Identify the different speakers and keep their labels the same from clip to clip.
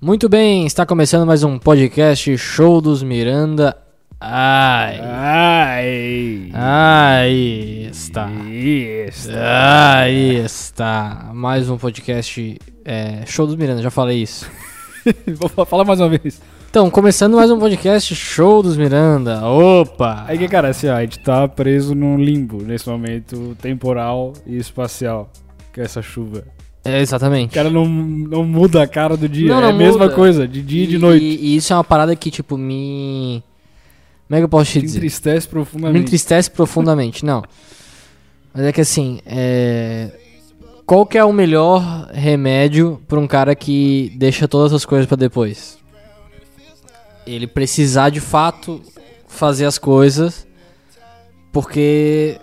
Speaker 1: Muito bem, está começando mais um podcast Show dos Miranda. Ai,
Speaker 2: Ai.
Speaker 1: aí está.
Speaker 2: Isso.
Speaker 1: É. Aí está. Mais um podcast é, Show dos Miranda, já falei isso.
Speaker 2: Vou falar mais uma vez.
Speaker 1: Então, começando mais um podcast Show dos Miranda. Opa!
Speaker 2: É que, cara, assim, ó, a gente tá preso num limbo nesse momento temporal e espacial. Que é essa chuva.
Speaker 1: É, exatamente.
Speaker 2: Cara, não, não muda a cara do dia.
Speaker 1: Não,
Speaker 2: é a
Speaker 1: não
Speaker 2: mesma
Speaker 1: muda.
Speaker 2: coisa, de dia e de noite.
Speaker 1: E, e isso é uma parada que, tipo, me. Como é que eu posso te
Speaker 2: Te
Speaker 1: dizer?
Speaker 2: entristece
Speaker 1: Me
Speaker 2: profundamente.
Speaker 1: entristece profundamente, não. Mas é que assim, é... qual que é o melhor remédio pra um cara que deixa todas as coisas pra depois? Ele precisar de fato fazer as coisas, porque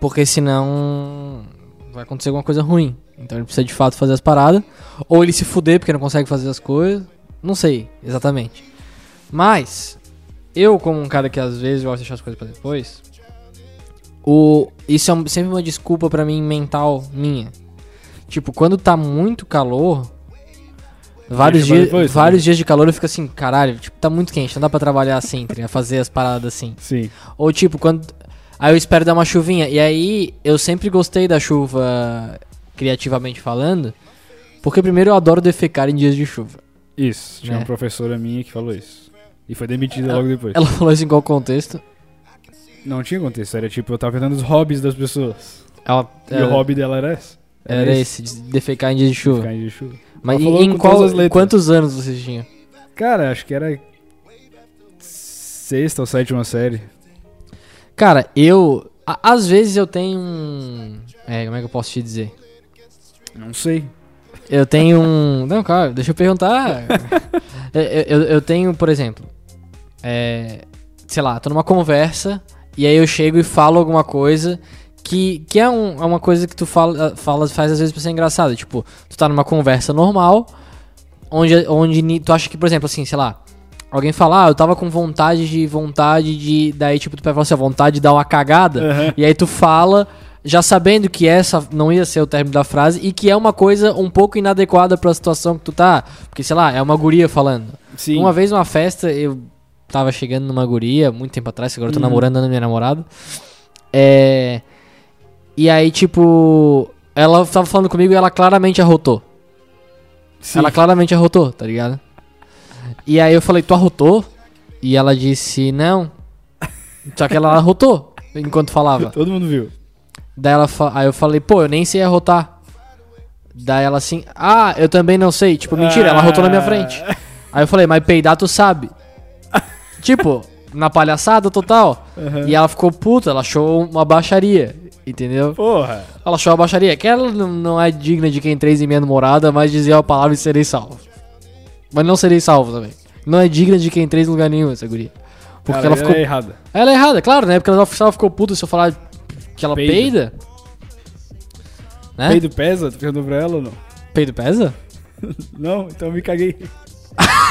Speaker 1: porque senão vai acontecer alguma coisa ruim. Então ele precisa de fato fazer as paradas, ou ele se fuder porque não consegue fazer as coisas. Não sei exatamente. Mas eu, como um cara que às vezes gosta de deixar as coisas pra depois, o isso é um- sempre uma desculpa pra mim mental minha. Tipo, quando tá muito calor, vários,
Speaker 2: Deixa pra
Speaker 1: dias,
Speaker 2: depois, né?
Speaker 1: vários dias de calor eu fico assim, caralho, tipo, tá muito quente, não dá pra trabalhar assim, tá ligado? fazer as paradas assim.
Speaker 2: Sim.
Speaker 1: Ou tipo, quando. Aí eu espero dar uma chuvinha. E aí eu sempre gostei da chuva, criativamente falando. Porque primeiro eu adoro defecar em dias de chuva.
Speaker 2: Isso. Tinha
Speaker 1: É.
Speaker 2: uma professora minha que falou isso. E foi demitida logo depois.
Speaker 1: Ela falou isso em qual contexto?
Speaker 2: Não tinha contexto, era tipo, eu tava vendo os hobbies das pessoas.
Speaker 1: Ela,
Speaker 2: E o
Speaker 1: ela-
Speaker 2: hobby dela era esse.
Speaker 1: É, Era esse, de defecar em dias de chuva.
Speaker 2: Ficar em dia de chuva.
Speaker 1: Mas
Speaker 2: Ela
Speaker 1: em-
Speaker 2: falou
Speaker 1: em
Speaker 2: com
Speaker 1: qual,
Speaker 2: todas as letras.
Speaker 1: quantos anos você tinha?
Speaker 2: Cara, acho que era sexta ou sétima série.
Speaker 1: Cara, eu. a- às vezes eu tenho um. É, como é que eu posso te dizer?
Speaker 2: Não sei.
Speaker 1: Eu tenho um. Não, cara, deixa eu perguntar. eu, eu- eu tenho, por exemplo. É, sei lá, tô numa conversa e aí eu chego e falo alguma coisa que, que é, um- é uma coisa que tu fala, fala, faz às vezes pra ser engraçado. Tipo, tu tá numa conversa normal, onde, onde ni- tu acha que, por exemplo, assim, sei lá. Alguém fala, ah, eu tava com vontade de, vontade de. Daí, tipo, tu vai falar assim, ó, vontade de dar uma cagada. E aí tu fala, já sabendo que essa não ia ser o término da frase e que é uma coisa um pouco inadequada pra situação que tu tá. Porque, sei lá, é uma guria falando.
Speaker 2: Sim.
Speaker 1: Uma vez numa festa, eu tava chegando numa guria, muito tempo atrás, agora eu tô
Speaker 2: Uhum.
Speaker 1: namorando a minha namorada. É. E aí, tipo. Ela tava falando comigo e ela claramente arrotou.
Speaker 2: Sim.
Speaker 1: Ela claramente arrotou, tá ligado? E aí eu falei, tu arrotou? E ela disse, não. Só que ela arrotou enquanto falava.
Speaker 2: Todo mundo viu.
Speaker 1: Daí ela fa- aí eu falei, pô, eu nem sei arrotar. Daí ela assim, ah, eu também não sei. Tipo, mentira, ela arrotou na minha frente. Aí eu falei, mas peidar tu sabe. tipo, na palhaçada total. E ela ficou puta, ela achou uma baixaria, entendeu?
Speaker 2: Porra.
Speaker 1: Ela achou uma baixaria, que ela não- não é digna de quem três e minha namorada, mas dizer uma palavra e serei salvo. Mas não serei salvo também. Não é digna de quem três em lugar nenhum, essa guria. Porque
Speaker 2: Cara,
Speaker 1: ela ficou
Speaker 2: é errada.
Speaker 1: ela é errada, claro, né? Porque ela, se ela ficou puta se eu falar que ela peida.
Speaker 2: Peida.
Speaker 1: Né? Peido.
Speaker 2: Peido pesa? Tu perguntou pra ela ou não?
Speaker 1: pesa?
Speaker 2: Não, então eu me caguei.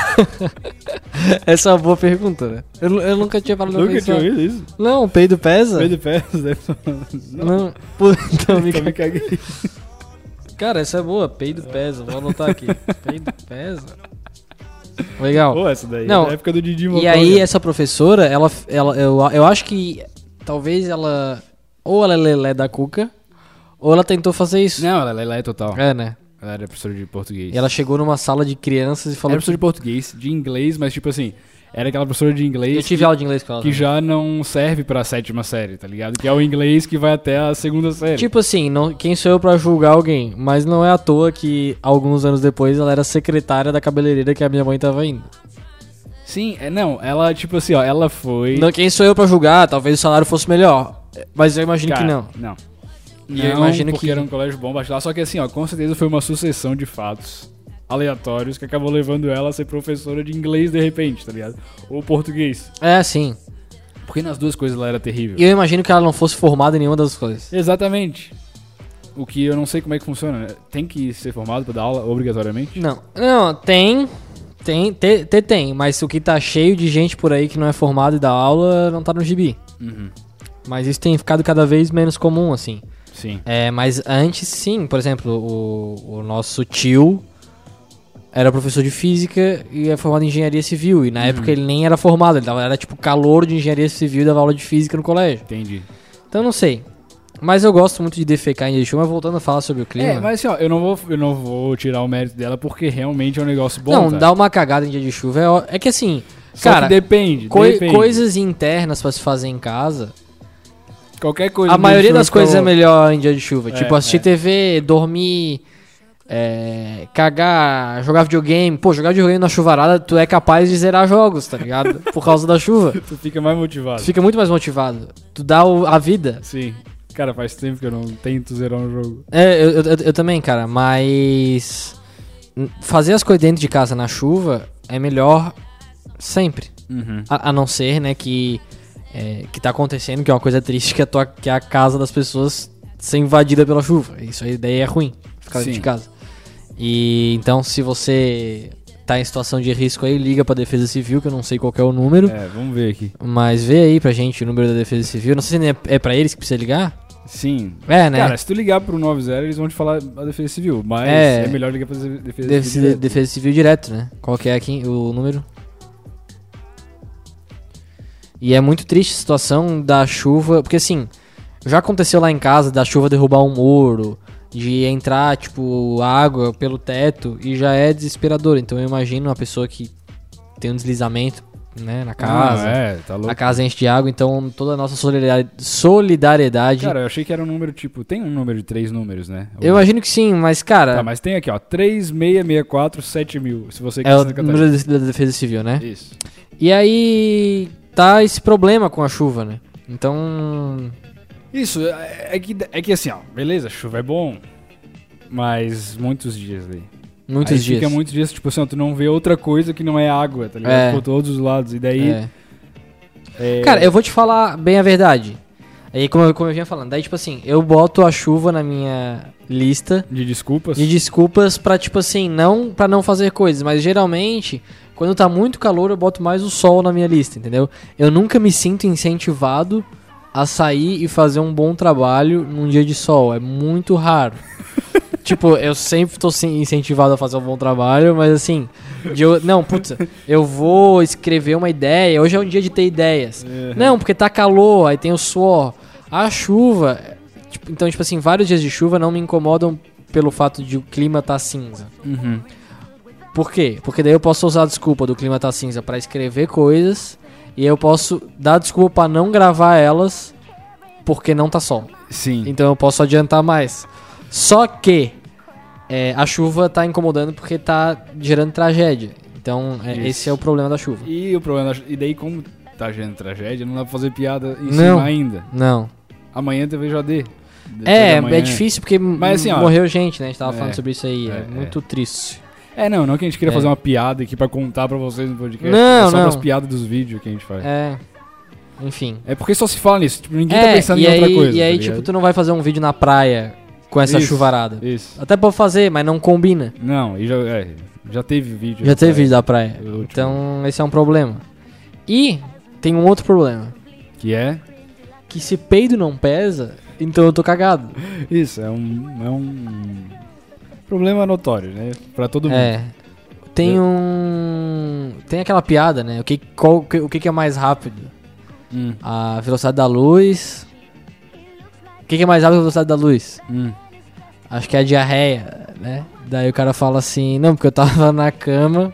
Speaker 1: Essa é uma boa pergunta, né? Eu, nu- eu nunca tinha falado pra
Speaker 2: Nunca tinha
Speaker 1: pensar.
Speaker 2: ouvido isso.
Speaker 1: Não, peido pesa?
Speaker 2: Peido pesa, deve ser- Não,
Speaker 1: Não, puta, me
Speaker 2: então eu Então me caguei.
Speaker 1: Cara, essa é boa, peido pesa. Vou anotar aqui. peido pesa. Legal.
Speaker 2: Pô, essa daí.
Speaker 1: Não.
Speaker 2: É da época do Didi
Speaker 1: E
Speaker 2: Mocó,
Speaker 1: aí, é
Speaker 2: né?
Speaker 1: essa professora, ela, ela, eu, eu acho que talvez ela. Ou ela é lelé da cuca, ou ela tentou fazer isso.
Speaker 2: Não, ela, ela é total.
Speaker 1: É, né?
Speaker 2: Ela era professora de português.
Speaker 1: E ela chegou numa sala de crianças e
Speaker 2: Era
Speaker 1: falou.
Speaker 2: professora de português, de inglês, mas tipo assim, era aquela professora de inglês
Speaker 1: Eu tive
Speaker 2: que,
Speaker 1: aula né? de inglês com ela.
Speaker 2: que
Speaker 1: também.
Speaker 2: já não serve pra sétima série, tá ligado? Que é o inglês que vai até a segunda série.
Speaker 1: Tipo assim, não, quem sou eu pra julgar alguém? Mas não é à toa que alguns anos depois ela era secretária da cabeleireira que a minha mãe tava indo.
Speaker 2: Sim, é, não, ela, tipo assim, ó, ela foi.
Speaker 1: Não, quem sou eu pra julgar? Talvez o salário fosse melhor. Mas eu imagino
Speaker 2: Cara,
Speaker 1: que não.
Speaker 2: Não.
Speaker 1: E eu
Speaker 2: Não,
Speaker 1: imagino
Speaker 2: porque
Speaker 1: que-
Speaker 2: era um colégio bom baixo lá, só que assim, ó, com certeza foi uma sucessão de fatos aleatórios que acabou levando ela a ser professora de inglês de repente, tá ligado? Ou português.
Speaker 1: É, sim.
Speaker 2: Porque nas duas coisas ela era terrível.
Speaker 1: E eu imagino que ela não fosse formada em nenhuma das coisas.
Speaker 2: Exatamente. O que eu não sei como é que funciona, né? Tem que ser formado pra dar aula obrigatoriamente?
Speaker 1: Não. Não, tem. Tem, te, te- tem, mas o que tá cheio de gente por aí que não é formado e dá aula não tá no gibi.
Speaker 2: Uhum.
Speaker 1: Mas isso tem ficado cada vez menos comum, assim.
Speaker 2: Sim.
Speaker 1: É, mas antes sim, por exemplo, o, o nosso tio era professor de física e é formado em engenharia civil. E na época ele nem era formado, ele dava, era tipo calor de engenharia civil e dava aula de física no colégio.
Speaker 2: Entendi.
Speaker 1: Então não sei. Mas eu gosto muito de defecar em Exu, mas voltando a falar sobre o clima.
Speaker 2: É, mas assim, ó, eu não, vou, eu não vou tirar o mérito dela porque realmente é um negócio bom.
Speaker 1: não,
Speaker 2: tá?
Speaker 1: dar uma cagada em dia de chuva é. ó- É que assim,
Speaker 2: Só
Speaker 1: cara,
Speaker 2: que depende,
Speaker 1: coi-
Speaker 2: depende.
Speaker 1: coisas internas pra se fazer em casa.
Speaker 2: Qualquer coisa.
Speaker 1: A
Speaker 2: no
Speaker 1: maioria
Speaker 2: show
Speaker 1: das
Speaker 2: que
Speaker 1: coisas
Speaker 2: eu-
Speaker 1: é melhor em dia de chuva.
Speaker 2: É,
Speaker 1: tipo, assistir
Speaker 2: é.
Speaker 1: TV, dormir, é, cagar, jogar videogame. Pô, jogar videogame na chuvarada, tu é capaz de zerar jogos, tá ligado? Por causa da chuva.
Speaker 2: Tu fica mais
Speaker 1: Tu
Speaker 2: motivado.
Speaker 1: fica muito mais motivado. Tu dá o- a vida.
Speaker 2: Sim. Cara, faz tempo que eu não tento zerar um jogo.
Speaker 1: É, eu, eu- eu- eu também, cara, mas. n- Fazer as coisas dentro de casa na chuva é melhor sempre.
Speaker 2: Uhum.
Speaker 1: A, a não ser, né, que. é, que tá acontecendo, que é uma coisa triste, que a, tua, que a casa das pessoas ser invadida pela chuva. Isso aí daí é ruim, ficar dentro
Speaker 2: Sim.
Speaker 1: de casa. E então, se você tá em situação de risco aí, liga pra Defesa Civil, que eu não sei qual que é o número.
Speaker 2: É, vamos ver aqui.
Speaker 1: Mas vê aí pra gente o número da Defesa Civil. Não sei se é, é pra eles que precisa ligar.
Speaker 2: Sim.
Speaker 1: É, né?
Speaker 2: Cara, se tu ligar pro 90, eles vão te falar a defesa civil, mas
Speaker 1: É.
Speaker 2: é, melhor ligar pra defesa
Speaker 1: Deve ser de-
Speaker 2: civil.
Speaker 1: defesa civil direto, né? Qual que é aqui o número? E é muito triste a situação da chuva, porque assim, já aconteceu lá em casa da chuva derrubar um muro, de entrar, tipo, água pelo teto, e já é desesperador. Então eu imagino uma pessoa que tem um deslizamento, né, na casa.
Speaker 2: Ah, é, tá
Speaker 1: A
Speaker 2: louco.
Speaker 1: casa enche de água, então toda a nossa solidari- solidariedade.
Speaker 2: Cara, eu achei que era um número tipo. Tem um número de três números, né?
Speaker 1: eu imagino que é. sim, mas cara,
Speaker 2: Tá, mas tem aqui, ó. 3664 mil. Se você
Speaker 1: é o
Speaker 2: quiser
Speaker 1: número de- da defesa civil, né?
Speaker 2: Isso.
Speaker 1: E aí tá esse problema com a chuva, né? Então,
Speaker 2: Isso, é é que, é que assim, ó, beleza, chuva é bom, mas muitos dias ali.
Speaker 1: muitos
Speaker 2: Aí
Speaker 1: dias.
Speaker 2: fica muitos dias, tipo assim, ó, tu não vê outra coisa que não é água, tá ligado?
Speaker 1: É.
Speaker 2: Por todos os lados. E daí.
Speaker 1: É.
Speaker 2: é,
Speaker 1: Cara, eu vou te falar bem a verdade. Aí, como eu, como eu vinha falando, daí, tipo assim, eu boto a chuva na minha lista
Speaker 2: De desculpas.
Speaker 1: de desculpas pra, tipo assim, não pra não fazer coisas, mas geralmente, quando tá muito calor, eu boto mais o sol na minha lista, entendeu? Eu nunca me sinto incentivado a sair e fazer um bom trabalho num dia de sol, é muito raro. tipo, eu sempre tô sim- incentivado a fazer um bom trabalho, mas assim, de eu, não, puta, eu vou escrever uma ideia, hoje é um dia de ter ideias.
Speaker 2: É.
Speaker 1: Não, porque tá calor, aí tem o suor. A chuva. tipo, então, tipo assim, vários dias de chuva não me incomodam pelo fato de o clima tá cinza.
Speaker 2: Uhum.
Speaker 1: Por quê? Porque daí eu posso usar a desculpa do clima tá cinza pra escrever coisas. E eu posso dar a desculpa pra não gravar elas porque não tá sol.
Speaker 2: Sim.
Speaker 1: Então eu posso adiantar mais. Só que é, a chuva tá incomodando porque tá gerando tragédia. Então é,
Speaker 2: Isso.
Speaker 1: esse é o problema da chuva.
Speaker 2: E o problema. da- E daí, como tá gerando tragédia, não dá pra fazer piada em
Speaker 1: Não.
Speaker 2: cima ainda.
Speaker 1: Não.
Speaker 2: Amanhã teve JD.
Speaker 1: É,
Speaker 2: amanhã.
Speaker 1: é difícil porque
Speaker 2: Mas assim, ó,
Speaker 1: morreu gente, né? A gente tava
Speaker 2: é,
Speaker 1: falando sobre isso aí. É,
Speaker 2: é,
Speaker 1: muito triste.
Speaker 2: É, não, não que a gente queria
Speaker 1: É.
Speaker 2: fazer uma piada aqui pra contar pra vocês no podcast.
Speaker 1: Não,
Speaker 2: é só
Speaker 1: não.
Speaker 2: pras piadas dos vídeos que a gente faz. É,
Speaker 1: É. Enfim.
Speaker 2: porque só se fala nisso. Tipo, ninguém tá
Speaker 1: é,
Speaker 2: pensando
Speaker 1: e
Speaker 2: em
Speaker 1: aí,
Speaker 2: outra coisa.
Speaker 1: E aí,
Speaker 2: tá
Speaker 1: tipo,
Speaker 2: ligado?
Speaker 1: tu não vai fazer um vídeo na praia com essa
Speaker 2: Isso.
Speaker 1: chuvarada.
Speaker 2: Isso.
Speaker 1: Até pode fazer, mas não combina.
Speaker 2: Não, e já, é, já teve vídeo.
Speaker 1: Já
Speaker 2: né,
Speaker 1: teve
Speaker 2: cara?
Speaker 1: vídeo da praia.
Speaker 2: O último.
Speaker 1: Então, esse é um problema. E tem um outro problema.
Speaker 2: Que é.
Speaker 1: Que se peido não pesa, então eu tô cagado.
Speaker 2: Isso, é um. É um. Problema notório, né? Pra todo mundo.
Speaker 1: É. Tem
Speaker 2: É.
Speaker 1: um. Tem aquela piada, né? O que, qual, o que, o que que é mais rápido?
Speaker 2: Hum,
Speaker 1: A velocidade da luz. O que, que é mais rápido que a velocidade da luz?
Speaker 2: hum.
Speaker 1: Acho que é a diarreia, né? Daí o cara fala assim: Não, porque eu tava na cama.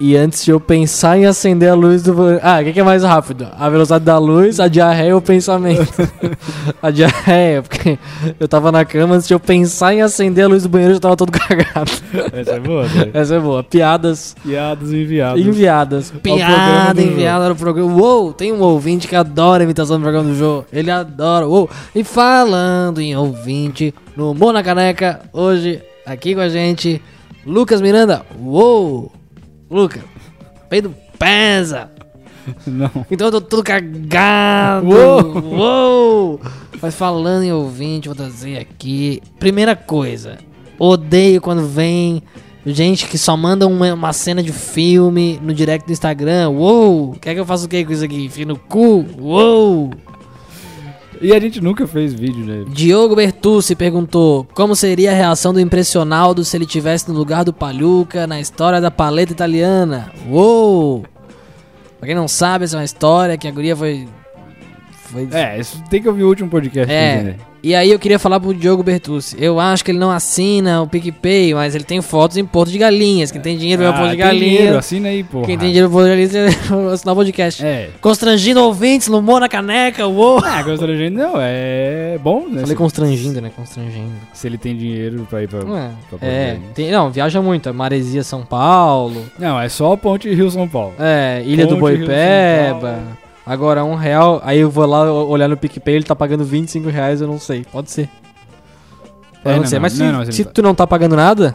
Speaker 1: E antes de eu pensar em acender a luz do. ban- Ah, o que, que é mais rápido? A velocidade da luz, a diarreia ou o pensamento? a diarreia, porque eu tava na cama antes de eu pensar em acender a luz do banheiro, eu já tava todo cagado.
Speaker 2: Essa é boa, né?
Speaker 1: Essa é boa. Piadas
Speaker 2: Piadas enviadas.
Speaker 1: enviadas.
Speaker 2: programa
Speaker 1: Piada
Speaker 2: do
Speaker 1: enviada no programa. Uou, tem um ouvinte que adora a imitação do programa do Jô. Ele adora. Uou. E falando em ouvinte, no Humor na Caneca, hoje, aqui com a gente, Lucas Miranda. Uou! Lucas, peido pesa.
Speaker 2: Não.
Speaker 1: Então eu tô todo cagado.
Speaker 2: Uou.
Speaker 1: Uou! Mas falando em ouvinte, vou trazer aqui. Primeira coisa, odeio quando vem gente que só manda uma, uma cena de filme no direct do Instagram. Uou! Quer que eu faça o que com isso aqui? Fio no cu? Uou!
Speaker 2: E a gente nunca fez vídeo, né?
Speaker 1: Diogo Bertucci perguntou como seria a reação do impressionado se ele tivesse no lugar do Paluca na história da paleta italiana. Uou! Pra quem não sabe, essa é uma história que a guria foi... foi...
Speaker 2: É, isso tem que ouvir o último podcast.
Speaker 1: É,
Speaker 2: né?
Speaker 1: E aí eu queria falar pro Diogo Bertucci. Eu acho que ele não assina o PicPay, mas ele tem fotos em Porto de Galinhas. Quem tem dinheiro vai ao
Speaker 2: Ah,
Speaker 1: Porto de
Speaker 2: tem dinheiro,
Speaker 1: Galinhas.
Speaker 2: assina aí, porra.
Speaker 1: Quem tem dinheiro vai ao Porto de Galinhas vai assinar o podcast.
Speaker 2: É.
Speaker 1: Constrangindo ouvintes no Mona Caneca, uou!
Speaker 2: Ah, constrangendo não, é bom, né?
Speaker 1: Falei
Speaker 2: Se,
Speaker 1: constrangindo, né? Constrangindo.
Speaker 2: se ele tem dinheiro pra ir pra.
Speaker 1: Não é.
Speaker 2: pra poder
Speaker 1: É,
Speaker 2: ir.
Speaker 1: tem- não, viaja muito. É Maresia São Paulo,
Speaker 2: Não, é só a ponte Rio São Paulo.
Speaker 1: é, Ilha do
Speaker 2: Ponte, Rio tá, de
Speaker 1: Boipeba.
Speaker 2: São Paulo.
Speaker 1: Agora, um real. Aí eu vou lá o- olhar no PicPay, ele tá pagando 25 reais, eu não sei. Pode ser.
Speaker 2: É,
Speaker 1: Pode
Speaker 2: não,
Speaker 1: acontecer.
Speaker 2: não,
Speaker 1: Mas se,
Speaker 2: não, não, você
Speaker 1: se
Speaker 2: não tá.
Speaker 1: tu não tá pagando nada,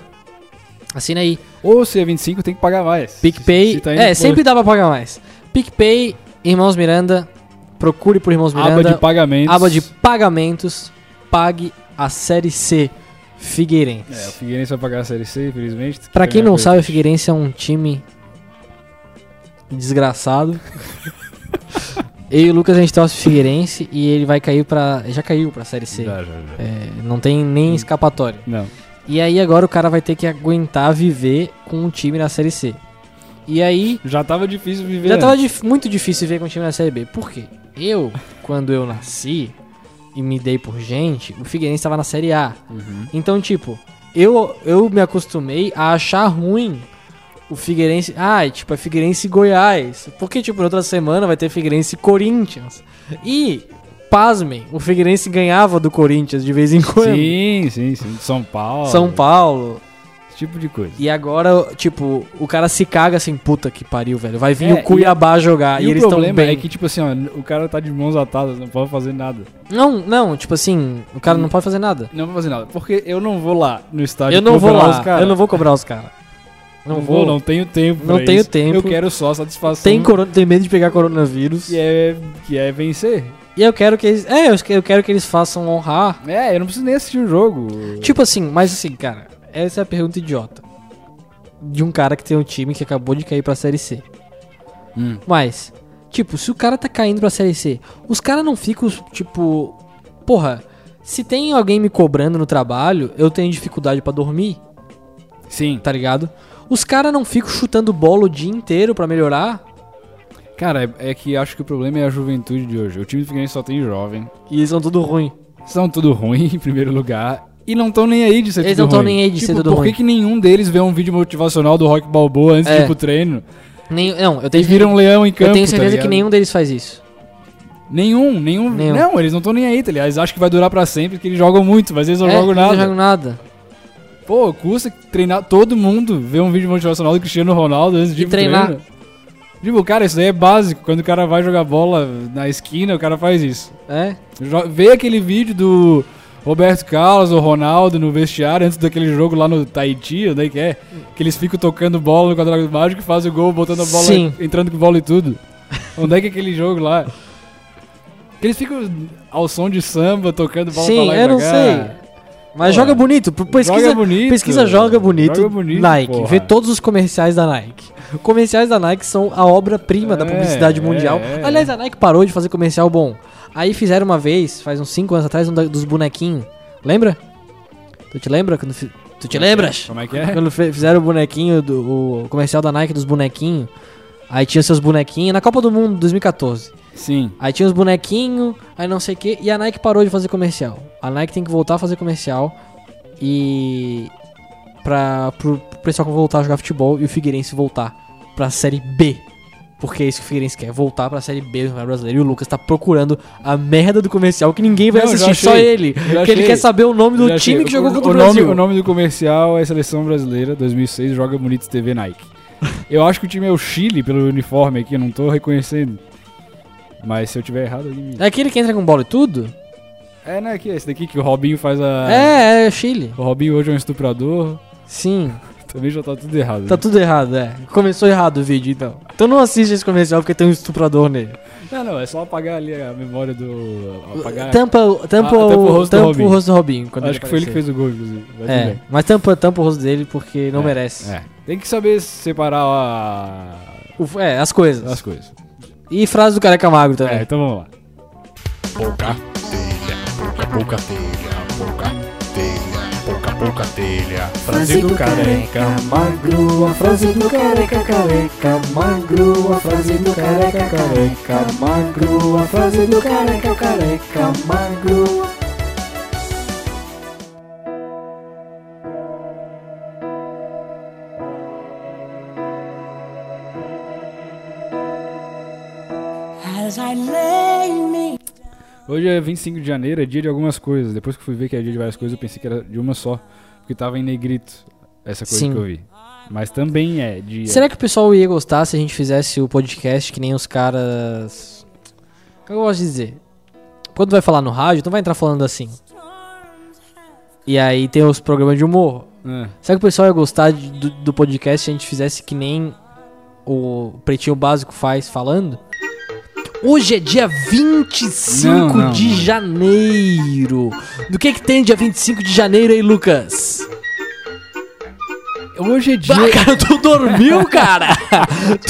Speaker 1: assina aí.
Speaker 2: Ou se é 25, tem que pagar mais. Se-
Speaker 1: PicPay.
Speaker 2: se tá indo
Speaker 1: é,
Speaker 2: por
Speaker 1: sempre dá pra pagar mais. PicPay, Irmãos Miranda. Procure por Irmãos
Speaker 2: Aba
Speaker 1: Miranda.
Speaker 2: de pagamentos.
Speaker 1: aba de pagamentos. Pague a série C Figueirense.
Speaker 2: É, o Figueirense vai pagar a Série C, infelizmente. que
Speaker 1: Pra
Speaker 2: foi
Speaker 1: quem
Speaker 2: a
Speaker 1: não
Speaker 2: coisa.
Speaker 1: sabe, o Figueirense é um time desgraçado. Eu e o Lucas a gente torce pro Figueirense e ele vai cair pra. Já caiu pra série C.
Speaker 2: Já, já, já.
Speaker 1: É, não tem nem escapatória.
Speaker 2: Não.
Speaker 1: E aí agora o cara vai ter que aguentar viver com um time na série C. E aí
Speaker 2: Já tava difícil viver. né?
Speaker 1: já tava
Speaker 2: antes.
Speaker 1: dif- muito difícil ver com o time na série B. Por quê? Eu, quando eu nasci e me dei por gente, o Figueirense tava na série A.
Speaker 2: Uhum.
Speaker 1: Então, tipo, eu, eu me acostumei a achar ruim o Figueirense. Ah, e, tipo, é Figueirense e Goiás. Porque, tipo, na outra semana vai ter Figueirense e Corinthians. E, pasmem, o Figueirense ganhava do Corinthians de vez em quando.
Speaker 2: Sim, sim, sim. De São Paulo.
Speaker 1: São Paulo.
Speaker 2: Esse tipo de coisa.
Speaker 1: E agora, tipo, o cara se caga assim, puta que pariu, velho. Vai vir
Speaker 2: É,
Speaker 1: o Cuiabá jogar e,
Speaker 2: E o
Speaker 1: eles estão
Speaker 2: problema
Speaker 1: bem.
Speaker 2: é que, tipo assim, ó, o cara tá de mãos atadas, não pode fazer nada.
Speaker 1: Não, não, tipo assim, o cara
Speaker 2: Hum.
Speaker 1: não pode fazer nada.
Speaker 2: Não pode fazer nada. Porque eu não vou lá no estádio.
Speaker 1: Eu não vou
Speaker 2: cobrar
Speaker 1: lá,
Speaker 2: os caras.
Speaker 1: eu não vou cobrar os caras. Não,
Speaker 2: Não
Speaker 1: vou,
Speaker 2: vou, não tenho tempo.
Speaker 1: Não
Speaker 2: pra
Speaker 1: tenho
Speaker 2: isso.
Speaker 1: tempo.
Speaker 2: Eu quero só satisfação.
Speaker 1: Tem, corona, tem medo de pegar coronavírus.
Speaker 2: que é, que é vencer.
Speaker 1: E eu quero que eles. É, eu que- eu quero que eles façam honrar.
Speaker 2: É, eu não preciso nem assistir o jogo.
Speaker 1: Tipo assim, mas assim, cara, essa é a pergunta idiota. De um cara que tem um time que acabou de cair pra série C.
Speaker 2: Hum.
Speaker 1: Mas, tipo, se o cara tá caindo pra série C, os caras não ficam, tipo. Porra, se tem alguém me cobrando no trabalho, eu tenho dificuldade pra dormir,
Speaker 2: Sim.
Speaker 1: tá ligado? Os caras não ficam chutando bola o dia inteiro pra melhorar.
Speaker 2: Cara, é, é que acho que o problema é a juventude de hoje. O time do Figueirense só tem jovem.
Speaker 1: E eles são tudo ruim.
Speaker 2: São tudo ruim, em primeiro lugar. E não estão nem aí de ser
Speaker 1: Eles
Speaker 2: tudo
Speaker 1: não tão
Speaker 2: ruim.
Speaker 1: nem aí de ser
Speaker 2: Tipo,
Speaker 1: tudo
Speaker 2: Por
Speaker 1: ruim.
Speaker 2: que, que nenhum deles vê um vídeo motivacional do Rock Balboa antes de
Speaker 1: É.
Speaker 2: ir pro treino?
Speaker 1: Nem, não, eu
Speaker 2: E
Speaker 1: tenho,
Speaker 2: vira um leão em campo,
Speaker 1: eu tenho
Speaker 2: tá
Speaker 1: certeza que
Speaker 2: ligado?
Speaker 1: nenhum deles faz isso.
Speaker 2: Nenhum, nenhum.
Speaker 1: Nenhum.
Speaker 2: Não, eles não estão nem aí, tá ligado? Eles acham que vai durar pra sempre, porque eles jogam muito, mas eles não
Speaker 1: É,
Speaker 2: jogam
Speaker 1: eles
Speaker 2: nada.
Speaker 1: Não jogam nada.
Speaker 2: Pô, custa treinar todo mundo, ver um vídeo motivacional do Cristiano Ronaldo antes de
Speaker 1: E
Speaker 2: ir pro
Speaker 1: treinar.
Speaker 2: treino. Tipo, cara, isso daí é básico. Quando o cara vai jogar bola na esquina, o cara faz isso.
Speaker 1: É?
Speaker 2: Jo- Vê aquele vídeo do Roberto Carlos ou Ronaldo no vestiário antes daquele jogo lá no Tahiti, onde é que é? Que eles ficam tocando bola no quadrado mágico e fazem o gol, botando a bola,
Speaker 1: Sim.
Speaker 2: entrando com bola e tudo. onde é que é aquele jogo lá? Que eles ficam ao som de samba, tocando bola pra
Speaker 1: Sim,
Speaker 2: lá e
Speaker 1: eu não
Speaker 2: pra cá.
Speaker 1: sei. Mas
Speaker 2: Pô,
Speaker 1: joga bonito. p- Pesquisa
Speaker 2: joga
Speaker 1: joga bonito.
Speaker 2: bonito.
Speaker 1: Pesquisa joga bonito,
Speaker 2: Joga bonito,
Speaker 1: Nike.
Speaker 2: porra.
Speaker 1: Vê todos os comerciais da Nike. Comerciais da Nike são a obra-prima da
Speaker 2: É,
Speaker 1: publicidade mundial.
Speaker 2: é, é.
Speaker 1: Aliás, a Nike parou de fazer comercial bom. Aí fizeram uma vez, faz uns 5 anos atrás, um da- dos bonequinhos. Lembra? Tu te lembra? Quando fi- Tu te lembras?
Speaker 2: Como é que é?
Speaker 1: Quando fe- fizeram o bonequinho, do, o comercial da Nike dos bonequinhos. Aí tinha seus bonequinhos na Copa do Mundo 2014.
Speaker 2: Sim.
Speaker 1: Aí tinha os bonequinhos, aí não sei o que, e a Nike parou de fazer comercial. A Nike tem que voltar a fazer comercial e. pra. pro, pro pessoal que voltar a jogar futebol e o Figueirense voltar pra Série B. Porque é isso que o Figueirense quer, voltar pra Série B do Campeonato Brasileiro. E o Lucas tá procurando a merda do comercial que ninguém vai
Speaker 2: Não, eu já
Speaker 1: assistir, só
Speaker 2: achei.
Speaker 1: ele.
Speaker 2: já
Speaker 1: Porque ele
Speaker 2: achei.
Speaker 1: quer saber o nome do
Speaker 2: Já
Speaker 1: time
Speaker 2: achei.
Speaker 1: que jogou
Speaker 2: O-
Speaker 1: contra o,
Speaker 2: o
Speaker 1: Brasil.
Speaker 2: Nome, o nome do comercial é Seleção Brasileira 2006 Joga Bonito TV Nike. Eu acho que o time é o Chile pelo uniforme aqui, eu não tô reconhecendo. Mas se eu tiver errado, alguém me...
Speaker 1: É aquele que entra com bola e tudo?
Speaker 2: É, né, aqui, esse daqui que o Robinho faz a...
Speaker 1: É, é Chile.
Speaker 2: O Robinho hoje é um estuprador.
Speaker 1: Sim.
Speaker 2: Também já tá tudo errado.
Speaker 1: Tá
Speaker 2: né?
Speaker 1: tudo errado, é. Começou errado o vídeo, então. Então não assiste esse comercial porque tem um estuprador nele.
Speaker 2: Não, não, é só apagar ali a memória do... Apagar...
Speaker 1: Tampa, o- tampa,
Speaker 2: Ah,
Speaker 1: o,
Speaker 2: tampa o rosto do
Speaker 1: tampa
Speaker 2: Robinho.
Speaker 1: o rosto do Robinho. Quando
Speaker 2: Acho que foi ele que
Speaker 1: aparecer.
Speaker 2: fez o gol, inclusive. Mas tudo bem.
Speaker 1: É, mas tampa, tampa o rosto dele porque não merece.
Speaker 2: É. Tem que saber separar a-
Speaker 1: O f- É, as coisas.
Speaker 2: as É, coisas.
Speaker 1: E frase do careca magro também.
Speaker 2: É, então vamos lá.
Speaker 3: Boca. pouca telha, pouca telha, pouca, pouca telha.
Speaker 2: um
Speaker 3: Frase do careca magro, a frase do careca careca magro, a frase do careca careca magro, a frase do careca careca magro.
Speaker 4: As I lay me
Speaker 2: Hoje é 25 de janeiro, é dia de algumas coisas. Depois que eu fui ver que é dia de várias coisas, eu pensei que era de uma só. Porque tava em negrito essa coisa
Speaker 1: Sim.
Speaker 2: que eu vi. Mas também é dia.
Speaker 1: Será que o pessoal ia gostar se a gente fizesse o podcast que nem os caras. O que eu gosto de dizer? Quando vai falar no rádio, não vai entrar falando assim. E aí tem os programas de humor.
Speaker 2: Ah,
Speaker 1: Será que o pessoal ia gostar de- do, do podcast se a gente fizesse que nem o Pretinho Básico faz falando? Hoje é dia 25
Speaker 2: Não, não,
Speaker 1: de
Speaker 2: não.
Speaker 1: janeiro. Do que que tem dia 25 de janeiro aí, Lucas?
Speaker 2: Hoje é dia.
Speaker 1: Bah, cara, tu dormiu, cara?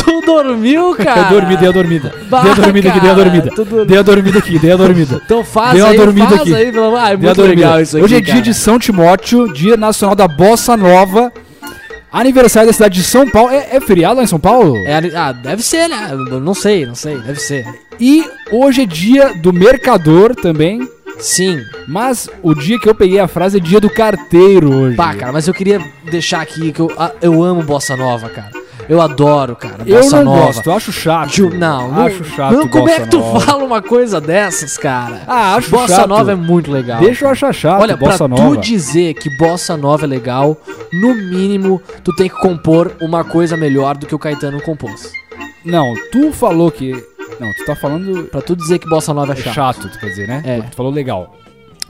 Speaker 1: tu dormiu, cara?
Speaker 2: Eu dormi, dei a dormida.
Speaker 1: Bah,
Speaker 2: dei a dormida aqui, dei a
Speaker 1: cara,
Speaker 2: dormida.
Speaker 1: tu dormiu.
Speaker 2: Dei a dormida aqui, dei a dormida.
Speaker 1: Então faz
Speaker 2: Dei uma
Speaker 1: aí,
Speaker 2: dormida
Speaker 1: faz
Speaker 2: aqui.
Speaker 1: aí, pelo amor... Ah, é
Speaker 2: Dei a
Speaker 1: muito
Speaker 2: dormida.
Speaker 1: legal isso aqui,
Speaker 2: Hoje é dia
Speaker 1: cara.
Speaker 2: de São Timóteo, dia nacional da Bossa Nova. Aniversário da cidade de São Paulo. É, é feriado lá em São Paulo?
Speaker 1: É ali- ah, deve ser, né? Eu Não sei, não sei, deve ser.
Speaker 2: E hoje é dia do mercador também.
Speaker 1: Sim.
Speaker 2: Mas o dia que eu peguei a frase é dia do carteiro hoje.
Speaker 1: Pá, cara, mas eu queria deixar aqui que eu, ah, eu amo bossa nova, cara. Eu adoro, cara,
Speaker 2: Eu
Speaker 1: bossa
Speaker 2: não
Speaker 1: nova.
Speaker 2: gosto, eu acho chato.
Speaker 1: Tio, não, não,
Speaker 2: acho chato.
Speaker 1: não, como é
Speaker 2: bossa
Speaker 1: que tu
Speaker 2: nova.
Speaker 1: fala uma coisa dessas, cara?
Speaker 2: Ah, acho
Speaker 1: bossa
Speaker 2: chato.
Speaker 1: nova é muito legal.
Speaker 2: Deixa eu achar chato,
Speaker 1: Olha, pra
Speaker 2: bossa nova.
Speaker 1: tu dizer que bossa nova é legal, no mínimo tu tem que compor uma coisa melhor do que o Caetano compôs.
Speaker 2: Não, tu falou que. Não, tu tá falando
Speaker 1: Pra tu dizer que bossa nova é
Speaker 2: chato,
Speaker 1: chata.
Speaker 2: tu quer dizer, né?
Speaker 1: É.
Speaker 2: Tu falou legal.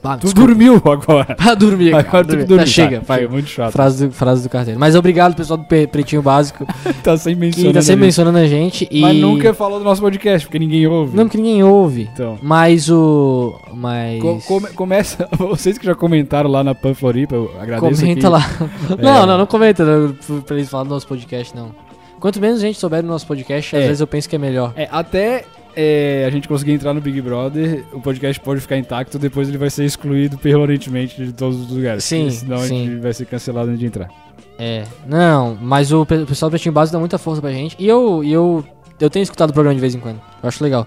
Speaker 1: Ah,
Speaker 2: Tu
Speaker 1: desculpa.
Speaker 2: dormiu agora.
Speaker 1: Pra dormir, cara.
Speaker 2: Agora tu que
Speaker 1: dormir.
Speaker 2: dormiu.
Speaker 1: Tá, chega,
Speaker 2: tá.
Speaker 1: vai.
Speaker 2: Muito chato.
Speaker 1: Frase do, frase do carteiro. Mas obrigado, pessoal do Pe- Pretinho Básico,
Speaker 2: Tá sem
Speaker 1: que
Speaker 2: mencionando.
Speaker 1: tá sempre
Speaker 2: ali.
Speaker 1: mencionando a gente. E...
Speaker 2: Mas nunca falou do nosso podcast, porque ninguém ouve.
Speaker 1: Não, porque ninguém ouve.
Speaker 2: Então.
Speaker 1: Mas o. Mas.
Speaker 2: Co- come- começa. Vocês que já comentaram lá na Pan Floripa, eu agradeço.
Speaker 1: comenta
Speaker 2: aqui.
Speaker 1: lá. Não,
Speaker 2: É.
Speaker 1: não, não comenta né, pra- pra eles falarem do nosso podcast, não. Quanto menos gente souber do nosso podcast, às
Speaker 2: É.
Speaker 1: vezes eu penso que é melhor.
Speaker 2: É, até é, a gente conseguir entrar no Big Brother, o podcast pode ficar intacto, depois ele vai ser excluído permanentemente de todos os lugares.
Speaker 1: Sim,
Speaker 2: porque Senão a gente
Speaker 1: sim.
Speaker 2: vai ser cancelado antes de entrar.
Speaker 1: É. Não, mas o pe- o pessoal do Pretinho Básico dá muita força pra gente. E eu, e eu, eu tenho escutado o programa de vez em quando. Eu acho legal.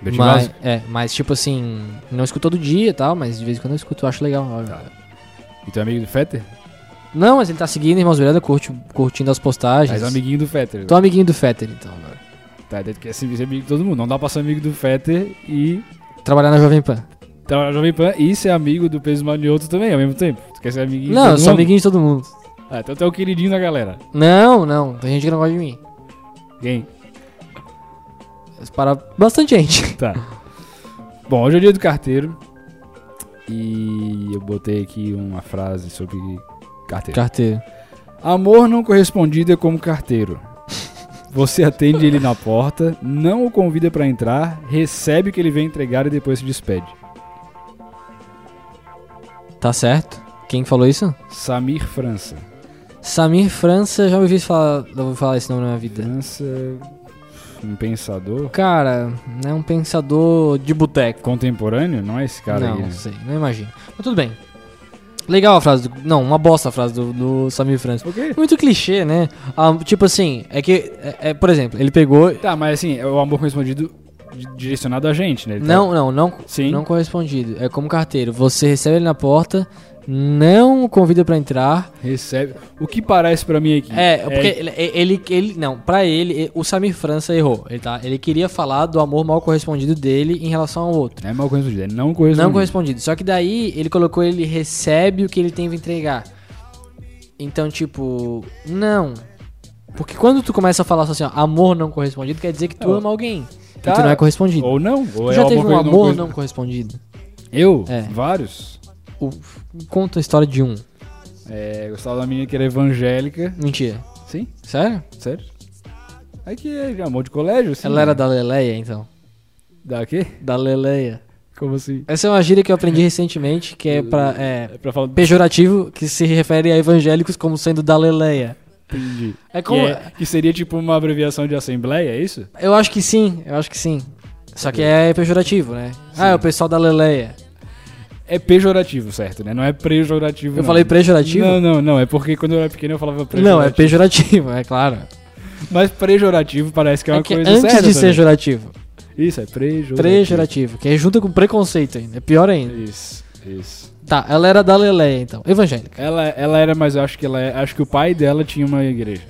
Speaker 2: Betinho
Speaker 1: Mas,
Speaker 2: Básico?
Speaker 1: é, mas tipo assim, não escuto todo dia e tal, mas de vez em quando eu escuto, eu acho legal.
Speaker 2: Tá. E tu é amigo do Fetter?
Speaker 1: Não, mas ele tá seguindo Irmãos Miranda, curte, curtindo as postagens.
Speaker 2: Mas é amiguinho do Fetter.
Speaker 1: Tô amiguinho do Fetter, então, agora.
Speaker 2: Tá, deve que ser amigo de todo mundo. Não dá pra ser amigo do Fetter e
Speaker 1: Trabalhar na Jovem Pan.
Speaker 2: trabalhar na Jovem Pan e ser amigo do Peso Manioto também ao mesmo tempo. Tu quer ser amiguinho de
Speaker 1: Não,
Speaker 2: todo
Speaker 1: eu sou
Speaker 2: mundo?
Speaker 1: amiguinho de todo mundo.
Speaker 2: Ah, então tu é o queridinho da galera.
Speaker 1: Não, não, tem gente que não gosta de mim.
Speaker 2: Quem?
Speaker 1: Para bastante gente.
Speaker 2: Tá. Bom, hoje é dia do carteiro. E eu botei aqui uma frase sobre carteiro.
Speaker 1: Carteiro.
Speaker 2: Amor não correspondido é como carteiro. Você atende ele na porta, não o convida pra entrar, recebe o que ele vem entregar e depois se despede.
Speaker 1: Tá certo? Quem falou isso?
Speaker 2: Samir França.
Speaker 1: Samir França, já ouvi falar, já ouvi falar esse nome na minha vida.
Speaker 2: França, um pensador
Speaker 1: Cara, é um pensador de boteco.
Speaker 2: contemporâneo, não é esse cara
Speaker 1: não,
Speaker 2: aí, né?
Speaker 1: não sei, não imagino. Mas tudo bem. Legal a frase do. Não, uma bosta a frase do, do Samir França.
Speaker 2: O quê?
Speaker 1: Muito clichê, né? Ah, tipo assim, é que. é- é, por exemplo, ele pegou.
Speaker 2: Tá, mas assim, é o amor correspondido di- direcionado a gente, né? Ele tá-
Speaker 1: Não, não, não,
Speaker 2: Sim.
Speaker 1: não correspondido. É como carteiro. Você recebe ele na porta, não o convida pra entrar.
Speaker 2: Recebe. O que parece pra mim aqui?
Speaker 1: É, porque Ele, ele, ele- Não, pra ele, e- o Samir França errou. Ele, tá, ele queria falar do amor mal correspondido dele em relação ao outro.
Speaker 2: Não é mal correspondido, é não correspondido.
Speaker 1: Não correspondido. Só que daí ele colocou ele recebe o que ele tem pra entregar. Então, tipo, não. Porque quando tu começa a falar só assim, ó, amor não correspondido, quer dizer que tu
Speaker 2: Ó,
Speaker 1: ama alguém.
Speaker 2: tá.
Speaker 1: E tu não é correspondido.
Speaker 2: Ou não, ou
Speaker 1: tu
Speaker 2: é
Speaker 1: já
Speaker 2: amor
Speaker 1: teve um
Speaker 2: correspondido,
Speaker 1: amor
Speaker 2: corres-
Speaker 1: não correspondido?
Speaker 2: Eu?
Speaker 1: É.
Speaker 2: Vários.
Speaker 1: O- conta a história de um.
Speaker 2: É, gostava da menina que era evangélica.
Speaker 1: Mentira.
Speaker 2: Sim,
Speaker 1: Sério?
Speaker 2: sério. É que é amor de colégio, assim.
Speaker 1: Ela era da Leleia, então.
Speaker 2: Da quê?
Speaker 1: Da Leleia.
Speaker 2: Como assim?
Speaker 1: Essa é uma gíria que eu aprendi recentemente, que é pra. É,
Speaker 2: É pra falar...
Speaker 1: pejorativo, que se refere a evangélicos como sendo da Leleia.
Speaker 2: Entendi.
Speaker 1: É
Speaker 2: Que,
Speaker 1: como.
Speaker 2: é- que seria tipo uma abreviação de assembleia, é isso?
Speaker 1: Eu acho que sim, eu acho que sim. Só que é pejorativo, né? Ah, é o pessoal da Leleia.
Speaker 2: é pejorativo, certo, né? Não é pejorativo.
Speaker 1: Eu
Speaker 2: não.
Speaker 1: falei pejorativo?
Speaker 2: Não, não, não. É porque quando eu era pequeno eu falava pejorativo.
Speaker 1: Não, é pejorativo, é claro.
Speaker 2: Mas pejorativo parece que é uma
Speaker 1: é que
Speaker 2: coisa
Speaker 1: antes
Speaker 2: certa.
Speaker 1: de ser
Speaker 2: também.
Speaker 1: jurativo.
Speaker 2: Isso, é pejorativo.
Speaker 1: Prejurativo, que é junto com preconceito ainda. É pior ainda.
Speaker 2: Isso, isso.
Speaker 1: Tá, ela era da Leleia, então. Evangélica.
Speaker 2: Ela, ela era, mas eu acho que ela é- acho que o pai dela tinha uma igreja.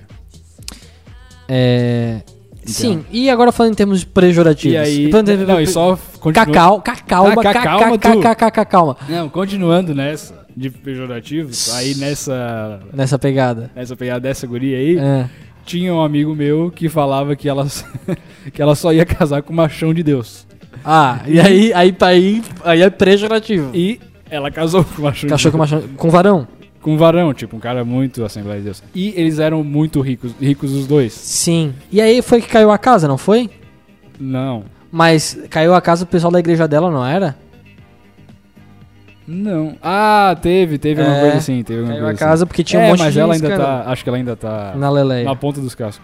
Speaker 1: É. Sim, e agora falando em termos pejorativos.
Speaker 2: E aí.
Speaker 1: Falando em termos-
Speaker 2: Não, e só continua-
Speaker 1: Cacau, cacau,
Speaker 2: Ah, cacau,
Speaker 1: cacau,
Speaker 2: mas
Speaker 1: cacau,
Speaker 2: tu-
Speaker 1: cacau, calma.
Speaker 2: Não, continuando nessa de pejorativos, aí nessa
Speaker 1: Nessa pegada.
Speaker 2: nessa pegada dessa guria aí,
Speaker 1: É.
Speaker 2: tinha um amigo meu que falava que ela que ela só ia casar com o machão de Deus.
Speaker 1: Ah, e aí, aí, aí, aí é pejorativo.
Speaker 2: E ela casou com o machão. de
Speaker 1: Cachorro com
Speaker 2: Deus.
Speaker 1: machado. é Com varão?
Speaker 2: com um varão, tipo, um cara muito Assembleia de Deus. E eles eram muito ricos, ricos os dois.
Speaker 1: Sim. E aí foi que caiu a casa, não foi?
Speaker 2: Não.
Speaker 1: Mas caiu a casa do pessoal da igreja dela, não era?
Speaker 2: Não. Ah, teve, teve uma
Speaker 1: É,
Speaker 2: coisa assim, teve uma
Speaker 1: Caiu
Speaker 2: coisa
Speaker 1: a
Speaker 2: assim.
Speaker 1: casa porque tinha um
Speaker 2: é,
Speaker 1: monte
Speaker 2: mas
Speaker 1: de
Speaker 2: ela ainda
Speaker 1: escândalo
Speaker 2: tá, acho que ela ainda tá
Speaker 1: na Leleia.
Speaker 2: na ponta dos cascos.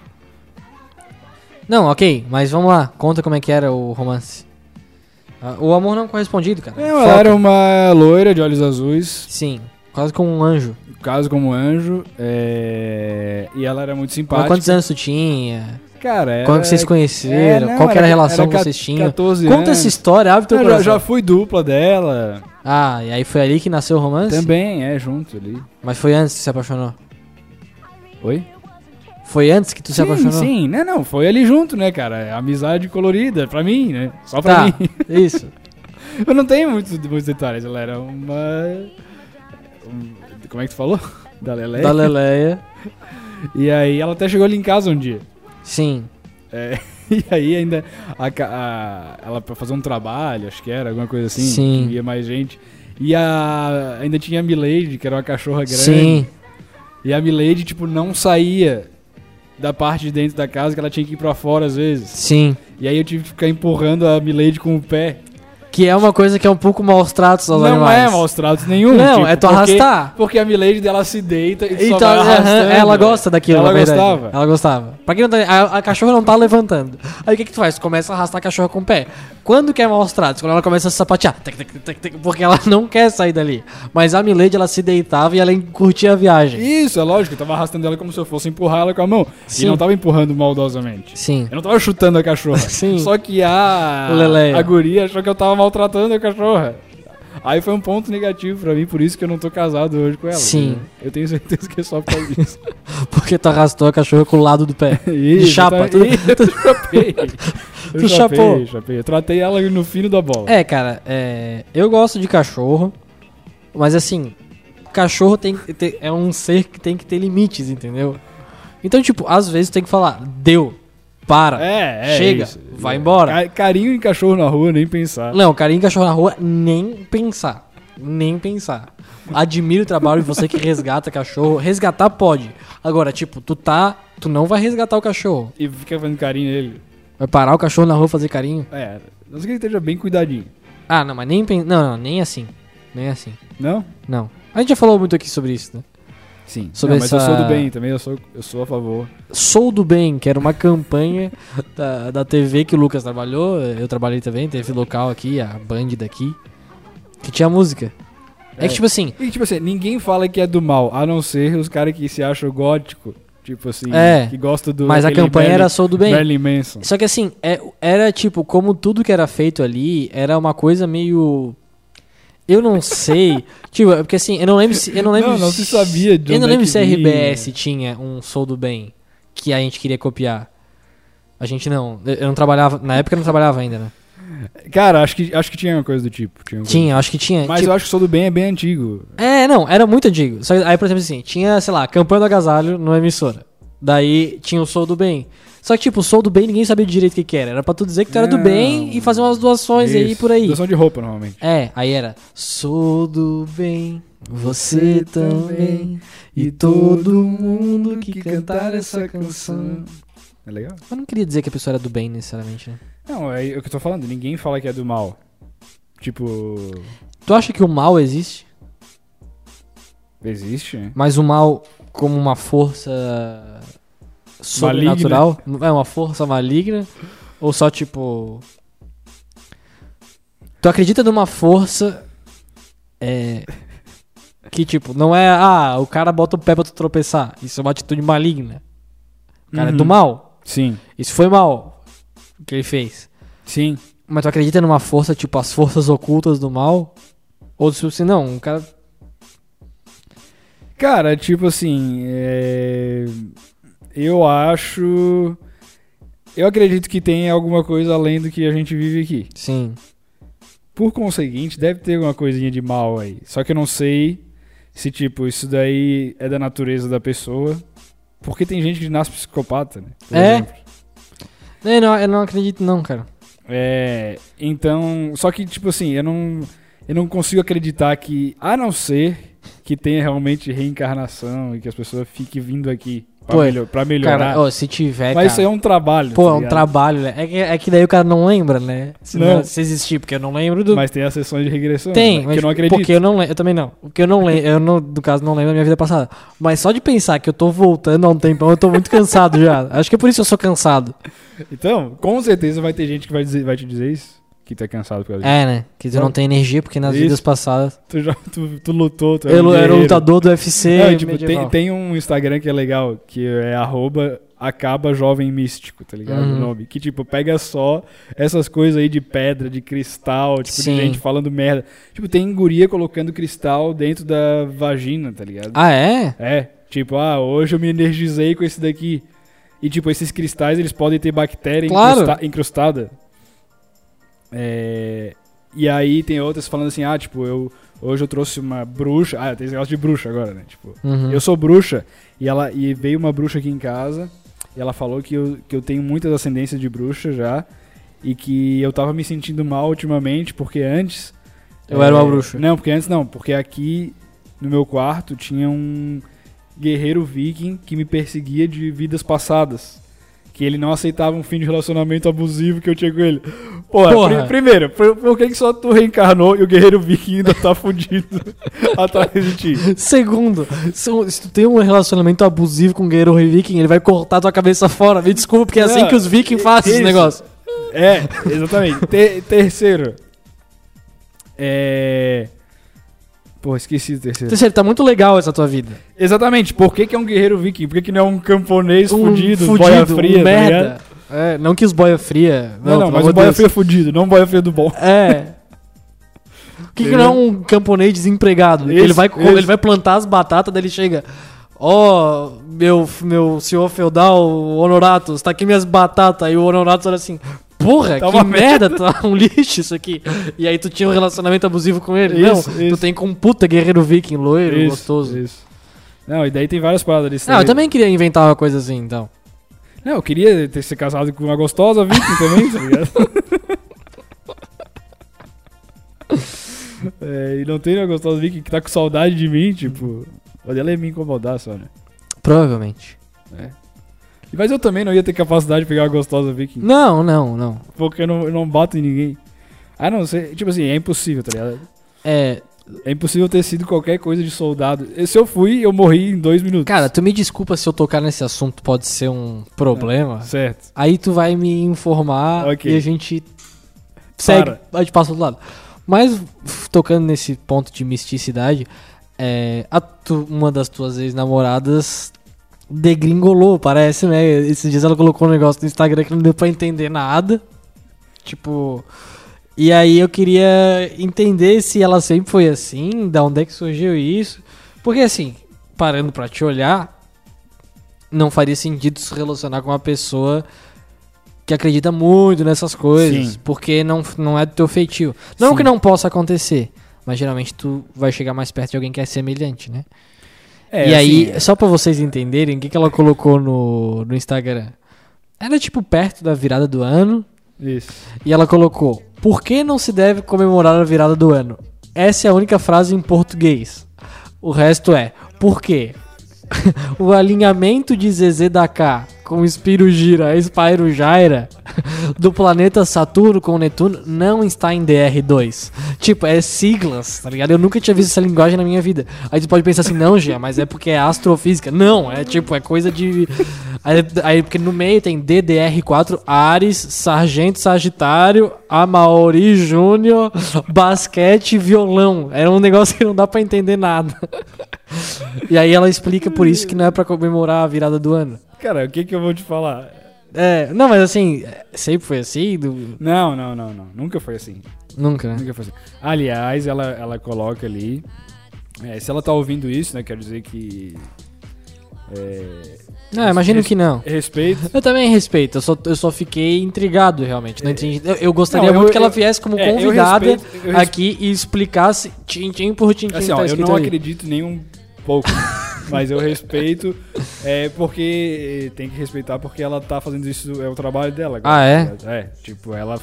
Speaker 1: Não, ok, mas vamos lá. Conta como é que era o romance. Ah, O amor não correspondido, cara.
Speaker 2: Não,
Speaker 1: É. Foca.
Speaker 2: ela era uma loira de olhos azuis,
Speaker 1: Sim, quase como um anjo.
Speaker 2: caso como anjo, é... e ela era muito
Speaker 1: Mas
Speaker 2: simpática.
Speaker 1: quantos anos tu tinha?
Speaker 2: Cara, era...
Speaker 1: Quando que vocês se conheceram?
Speaker 2: É, não,
Speaker 1: Qual que era a relação
Speaker 2: era
Speaker 1: que
Speaker 2: ca-
Speaker 1: vocês tinham?
Speaker 2: 14
Speaker 1: Conta
Speaker 2: anos.
Speaker 1: essa história, abre teu
Speaker 2: Eu já,
Speaker 1: coração.
Speaker 2: já fui dupla dela.
Speaker 1: Ah, e aí foi ali que nasceu o romance?
Speaker 2: Também, é, junto ali.
Speaker 1: Mas foi antes que se apaixonou?
Speaker 2: Oi?
Speaker 1: Foi antes que tu se
Speaker 2: sim,
Speaker 1: apaixonou?
Speaker 2: sim. Não, não, foi ali junto, né, cara? Amizade colorida, pra mim, né? Só pra
Speaker 1: Tá,
Speaker 2: mim.
Speaker 1: isso.
Speaker 2: Eu não tenho muitos, muitos detalhes, ela era uma... um- Como é que tu falou? Da Lelé.
Speaker 1: Da Leleia.
Speaker 2: E aí ela até chegou ali em casa um dia.
Speaker 1: Sim.
Speaker 2: É, e aí ainda a ca- a- ela pra fazer um trabalho, acho que era, alguma coisa assim,
Speaker 1: Sim.
Speaker 2: que ia mais gente. E a, ainda tinha a Milady, que era uma cachorra É grande.
Speaker 1: Sim.
Speaker 2: E a Milady, tipo, não saía da parte de dentro da casa, que ela tinha que ir pra fora às vezes.
Speaker 1: Sim.
Speaker 2: E aí eu tive que ficar empurrando a Milady com o pé.
Speaker 1: Que é uma coisa que é um pouco maus tratos aos
Speaker 2: não
Speaker 1: animais.
Speaker 2: é maus tratos nenhum.
Speaker 1: Não,
Speaker 2: tipo,
Speaker 1: é tu
Speaker 2: porque-
Speaker 1: arrastar.
Speaker 2: Porque a Milady dela se deita e tu só
Speaker 1: Então,
Speaker 2: vai
Speaker 1: aham,
Speaker 2: arrastando.
Speaker 1: ela gosta daquilo,
Speaker 2: Ela
Speaker 1: na verdade.
Speaker 2: gostava.
Speaker 1: Ela gostava. Pra quem não tá, a, a cachorra não tá levantando. Aí o que que tu faz? Tu Começa a arrastar a cachorra com o pé. Quando que é maus tratos? Quando ela começa a sapatear. Tac, tac, tac, tac, porque ela não quer sair dali. Mas a Milady, ela se deitava e ela curtia a viagem.
Speaker 2: Isso, é lógico, eu tava arrastando ela como se eu fosse empurrar ela com a mão.
Speaker 1: Sim.
Speaker 2: E não tava empurrando maldosamente.
Speaker 1: Sim.
Speaker 2: Eu não tava chutando a cachorra.
Speaker 1: Sim.
Speaker 2: Só que a,
Speaker 1: Leleia.
Speaker 2: a guria achou que eu tava maltratando a cachorra. Aí foi um ponto negativo pra mim, por isso que eu não tô casado hoje com ela.
Speaker 1: Sim.
Speaker 2: Eu tenho certeza que é só por causa disso.
Speaker 1: Porque tu arrastou a cachorra com o lado do pé.
Speaker 2: Ih,
Speaker 1: De chapa.
Speaker 2: tá- Ih,
Speaker 1: Tu-
Speaker 2: eu chapei. Eu
Speaker 1: Tu
Speaker 2: chapei,
Speaker 1: chapou.
Speaker 2: chapei. Eu tratei ela no fino da bola.
Speaker 1: É, cara, é, eu gosto de cachorro, mas assim, cachorro tem que ter- é um ser que tem que ter limites, entendeu? Então, tipo, às vezes tem que falar, deu, para,
Speaker 2: É, é
Speaker 1: chega,
Speaker 2: isso.
Speaker 1: vai embora.
Speaker 2: Ca- Carinho em cachorro na rua, nem pensar.
Speaker 1: Não, carinho em cachorro na rua, nem pensar, nem pensar. Admiro o trabalho de você que resgata cachorro, resgatar pode. Agora, tipo, tu tá, tu não vai resgatar o cachorro,
Speaker 2: E fica fazendo carinho nele.
Speaker 1: vai parar o cachorro na rua fazer carinho?
Speaker 2: É, não sei que ele esteja bem cuidadinho.
Speaker 1: Ah, não, mas nem, pen- não, não, nem assim, nem assim,
Speaker 2: Não?
Speaker 1: não. A gente já falou muito aqui sobre isso, né?
Speaker 2: Sim.
Speaker 1: Sobre
Speaker 2: não, mas eu
Speaker 1: essa-
Speaker 2: sou do bem também, eu sou, eu sou a favor.
Speaker 1: Sou do Bem, que era uma campanha da, da TV que o Lucas trabalhou, eu trabalhei também, teve local aqui, a Band daqui, que tinha música. É,
Speaker 2: É.
Speaker 1: que tipo assim,
Speaker 2: E tipo assim, ninguém fala que é do mal, a não ser os caras que se acham gótico, tipo assim,
Speaker 1: É,
Speaker 2: que gostam do
Speaker 1: mas a
Speaker 2: aquele
Speaker 1: campanha
Speaker 2: Merlin-
Speaker 1: era Sou do Bem.
Speaker 2: Merlin Manson.
Speaker 1: Só que assim, é- era tipo, como tudo que era feito ali, era uma coisa meio. Eu não sei. tipo, é porque assim, eu não lembro se. Eu não, lembro
Speaker 2: Não, não se sabia de
Speaker 1: Eu não
Speaker 2: onde é
Speaker 1: lembro
Speaker 2: que
Speaker 1: se a
Speaker 2: vinha.
Speaker 1: RBS tinha um Sou do Bem que a gente queria copiar. A gente não. Eu- Eu não trabalhava. Na época eu não trabalhava ainda, né?
Speaker 2: Cara, acho que acho que tinha uma coisa do tipo, tinha. uma
Speaker 1: Tinha, acho que tinha.
Speaker 2: coisa. Mas
Speaker 1: tipo,
Speaker 2: eu acho que Sou do Bem é bem antigo.
Speaker 1: É, não, era muito antigo. Só que aí, por exemplo, assim, tinha, sei lá, campanha do agasalho numa emissora. Daí tinha o Sou do Bem. Só que, tipo, o Sou do Bem ninguém sabia direito o que, que era. Era pra tu dizer que tu era do
Speaker 2: Não.
Speaker 1: bem é, e fazer umas doações aí
Speaker 2: Isso.
Speaker 1: por aí.
Speaker 2: Doação de roupa normalmente.
Speaker 1: É, aí era Sou do bem, você também E todo mundo que cantar essa canção
Speaker 2: É legal?
Speaker 1: Eu não queria dizer que a pessoa era do bem necessariamente, né?
Speaker 2: Não, é o que eu tô falando, ninguém fala que é do mal. Tipo,
Speaker 1: Tu acha que o mal existe?
Speaker 2: existe, né?
Speaker 1: Mas o mal como uma força sobrenatural? É uma força maligna? Ou só tipo. Tu acredita numa força É. Que tipo, não é, ah, o cara bota o pé pra tu tropeçar. Isso é uma atitude maligna. O cara é do
Speaker 2: Uhum.
Speaker 1: mal.
Speaker 2: Sim.
Speaker 1: Isso foi mal o que ele fez.
Speaker 2: Sim.
Speaker 1: Mas tu acredita numa força, tipo, as forças ocultas do mal? Ou se você não, o cara.
Speaker 2: Cara, tipo assim, é, eu acho. Eu acredito que tem alguma coisa além do que a gente vive aqui.
Speaker 1: Sim.
Speaker 2: Por conseguinte, deve ter alguma coisinha de mal aí. Só que eu não sei se, tipo, isso daí é da natureza da pessoa. Porque tem gente que nasce psicopata, né? Por
Speaker 1: É?
Speaker 2: exemplo.
Speaker 1: Eu não, eu não acredito, não, cara.
Speaker 2: É, então, só que tipo assim, eu não, eu não consigo acreditar que, a não ser que tenha realmente reencarnação e que as pessoas fiquem vindo aqui pra,
Speaker 1: Pô,
Speaker 2: melho- pra melhorar.
Speaker 1: Cara, ó, se tiver.
Speaker 2: Mas
Speaker 1: cara,
Speaker 2: isso aí é um trabalho.
Speaker 1: Pô,
Speaker 2: tá
Speaker 1: é um
Speaker 2: ligado?
Speaker 1: trabalho, né? É que, é que daí o cara não lembra, né? Se,
Speaker 2: Não.
Speaker 1: não- se existir, porque eu não lembro do.
Speaker 2: Mas tem as sessões de regressão.
Speaker 1: Tem,
Speaker 2: né, que
Speaker 1: mas
Speaker 2: eu não acredito.
Speaker 1: porque eu não lembro. Eu também não. Porque eu não lembro, eu não, no caso não lembro da minha vida passada. Mas só de pensar que eu tô voltando há um tempão, eu tô muito cansado já. Acho que é por isso que eu sou cansado.
Speaker 2: Então, com certeza vai ter gente que vai, dizer- vai te dizer isso, que tá cansado por causa disso.
Speaker 1: É, né? Que tu não tem energia, porque nas
Speaker 2: Isso.
Speaker 1: vidas passadas.
Speaker 2: Tu, já, tu, tu lutou, tu é um
Speaker 1: Eu era
Speaker 2: guerreiro.
Speaker 1: o lutador do UFC.
Speaker 2: Não, e, tipo, tem,
Speaker 1: medieval.
Speaker 2: tem um Instagram que é legal, que é arroba acaba jovem místico, tá ligado?
Speaker 1: Uhum.
Speaker 2: O nome. Que, tipo, pega só essas coisas aí de pedra, de cristal, tipo,
Speaker 1: Sim.
Speaker 2: de gente falando merda. Tipo, tem guria colocando cristal dentro da vagina, tá ligado?
Speaker 1: Ah, é?
Speaker 2: É, tipo, ah, hoje eu me energizei com esse daqui. E, tipo, esses cristais, eles podem ter bactéria
Speaker 1: Claro.
Speaker 2: incrusta- incrustada. É... E aí tem outras falando assim, ah, tipo, eu... Hoje eu trouxe uma bruxa. Ah, tem esse negócio de bruxa agora, né? Tipo,
Speaker 1: Uhum.
Speaker 2: eu sou bruxa e ela e veio uma bruxa aqui em casa e ela falou que eu, que eu tenho muitas ascendências de bruxa já e que eu tava me sentindo mal ultimamente porque antes é,
Speaker 1: Eu era uma bruxa.
Speaker 2: Não, porque antes não, porque aqui no meu quarto tinha um guerreiro viking que me perseguia de vidas passadas. Que ele não aceitava um fim de relacionamento abusivo que eu tinha com ele. Porra,
Speaker 1: Porra.
Speaker 2: pri- primeiro, por, por que, que só tu reencarnou e o guerreiro viking ainda tá fudido atrás de ti?
Speaker 1: Segundo, se, o- se tu tem um relacionamento abusivo com o guerreiro Rei Viking, ele vai cortar tua cabeça fora. Me desculpa, porque é assim
Speaker 2: Não,
Speaker 1: que os vikings fazem esse
Speaker 2: isso.
Speaker 1: negócio.
Speaker 2: É, exatamente. Ter- terceiro. É. Pô, esqueci o terceiro.
Speaker 1: Terceiro, tá muito legal essa tua vida.
Speaker 2: Exatamente, por que, que é um guerreiro viking? Por que, que não é um camponês
Speaker 1: Um
Speaker 2: fudido, boia fria,
Speaker 1: um
Speaker 2: tá
Speaker 1: merda.
Speaker 2: ligado?
Speaker 1: É, não que os boia fria.
Speaker 2: Não, não,
Speaker 1: pelo
Speaker 2: mas
Speaker 1: amor
Speaker 2: um boia
Speaker 1: de Deus.
Speaker 2: fria fudido, não um boia fria do bom.
Speaker 1: É. Por que, que não é um camponês desempregado?
Speaker 2: Isso,
Speaker 1: ele, vai, co-
Speaker 2: isso.
Speaker 1: ele vai plantar as batatas, daí ele chega. Ó, meu, meu senhor feudal, Honoratos, tá aqui minhas batatas. E o Honoratos olha assim: Porra,
Speaker 2: Tá
Speaker 1: que
Speaker 2: uma
Speaker 1: merda, tá um lixo isso aqui. E aí tu tinha um relacionamento abusivo com ele. não,
Speaker 2: Isso,
Speaker 1: tu
Speaker 2: isso.
Speaker 1: tem com um puta guerreiro viking, loiro,
Speaker 2: Isso,
Speaker 1: gostoso.
Speaker 2: Isso. Não, e daí tem várias paradas disso.
Speaker 1: Não, eu
Speaker 2: aí.
Speaker 1: também queria inventar uma coisa assim, então.
Speaker 2: Não, eu queria ter se casado com uma gostosa viking também, tá ligado? É, e não tem uma gostosa viking que tá com saudade de mim, tipo. Olha, ela ia me incomodar só, né?
Speaker 1: Provavelmente.
Speaker 2: Mas eu também não ia ter capacidade de pegar uma gostosa viking.
Speaker 1: Não, não, não.
Speaker 2: Porque eu não, eu não bato em ninguém. Ah, não sei. Tipo assim, é impossível, tá ligado?
Speaker 1: É,
Speaker 2: É impossível ter sido qualquer coisa de soldado. E Se eu fui, eu morri em dois minutos.
Speaker 1: cara, tu me desculpa se eu tocar nesse assunto, pode ser um problema.
Speaker 2: Certo.
Speaker 1: Aí tu vai me informar
Speaker 2: Ok.
Speaker 1: e a gente segue, a gente passa do lado. Mas f- tocando nesse ponto de misticidade, é, a tu- uma das tuas ex-namoradas degringolou, parece, né? Esses dias ela colocou um negócio no Instagram que não deu pra entender nada. Tipo. E aí eu queria entender se ela sempre foi assim, da onde é que surgiu isso. Porque assim, parando pra te olhar, não faria sentido se relacionar com uma pessoa que acredita muito nessas coisas,
Speaker 2: Sim.
Speaker 1: porque não, não é do teu feitio. Não
Speaker 2: Sim.
Speaker 1: que não possa acontecer, mas geralmente tu vai chegar mais perto de alguém que é semelhante, né?
Speaker 2: É,
Speaker 1: e aí,
Speaker 2: assim,
Speaker 1: só pra vocês entenderem, o que, que ela colocou no, no Instagram? Era tipo perto da virada do ano,
Speaker 2: é, Isso.
Speaker 1: e ela colocou: Por que não se deve comemorar a virada do ano? Essa é a única frase em português. O resto é: Por quê? o alinhamento de Zezé da K com o Spiro Gira, a Spyro Jaira, do planeta Saturno com Netuno, não está em DR2. Tipo, é siglas, tá ligado? Eu nunca tinha visto essa linguagem na minha vida. Aí tu pode pensar assim, não, Gia, mas é porque é astrofísica. Não, é tipo, é coisa de. Aí, aí porque no meio tem DDR4, Ares, Sargento Sagitário, Amaori Júnior, basquete e violão. É um negócio que não dá pra entender nada. E aí ela explica por isso que não é pra comemorar a virada do ano.
Speaker 2: Cara, o que que eu vou te falar?
Speaker 1: É, não, mas assim, é, sempre foi assim? do-
Speaker 2: Não, não, não, não. Nunca foi assim.
Speaker 1: Nunca, né?
Speaker 2: Nunca foi assim. Aliás, ela, ela coloca ali. é, se ela tá ouvindo isso, né? Quero dizer que. É,
Speaker 1: Não, imagino que não.
Speaker 2: respeito.
Speaker 1: Eu também respeito, eu só, eu só fiquei intrigado realmente. É. Não entendi. Eu, eu gostaria
Speaker 2: Não, eu-
Speaker 1: muito que ela
Speaker 2: eu-
Speaker 1: viesse como
Speaker 2: é, eu
Speaker 1: convidada
Speaker 2: respeito- eu respeito.
Speaker 1: aqui e explicasse tim-tim por tim-tim.
Speaker 2: Assim,
Speaker 1: que tá
Speaker 2: ó, eu
Speaker 1: escrito
Speaker 2: não
Speaker 1: ali.
Speaker 2: acredito nem um pouco. mas eu respeito. É porque eh, tem que respeitar porque ela tá fazendo isso, é o trabalho dela.
Speaker 1: Ah, é?
Speaker 2: É, tipo, ela.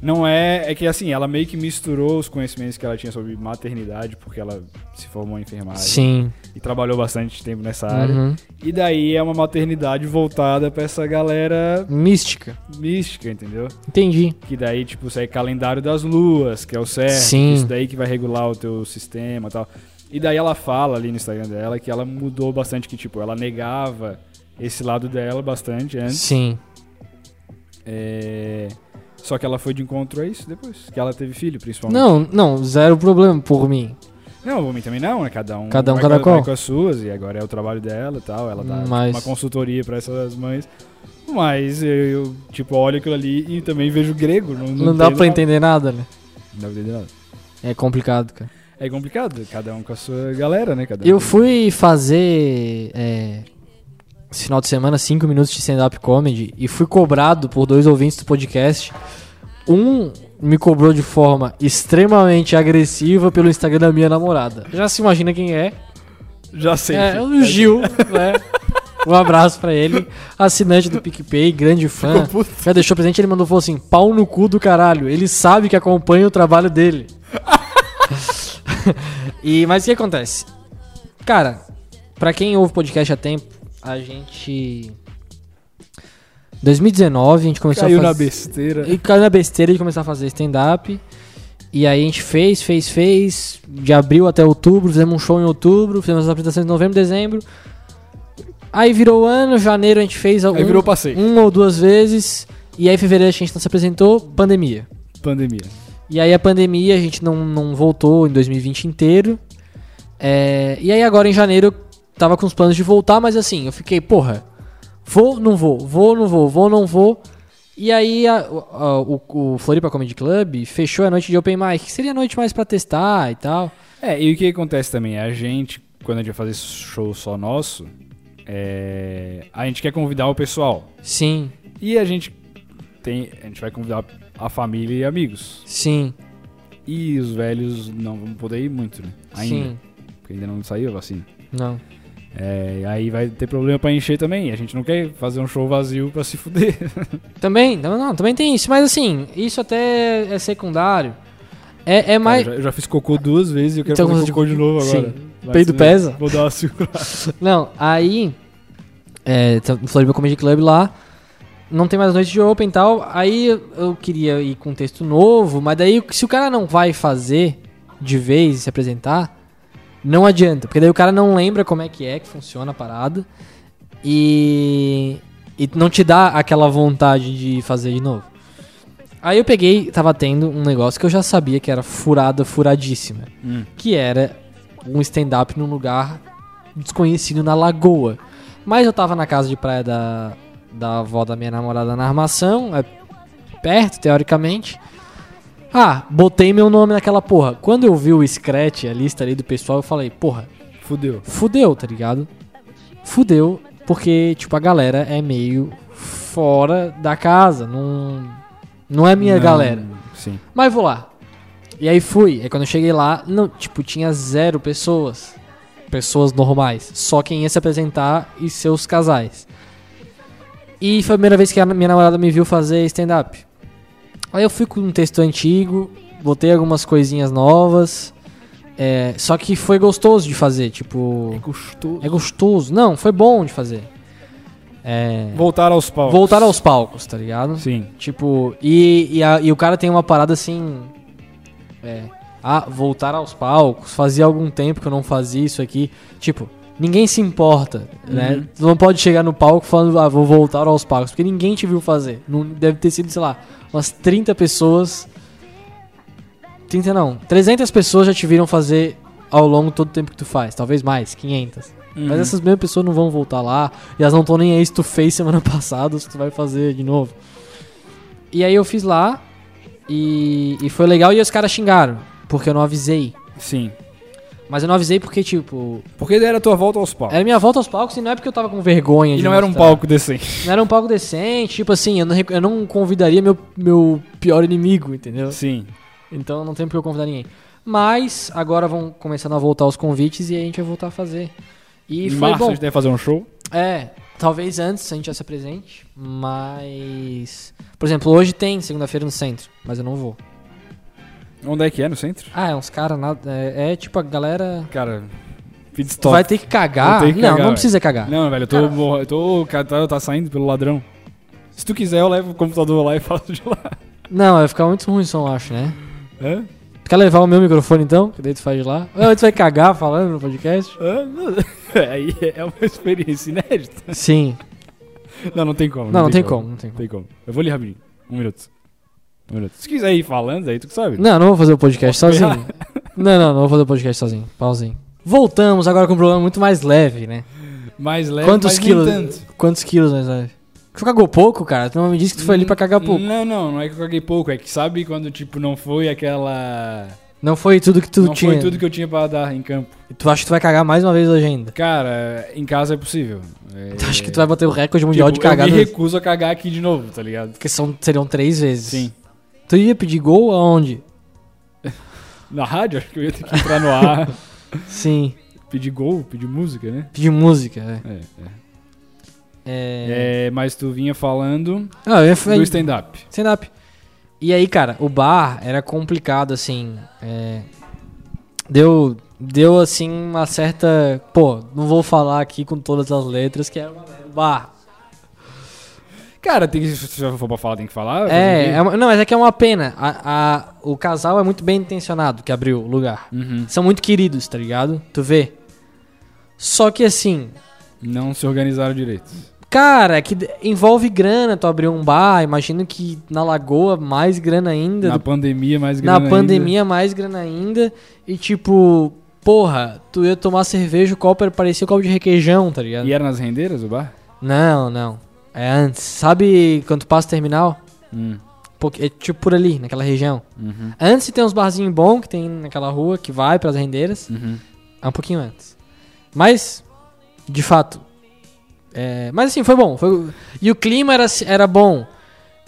Speaker 2: Não é. É que assim, ela meio que misturou os conhecimentos que ela tinha sobre maternidade, porque ela se formou em enfermagem
Speaker 1: Sim.
Speaker 2: e trabalhou bastante tempo nessa área.
Speaker 1: Uhum.
Speaker 2: E daí é uma maternidade voltada pra essa galera
Speaker 1: Mística.
Speaker 2: mística, entendeu?
Speaker 1: Entendi.
Speaker 2: Que daí, tipo, sai calendário das luas, que é o certo,
Speaker 1: Sim.
Speaker 2: isso daí que vai regular o teu sistema e tal. E daí ela fala ali no Instagram dela que ela mudou bastante, que tipo, ela negava esse lado dela bastante antes.
Speaker 1: Sim.
Speaker 2: É, Só que ela foi de encontro a isso depois, que ela teve filho, principalmente.
Speaker 1: Não, não, zero problema por mim.
Speaker 2: Não, o homem também não, né? Cada um,
Speaker 1: Cada um,
Speaker 2: vai,
Speaker 1: cada
Speaker 2: vai
Speaker 1: qual.
Speaker 2: com as suas, e agora é o trabalho dela e tal. Ela dá
Speaker 1: Mas-
Speaker 2: uma consultoria pra essas mães. Mas eu, eu, tipo, olho aquilo ali e também vejo grego. Não,
Speaker 1: Não, dá
Speaker 2: entendo
Speaker 1: pra
Speaker 2: nada.
Speaker 1: entender nada, né?
Speaker 2: Não dá pra entender nada.
Speaker 1: É complicado, cara.
Speaker 2: É complicado, cada um com a sua galera, né? Cada um.
Speaker 1: Eu fui fazer é, esse final de semana 5 minutos de stand-up comedy e fui cobrado por dois ouvintes do podcast. Um me cobrou de forma extremamente agressiva pelo Instagram da minha namorada. Já se imagina quem é?
Speaker 2: já sei.
Speaker 1: É o Gil, né? Um abraço pra ele, assinante do PicPay, grande fã. Já deixou presente, ele mandou falou assim: pau no cu do caralho. Ele sabe que acompanha o trabalho dele. e Mas o que acontece? Cara, pra quem ouve podcast há tempo, a gente. 2019, a gente começou
Speaker 2: Caiu
Speaker 1: a
Speaker 2: na
Speaker 1: fazer.
Speaker 2: besteira.
Speaker 1: E caiu na besteira de começar a fazer stand-up. E aí a gente fez, fez, fez. De abril até outubro, fizemos um show em outubro, fizemos as apresentações em novembro, dezembro. Aí virou ano, janeiro a gente fez
Speaker 2: Aí
Speaker 1: algum-
Speaker 2: virou passeio.
Speaker 1: uma ou duas vezes. E aí em fevereiro a gente não se apresentou, pandemia.
Speaker 2: Pandemia.
Speaker 1: E aí a pandemia a gente não, não voltou em 2020 inteiro. É, e aí agora em janeiro eu tava com os planos de voltar, mas assim, eu fiquei, porra, vou, não vou, vou, não vou, vou, não vou. E aí a- o- a- o, o Floripa Comedy Club fechou a noite de Open Mic, que seria a noite mais pra testar e tal.
Speaker 2: É, e o que acontece também? A gente, quando a gente vai fazer show só nosso, é, a gente quer convidar o pessoal.
Speaker 1: Sim,
Speaker 2: E a gente tem. A gente vai convidar a família e amigos.
Speaker 1: sim,
Speaker 2: E os velhos não vão poder ir muito, né? Ainda.
Speaker 1: sim.
Speaker 2: Porque ainda não saiu a vacina.
Speaker 1: Não.
Speaker 2: É, aí vai ter problema pra encher também. A gente não quer fazer um show vazio pra se fuder.
Speaker 1: Também, não, não, também tem isso, mas assim, isso até é secundário. É, é mais.
Speaker 2: Cara, eu, já, eu já fiz cocô duas vezes e eu quero
Speaker 1: Então,
Speaker 2: fazer
Speaker 1: você-
Speaker 2: cocô de novo
Speaker 1: sim.
Speaker 2: agora. Vai
Speaker 1: Peido
Speaker 2: ser-
Speaker 1: pesa?
Speaker 2: Vou dar uma segurada.
Speaker 1: Não, aí. É, tá no Floripa Comedy Club lá. Não tem mais noite de open e tal. Aí eu queria ir com um texto novo, mas daí se o cara não vai fazer de vez e se apresentar, não adianta. Porque daí o cara não lembra como é que é, que funciona a parada. E. E não te dá aquela vontade de fazer de novo. Aí eu peguei, tava tendo um negócio que eu já sabia que era furada, furadíssima que era um stand-up num lugar desconhecido na lagoa. Mas eu tava na casa de praia da, da avó da minha namorada na armação, é perto, teoricamente. Ah, botei meu nome naquela porra. Quando eu vi o Scratch, a lista ali do pessoal, eu falei, porra,
Speaker 2: Fudeu.
Speaker 1: fudeu, tá ligado? Fudeu, porque, tipo, a galera é meio fora da casa, não, não é minha
Speaker 2: Não,
Speaker 1: galera.
Speaker 2: Sim.
Speaker 1: Mas vou lá. E aí fui. Aí quando eu cheguei lá, não, tipo, tinha zero pessoas. Pessoas normais. Só quem ia se apresentar e seus casais. E foi a primeira vez que a minha namorada me viu fazer stand-up. Aí eu fui com um texto antigo, botei algumas coisinhas novas. é, só que foi gostoso de fazer, tipo.
Speaker 2: gostoso.
Speaker 1: É gostoso. Não, foi bom de fazer. é,
Speaker 2: Voltar aos palcos.
Speaker 1: voltar aos palcos, tá ligado?
Speaker 2: Sim.
Speaker 1: Tipo, e, e, a- e o cara tem uma parada assim. É. Ah, voltar aos palcos, fazia algum tempo que eu não fazia isso aqui. Tipo, ninguém se importa,
Speaker 2: Uhum.
Speaker 1: né? Tu não pode chegar no palco falando, ah, vou voltar aos palcos, porque ninguém te viu fazer. Não, deve ter sido, sei lá, umas 30 pessoas. 30 não, 300 pessoas já te viram fazer ao longo de todo o tempo que tu faz, talvez mais, 500.
Speaker 2: Uhum.
Speaker 1: Mas essas mesmas pessoas não vão voltar lá. E elas não estão nem aí se tu fez semana passada ou se tu vai fazer de novo. E aí eu fiz lá. E, e foi legal. E os caras xingaram. Porque eu não avisei.
Speaker 2: Sim.
Speaker 1: Mas eu não avisei porque, tipo.
Speaker 2: Porque era a tua volta aos palcos.
Speaker 1: Era minha volta aos palcos e não é tá. porque eu tava com vergonha
Speaker 2: E
Speaker 1: de
Speaker 2: não era um
Speaker 1: mostrar.
Speaker 2: palco decente.
Speaker 1: Não era um palco decente. Tipo assim, eu não, rec- eu não convidaria meu, meu pior inimigo, entendeu?
Speaker 2: Sim.
Speaker 1: Então não tem porque eu convidar ninguém. Mas agora vão começando a voltar os convites e a gente vai voltar a fazer. E
Speaker 2: em
Speaker 1: foi
Speaker 2: março
Speaker 1: bom.
Speaker 2: a gente deve fazer um show.
Speaker 1: É, talvez antes a gente já se apresente, mas. Por exemplo, hoje tem segunda-feira no centro, mas eu não vou.
Speaker 2: Onde é que é? No centro?
Speaker 1: Ah, é uns caras nada. É, é tipo a galera.
Speaker 2: Cara, fiz
Speaker 1: Tu
Speaker 2: stop.
Speaker 1: vai Ah. ter que cagar?
Speaker 2: Vou ter que
Speaker 1: não,
Speaker 2: cagar,
Speaker 1: não
Speaker 2: velho.
Speaker 1: precisa cagar.
Speaker 2: Não, velho, eu tô, morro, eu tô. O cara tá saindo pelo ladrão. Se tu quiser, eu levo o computador lá e faço de lá.
Speaker 1: Não, vai ficar muito ruim o som, eu acho, né?
Speaker 2: Hã?
Speaker 1: Tu quer levar o meu microfone então? Que daí tu faz lá? Ou tu vai cagar falando no podcast?
Speaker 2: Hã? Não. Aí é uma experiência inédita.
Speaker 1: Sim.
Speaker 2: Não, não tem como.
Speaker 1: Não, não tem como, não tem
Speaker 2: Não
Speaker 1: como.
Speaker 2: tem como. Eu vou ali rapidinho. Um minuto. Um minuto. Se quiser ir falando, aí tu que sabe.
Speaker 1: Não, eu não vou fazer o podcast
Speaker 2: Posso
Speaker 1: sozinho. Não, não, não vou fazer o podcast sozinho. Pauzinho. Voltamos agora com um problema muito mais leve, né?
Speaker 2: Mais leve,
Speaker 1: Quantos
Speaker 2: mas nem
Speaker 1: quilos?
Speaker 2: tanto.
Speaker 1: Quantos quilos mais leve? Tu cagou pouco, cara? Tu não me disse que tu foi ali pra cagar pouco.
Speaker 2: Não, não, não é que eu caguei pouco. É que sabe quando, tipo, não foi aquela...
Speaker 1: Não foi tudo que tu
Speaker 2: não
Speaker 1: tinha.
Speaker 2: foi tudo que eu tinha pra dar em campo.
Speaker 1: Tu acha que tu vai cagar mais uma vez hoje ainda?
Speaker 2: Cara, em casa é possível. É...
Speaker 1: Tu acha que tu vai bater o recorde mundial
Speaker 2: tipo,
Speaker 1: de cagar?
Speaker 2: Eu me
Speaker 1: duas-
Speaker 2: recuso a cagar aqui de novo, tá ligado?
Speaker 1: Porque são, seriam três vezes.
Speaker 2: Sim.
Speaker 1: Tu ia pedir gol aonde?
Speaker 2: Na rádio, acho que eu ia ter que entrar no ar,
Speaker 1: Sim.
Speaker 2: pedir gol, pedir música, né?
Speaker 1: Pedir música, é.
Speaker 2: É,
Speaker 1: é...
Speaker 2: é. É, mas tu vinha falando
Speaker 1: Ah, eu ia
Speaker 2: do
Speaker 1: fazer
Speaker 2: stand-up.
Speaker 1: stand-up. E aí, cara, o bar era complicado, assim. é, Deu, deu, assim, uma certa. Pô, não vou falar aqui com todas as letras, que é uma merda. bar.
Speaker 2: Cara, tem que, se eu for pra falar, tem que
Speaker 1: É,
Speaker 2: falar.
Speaker 1: é
Speaker 2: fazer o quê?
Speaker 1: uma- não, mas é que é uma pena. A- a- o casal é muito bem intencionado que abriu o lugar.
Speaker 2: Uhum.
Speaker 1: São muito queridos, tá ligado? Tu vê? Só que assim,
Speaker 2: Não se organizaram direito.
Speaker 1: cara, é que d- envolve grana tu abrir um bar. Imagino que na lagoa mais grana ainda.
Speaker 2: Na
Speaker 1: do-
Speaker 2: pandemia, mais
Speaker 1: na
Speaker 2: grana ainda.
Speaker 1: pandemia mais grana ainda. E tipo, porra, tu ia tomar cerveja, o copo era- parecia o copo de requeijão, tá ligado?
Speaker 2: E era nas rendeiras o bar?
Speaker 1: Não, não. É antes. Sabe quando tu passa o terminal?
Speaker 2: Hum.
Speaker 1: Pô, É tipo por ali, naquela região.
Speaker 2: Uhum.
Speaker 1: Antes tem uns barzinhos bons que tem naquela rua que vai pras rendeiras.
Speaker 2: Uhum.
Speaker 1: É um pouquinho antes. Mas, de fato. é, mas assim, foi bom. foi- e o clima era, assim- era bom.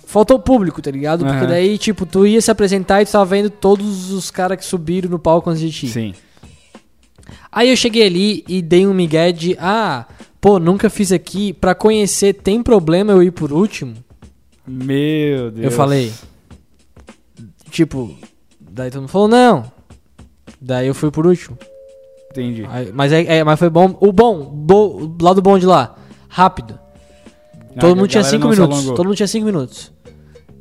Speaker 1: Faltou público, tá ligado? Porque
Speaker 2: Aham.
Speaker 1: daí, tipo, tu ia se apresentar e tu tava vendo todos os caras que subiram no palco antes de ti.
Speaker 2: Sim.
Speaker 1: Aí eu cheguei ali e dei um migué de, ah, pô, nunca fiz aqui. Pra conhecer, tem problema eu ir por último?
Speaker 2: Meu Deus.
Speaker 1: Eu falei. Tipo, daí todo mundo falou, não. Daí eu fui por último.
Speaker 2: Entendi.
Speaker 1: Aí- mas, é, é, mas foi bom. O bom, bo, lado bom de lá. Rápido.
Speaker 2: Ah,
Speaker 1: todo mundo tinha 5 minutos. Todo mundo tinha 5 minutos.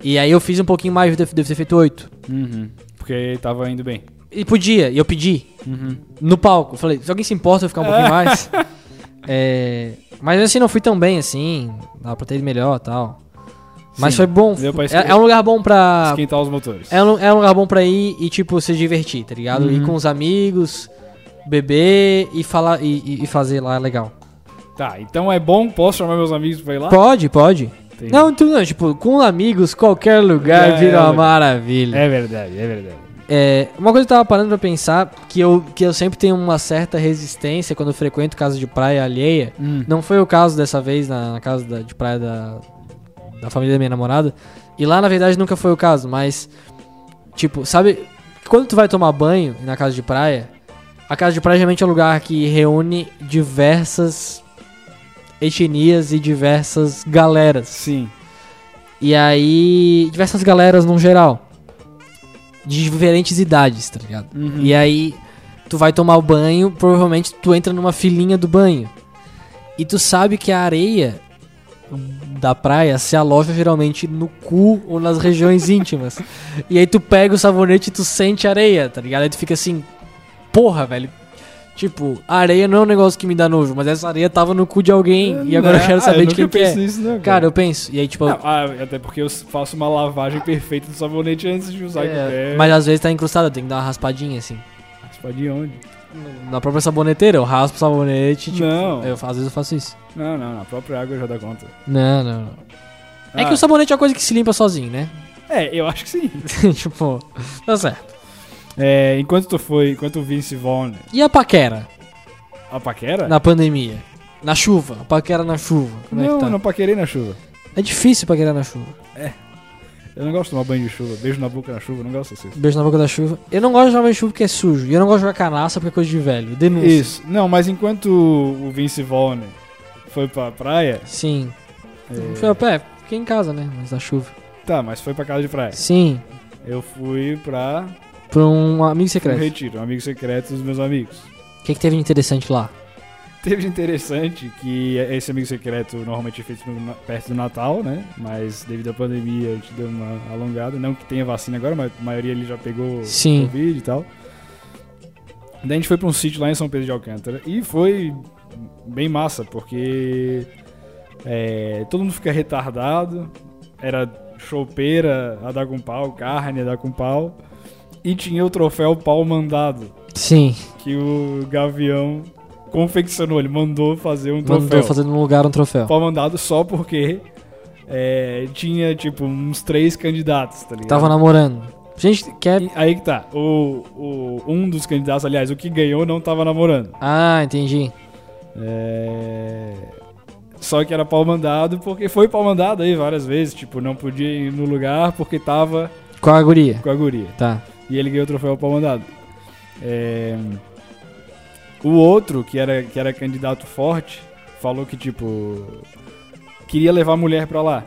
Speaker 1: E aí eu fiz um pouquinho mais, eu devo, devo ter feito 8.
Speaker 2: Uhum. Porque tava indo bem.
Speaker 1: E podia, e eu pedi.
Speaker 2: Uhum.
Speaker 1: No palco. Eu Falei, se alguém se importa eu ficar um pouquinho mais. É, mas assim, não fui tão bem assim. Dava pra ter ido melhor e tal. Mas
Speaker 2: Sim.
Speaker 1: foi bom.
Speaker 2: Deu pra
Speaker 1: É, é um lugar bom pra,
Speaker 2: Esquentar os motores.
Speaker 1: É um, é um lugar bom pra ir e, tipo, se divertir, tá ligado?
Speaker 2: Uhum.
Speaker 1: Ir com os amigos, beber e falar e, e- e fazer lá é legal.
Speaker 2: Tá, então é bom? Posso chamar meus amigos pra ir lá?
Speaker 1: Pode, pode.
Speaker 2: Entendi.
Speaker 1: Não, tu não, tipo, com amigos, qualquer lugar
Speaker 2: É,
Speaker 1: vira
Speaker 2: é
Speaker 1: uma
Speaker 2: legal.
Speaker 1: maravilha.
Speaker 2: É verdade, é verdade.
Speaker 1: É, uma coisa que eu tava parando pra pensar, que eu, que eu sempre tenho uma certa resistência quando eu frequento casa de praia alheia. Não foi o caso dessa vez na, na casa da- de praia da, da família da minha namorada. E lá, na verdade, nunca foi o caso, mas. Tipo, sabe, quando tu vai tomar banho na casa de praia, a casa de praia geralmente é um lugar que reúne diversas etnias e diversas galeras.
Speaker 2: Sim.
Speaker 1: E aí. diversas galeras num geral. De diferentes idades, tá ligado?
Speaker 2: Uhum.
Speaker 1: E aí, tu vai tomar o banho, provavelmente tu entra numa filinha do banho. E tu sabe que a areia da praia se aloja geralmente no cu ou nas regiões íntimas. E aí tu pega o sabonete e tu sente areia, tá ligado? Aí tu fica assim, porra, velho. Tipo, a areia não é um negócio que me dá nojo, mas essa areia tava no cu de alguém e agora eu
Speaker 2: Ah,
Speaker 1: quero saber de quem que é.
Speaker 2: Nisso, né,
Speaker 1: Cara, eu penso. E aí, tipo,
Speaker 2: Não, ah, até porque eu faço uma lavagem perfeita do sabonete antes de usar.
Speaker 1: é,
Speaker 2: É,
Speaker 1: mas às vezes tá encrustada, tem que dar uma raspadinha assim.
Speaker 2: Raspa Tipo, de onde?
Speaker 1: Na própria saboneteira, eu raspo o sabonete, tipo,
Speaker 2: Não.
Speaker 1: eu, às vezes eu faço isso.
Speaker 2: Não, não, na própria água já dá conta.
Speaker 1: Não, não, não. É
Speaker 2: Ah,
Speaker 1: que o sabonete é uma coisa que se limpa sozinho, né?
Speaker 2: É, eu acho que sim.
Speaker 1: tipo, tá certo.
Speaker 2: É, enquanto tu foi, enquanto o Vince Vaughn,
Speaker 1: E a paquera?
Speaker 2: a paquera?
Speaker 1: Na pandemia. Na chuva. Paquera na chuva. Como é
Speaker 2: não,
Speaker 1: que tá?
Speaker 2: não paquerei na chuva.
Speaker 1: É difícil paquerar na chuva.
Speaker 2: Eu não gosto de tomar banho de chuva, beijo na boca na chuva, não gosto assim.
Speaker 1: Beijo na boca da chuva. Eu não gosto de jogar banho de chuva porque é sujo. E eu não gosto de jogar canastra porque é coisa de velho. Denúncia.
Speaker 2: Isso, não, mas enquanto o Vince Vaughn foi pra praia,
Speaker 1: Sim.
Speaker 2: é,
Speaker 1: Foi a pé. Fiquei em casa, né? Mas na chuva.
Speaker 2: tá, mas foi pra casa de praia.
Speaker 1: Sim.
Speaker 2: Eu fui pra
Speaker 1: Pra um amigo
Speaker 2: um
Speaker 1: secreto.
Speaker 2: retiro, um amigo secreto dos meus amigos.
Speaker 1: O que, que teve de interessante lá?
Speaker 2: Teve de interessante que esse amigo secreto normalmente é feito no- perto do Natal, né? Mas devido à pandemia a gente deu uma alongada. Não que tenha vacina agora, mas a maioria ali já pegou
Speaker 1: Sim.
Speaker 2: Covid e tal. Daí a gente foi pra um sítio lá em São Pedro de Alcântara e foi bem massa, porque é, todo mundo fica retardado. Era chopeira a dar com pau, carne a dar com pau. E tinha o troféu pau mandado
Speaker 1: Sim.
Speaker 2: que o Gavião confeccionou, ele mandou fazer um
Speaker 1: Mandou
Speaker 2: troféu.
Speaker 1: fazer num lugar um troféu.
Speaker 2: Foi mandado só porque é, tinha, tipo, uns três candidatos, tá ligado?
Speaker 1: Tava namorando. Gente, quer.
Speaker 2: E Aí que tá. O, o- um dos candidatos, aliás, o que ganhou não tava namorando.
Speaker 1: Ah, entendi.
Speaker 2: É, Só que era pau mandado, porque foi pau mandado aí várias vezes. Tipo, não podia ir no lugar porque tava
Speaker 1: Qual a guria?
Speaker 2: com a guria.
Speaker 1: Tá.
Speaker 2: E ele ganhou o troféu pau mandado. É, O outro, que era, que era candidato forte, falou que, tipo, queria levar a mulher pra lá.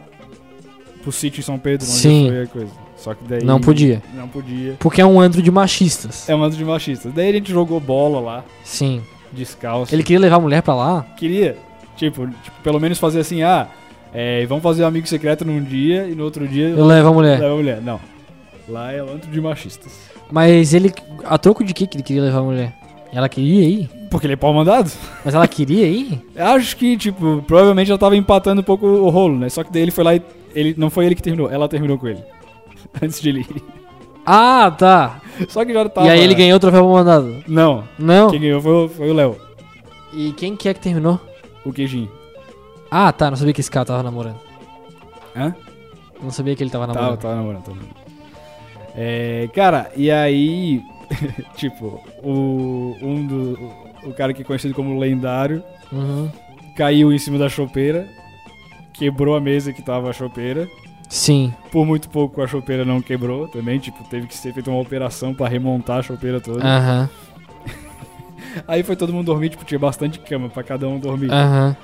Speaker 2: Pro sítio em São Pedro, onde
Speaker 1: Sim.
Speaker 2: foi a coisa. Só que daí...
Speaker 1: Não podia.
Speaker 2: Não podia.
Speaker 1: Porque é um antro de machistas.
Speaker 2: É um bando de machistas. Daí a gente jogou bola lá,
Speaker 1: Sim.
Speaker 2: descalço.
Speaker 1: Ele queria levar a mulher pra lá?
Speaker 2: queria, tipo, tipo, pelo menos fazer assim, ah, é, vamos fazer um amigo secreto num dia e no outro dia...
Speaker 1: Eu levo a mulher.
Speaker 2: leva a mulher. Não. Lá é um antro de machistas.
Speaker 1: Mas ele. A troco de que que ele queria levar a mulher? Ela queria ir?
Speaker 2: Porque ele é pau mandado?
Speaker 1: Mas ela queria ir?
Speaker 2: Eu Acho que, tipo, provavelmente ela tava empatando um pouco o rolo, né? Só que daí ele foi lá e. Ele, não foi ele que terminou, ela terminou com ele. Antes de ele ir.
Speaker 1: Ah, tá.
Speaker 2: Só que já tava.
Speaker 1: E aí ele ganhou o troféu mandado.
Speaker 2: Não,
Speaker 1: Não.
Speaker 2: quem ganhou foi, o- foi o Léo,
Speaker 1: E quem que é que terminou?
Speaker 2: o queijinho.
Speaker 1: Ah, tá. Não sabia que esse cara tava namorando.
Speaker 2: Hã?
Speaker 1: Tá Não sabia que ele tava
Speaker 2: Tava,
Speaker 1: namorando.
Speaker 2: tava namorando, tava namorando. É, cara, e aí. tipo, o. Um do. O cara que é conhecido como lendário
Speaker 1: Uhum.
Speaker 2: caiu em cima da chopeira, quebrou a mesa que tava a chopeira.
Speaker 1: Sim.
Speaker 2: Por muito pouco a chopeira não quebrou também, tipo, teve que ser feita uma operação pra remontar a chopeira toda.
Speaker 1: Aham.
Speaker 2: Aí foi todo mundo dormir, tipo, tinha bastante cama pra cada um dormir.
Speaker 1: Aham.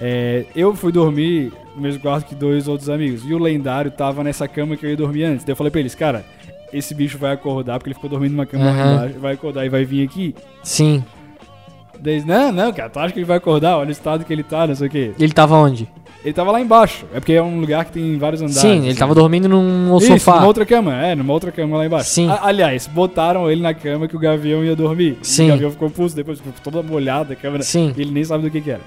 Speaker 2: É, eu fui dormir no mesmo quarto que dois outros amigos. E o lendário tava nessa cama que eu ia dormir antes. Daí eu falei pra eles, cara, esse bicho vai acordar, porque ele ficou dormindo numa cama lá
Speaker 1: Aham.
Speaker 2: embaixo, vai acordar e vai vir aqui.
Speaker 1: Sim.
Speaker 2: Daí eles, não, não, cara, tu acha que ele vai acordar? Olha o estado que ele tá, não sei o quê.
Speaker 1: E Ele tava onde?
Speaker 2: Ele tava lá embaixo. É porque é um lugar que tem vários andares.
Speaker 1: Sim, ele
Speaker 2: assim.
Speaker 1: tava dormindo num
Speaker 2: Isso,
Speaker 1: sofá.
Speaker 2: numa outra cama, é, numa outra cama lá embaixo.
Speaker 1: Sim.
Speaker 2: A- aliás, botaram ele na cama que o Gavião ia dormir. E
Speaker 1: Sim.
Speaker 2: o Gavião ficou pulso depois, ficou toda molhada a câmera.
Speaker 1: Sim.
Speaker 2: E ele nem sabe do que que era.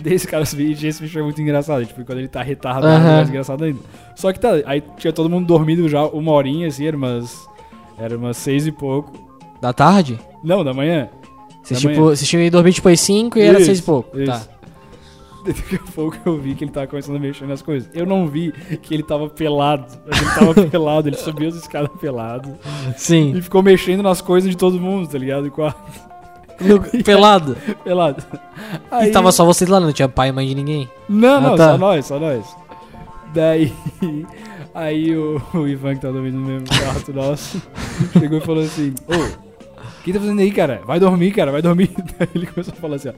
Speaker 2: Daí esse cara, esse bicho esse bicho é muito engraçado. Tipo, quando ele tá retardado,
Speaker 1: Aham.
Speaker 2: é mais engraçado ainda. Só que tá, aí tinha todo mundo dormindo já uma horinha, assim, era umas, era umas seis e pouco.
Speaker 1: Da tarde?
Speaker 2: Não, da manhã.
Speaker 1: Vocês,
Speaker 2: Da
Speaker 1: tipo,
Speaker 2: manhã.
Speaker 1: vocês tinham ido dormir tipo às 5 e era
Speaker 2: Isso,
Speaker 1: 6 e pouco.
Speaker 2: isso.
Speaker 1: Tá.
Speaker 2: Daqui a pouco eu vi que ele tava começando a mexer nas coisas. Eu não vi que ele tava pelado. Mas Ele tava pelado, ele subiu as escadas pelado.
Speaker 1: Sim.
Speaker 2: E ficou mexendo nas coisas de todo mundo, tá ligado? Com a
Speaker 1: No- Pelado.
Speaker 2: pelado.
Speaker 1: E tava só vocês lá, não tinha pai e mãe de ninguém.
Speaker 2: Não,
Speaker 1: Ah,
Speaker 2: não,
Speaker 1: tá.
Speaker 2: só nós, só nós. Daí. Aí o, o Ivan, que tá dormindo no mesmo quarto nosso, chegou e falou assim: Ô, o que tá fazendo aí, cara? Vai dormir, cara, vai dormir. Daí ele começou a falar assim: ó.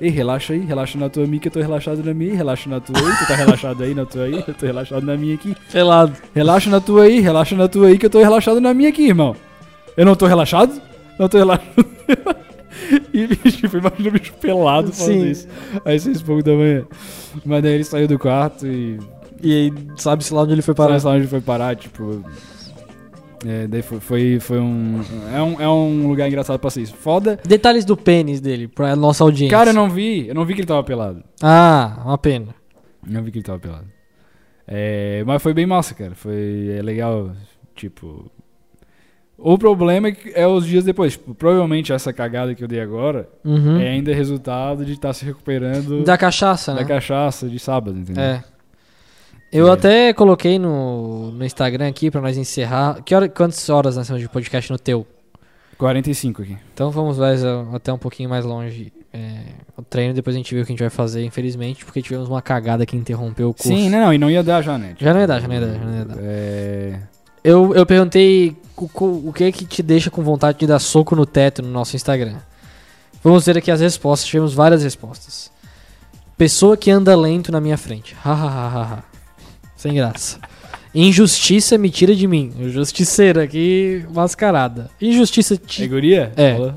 Speaker 2: Ei, relaxa aí, relaxa na tua minha que eu tô relaxado na minha, relaxa na tua aí, tu tá relaxado aí na tua aí, eu tô relaxado na minha aqui.
Speaker 1: Pelado.
Speaker 2: Relaxa na tua aí, relaxa na tua aí que eu tô relaxado na minha aqui, irmão. Eu não tô relaxado? Não tô relaxado. E, bicho, tipo, imagina o bicho pelado falando
Speaker 1: Sim.
Speaker 2: isso. Às seis e um pouco da manhã. Mas daí ele saiu do quarto e.
Speaker 1: E aí, sabe-se lá onde ele foi
Speaker 2: Para
Speaker 1: parar.
Speaker 2: lá onde foi parar, tipo. É, daí foi, foi, foi um, é um. É um lugar engraçado pra vocês. Foda.
Speaker 1: Detalhes do pênis dele, pra nossa audiência.
Speaker 2: Cara, eu não vi. Eu não vi que ele tava pelado.
Speaker 1: Ah, uma pena.
Speaker 2: Eu Não vi que ele tava pelado. É, mas foi bem massa, cara. Foi é legal, tipo... O problema é, que é os dias depois. Tipo, provavelmente essa cagada que eu dei agora
Speaker 1: Uhum.
Speaker 2: é ainda resultado de estar se recuperando da,
Speaker 1: Da cachaça, né?
Speaker 2: cachaça de sábado, entendeu?
Speaker 1: É. Eu
Speaker 2: É.
Speaker 1: até coloquei no, no Instagram aqui pra nós encerrar. Que hora, quantas horas nós temos de podcast no teu?
Speaker 2: 45 aqui.
Speaker 1: Então vamos mais, a- até um pouquinho mais longe. É, o treino, depois a gente vê o que a gente vai fazer, infelizmente, porque tivemos uma cagada que interrompeu o curso.
Speaker 2: Sim, não, não, e não ia dar já, né?
Speaker 1: Já não ia dar, já não ia dar, já não ia dar.
Speaker 2: É...
Speaker 1: Eu, eu perguntei o, co- o que é que te deixa com vontade de dar soco no teto no nosso Instagram. Vamos ver aqui as respostas, tivemos várias respostas. Pessoa que anda lento na minha frente. Hahaha. Sem graça. Injustiça me tira de mim. Justiceira aqui mascarada. Injustiça
Speaker 2: É
Speaker 1: te,
Speaker 2: guria?
Speaker 1: É.
Speaker 2: Falou?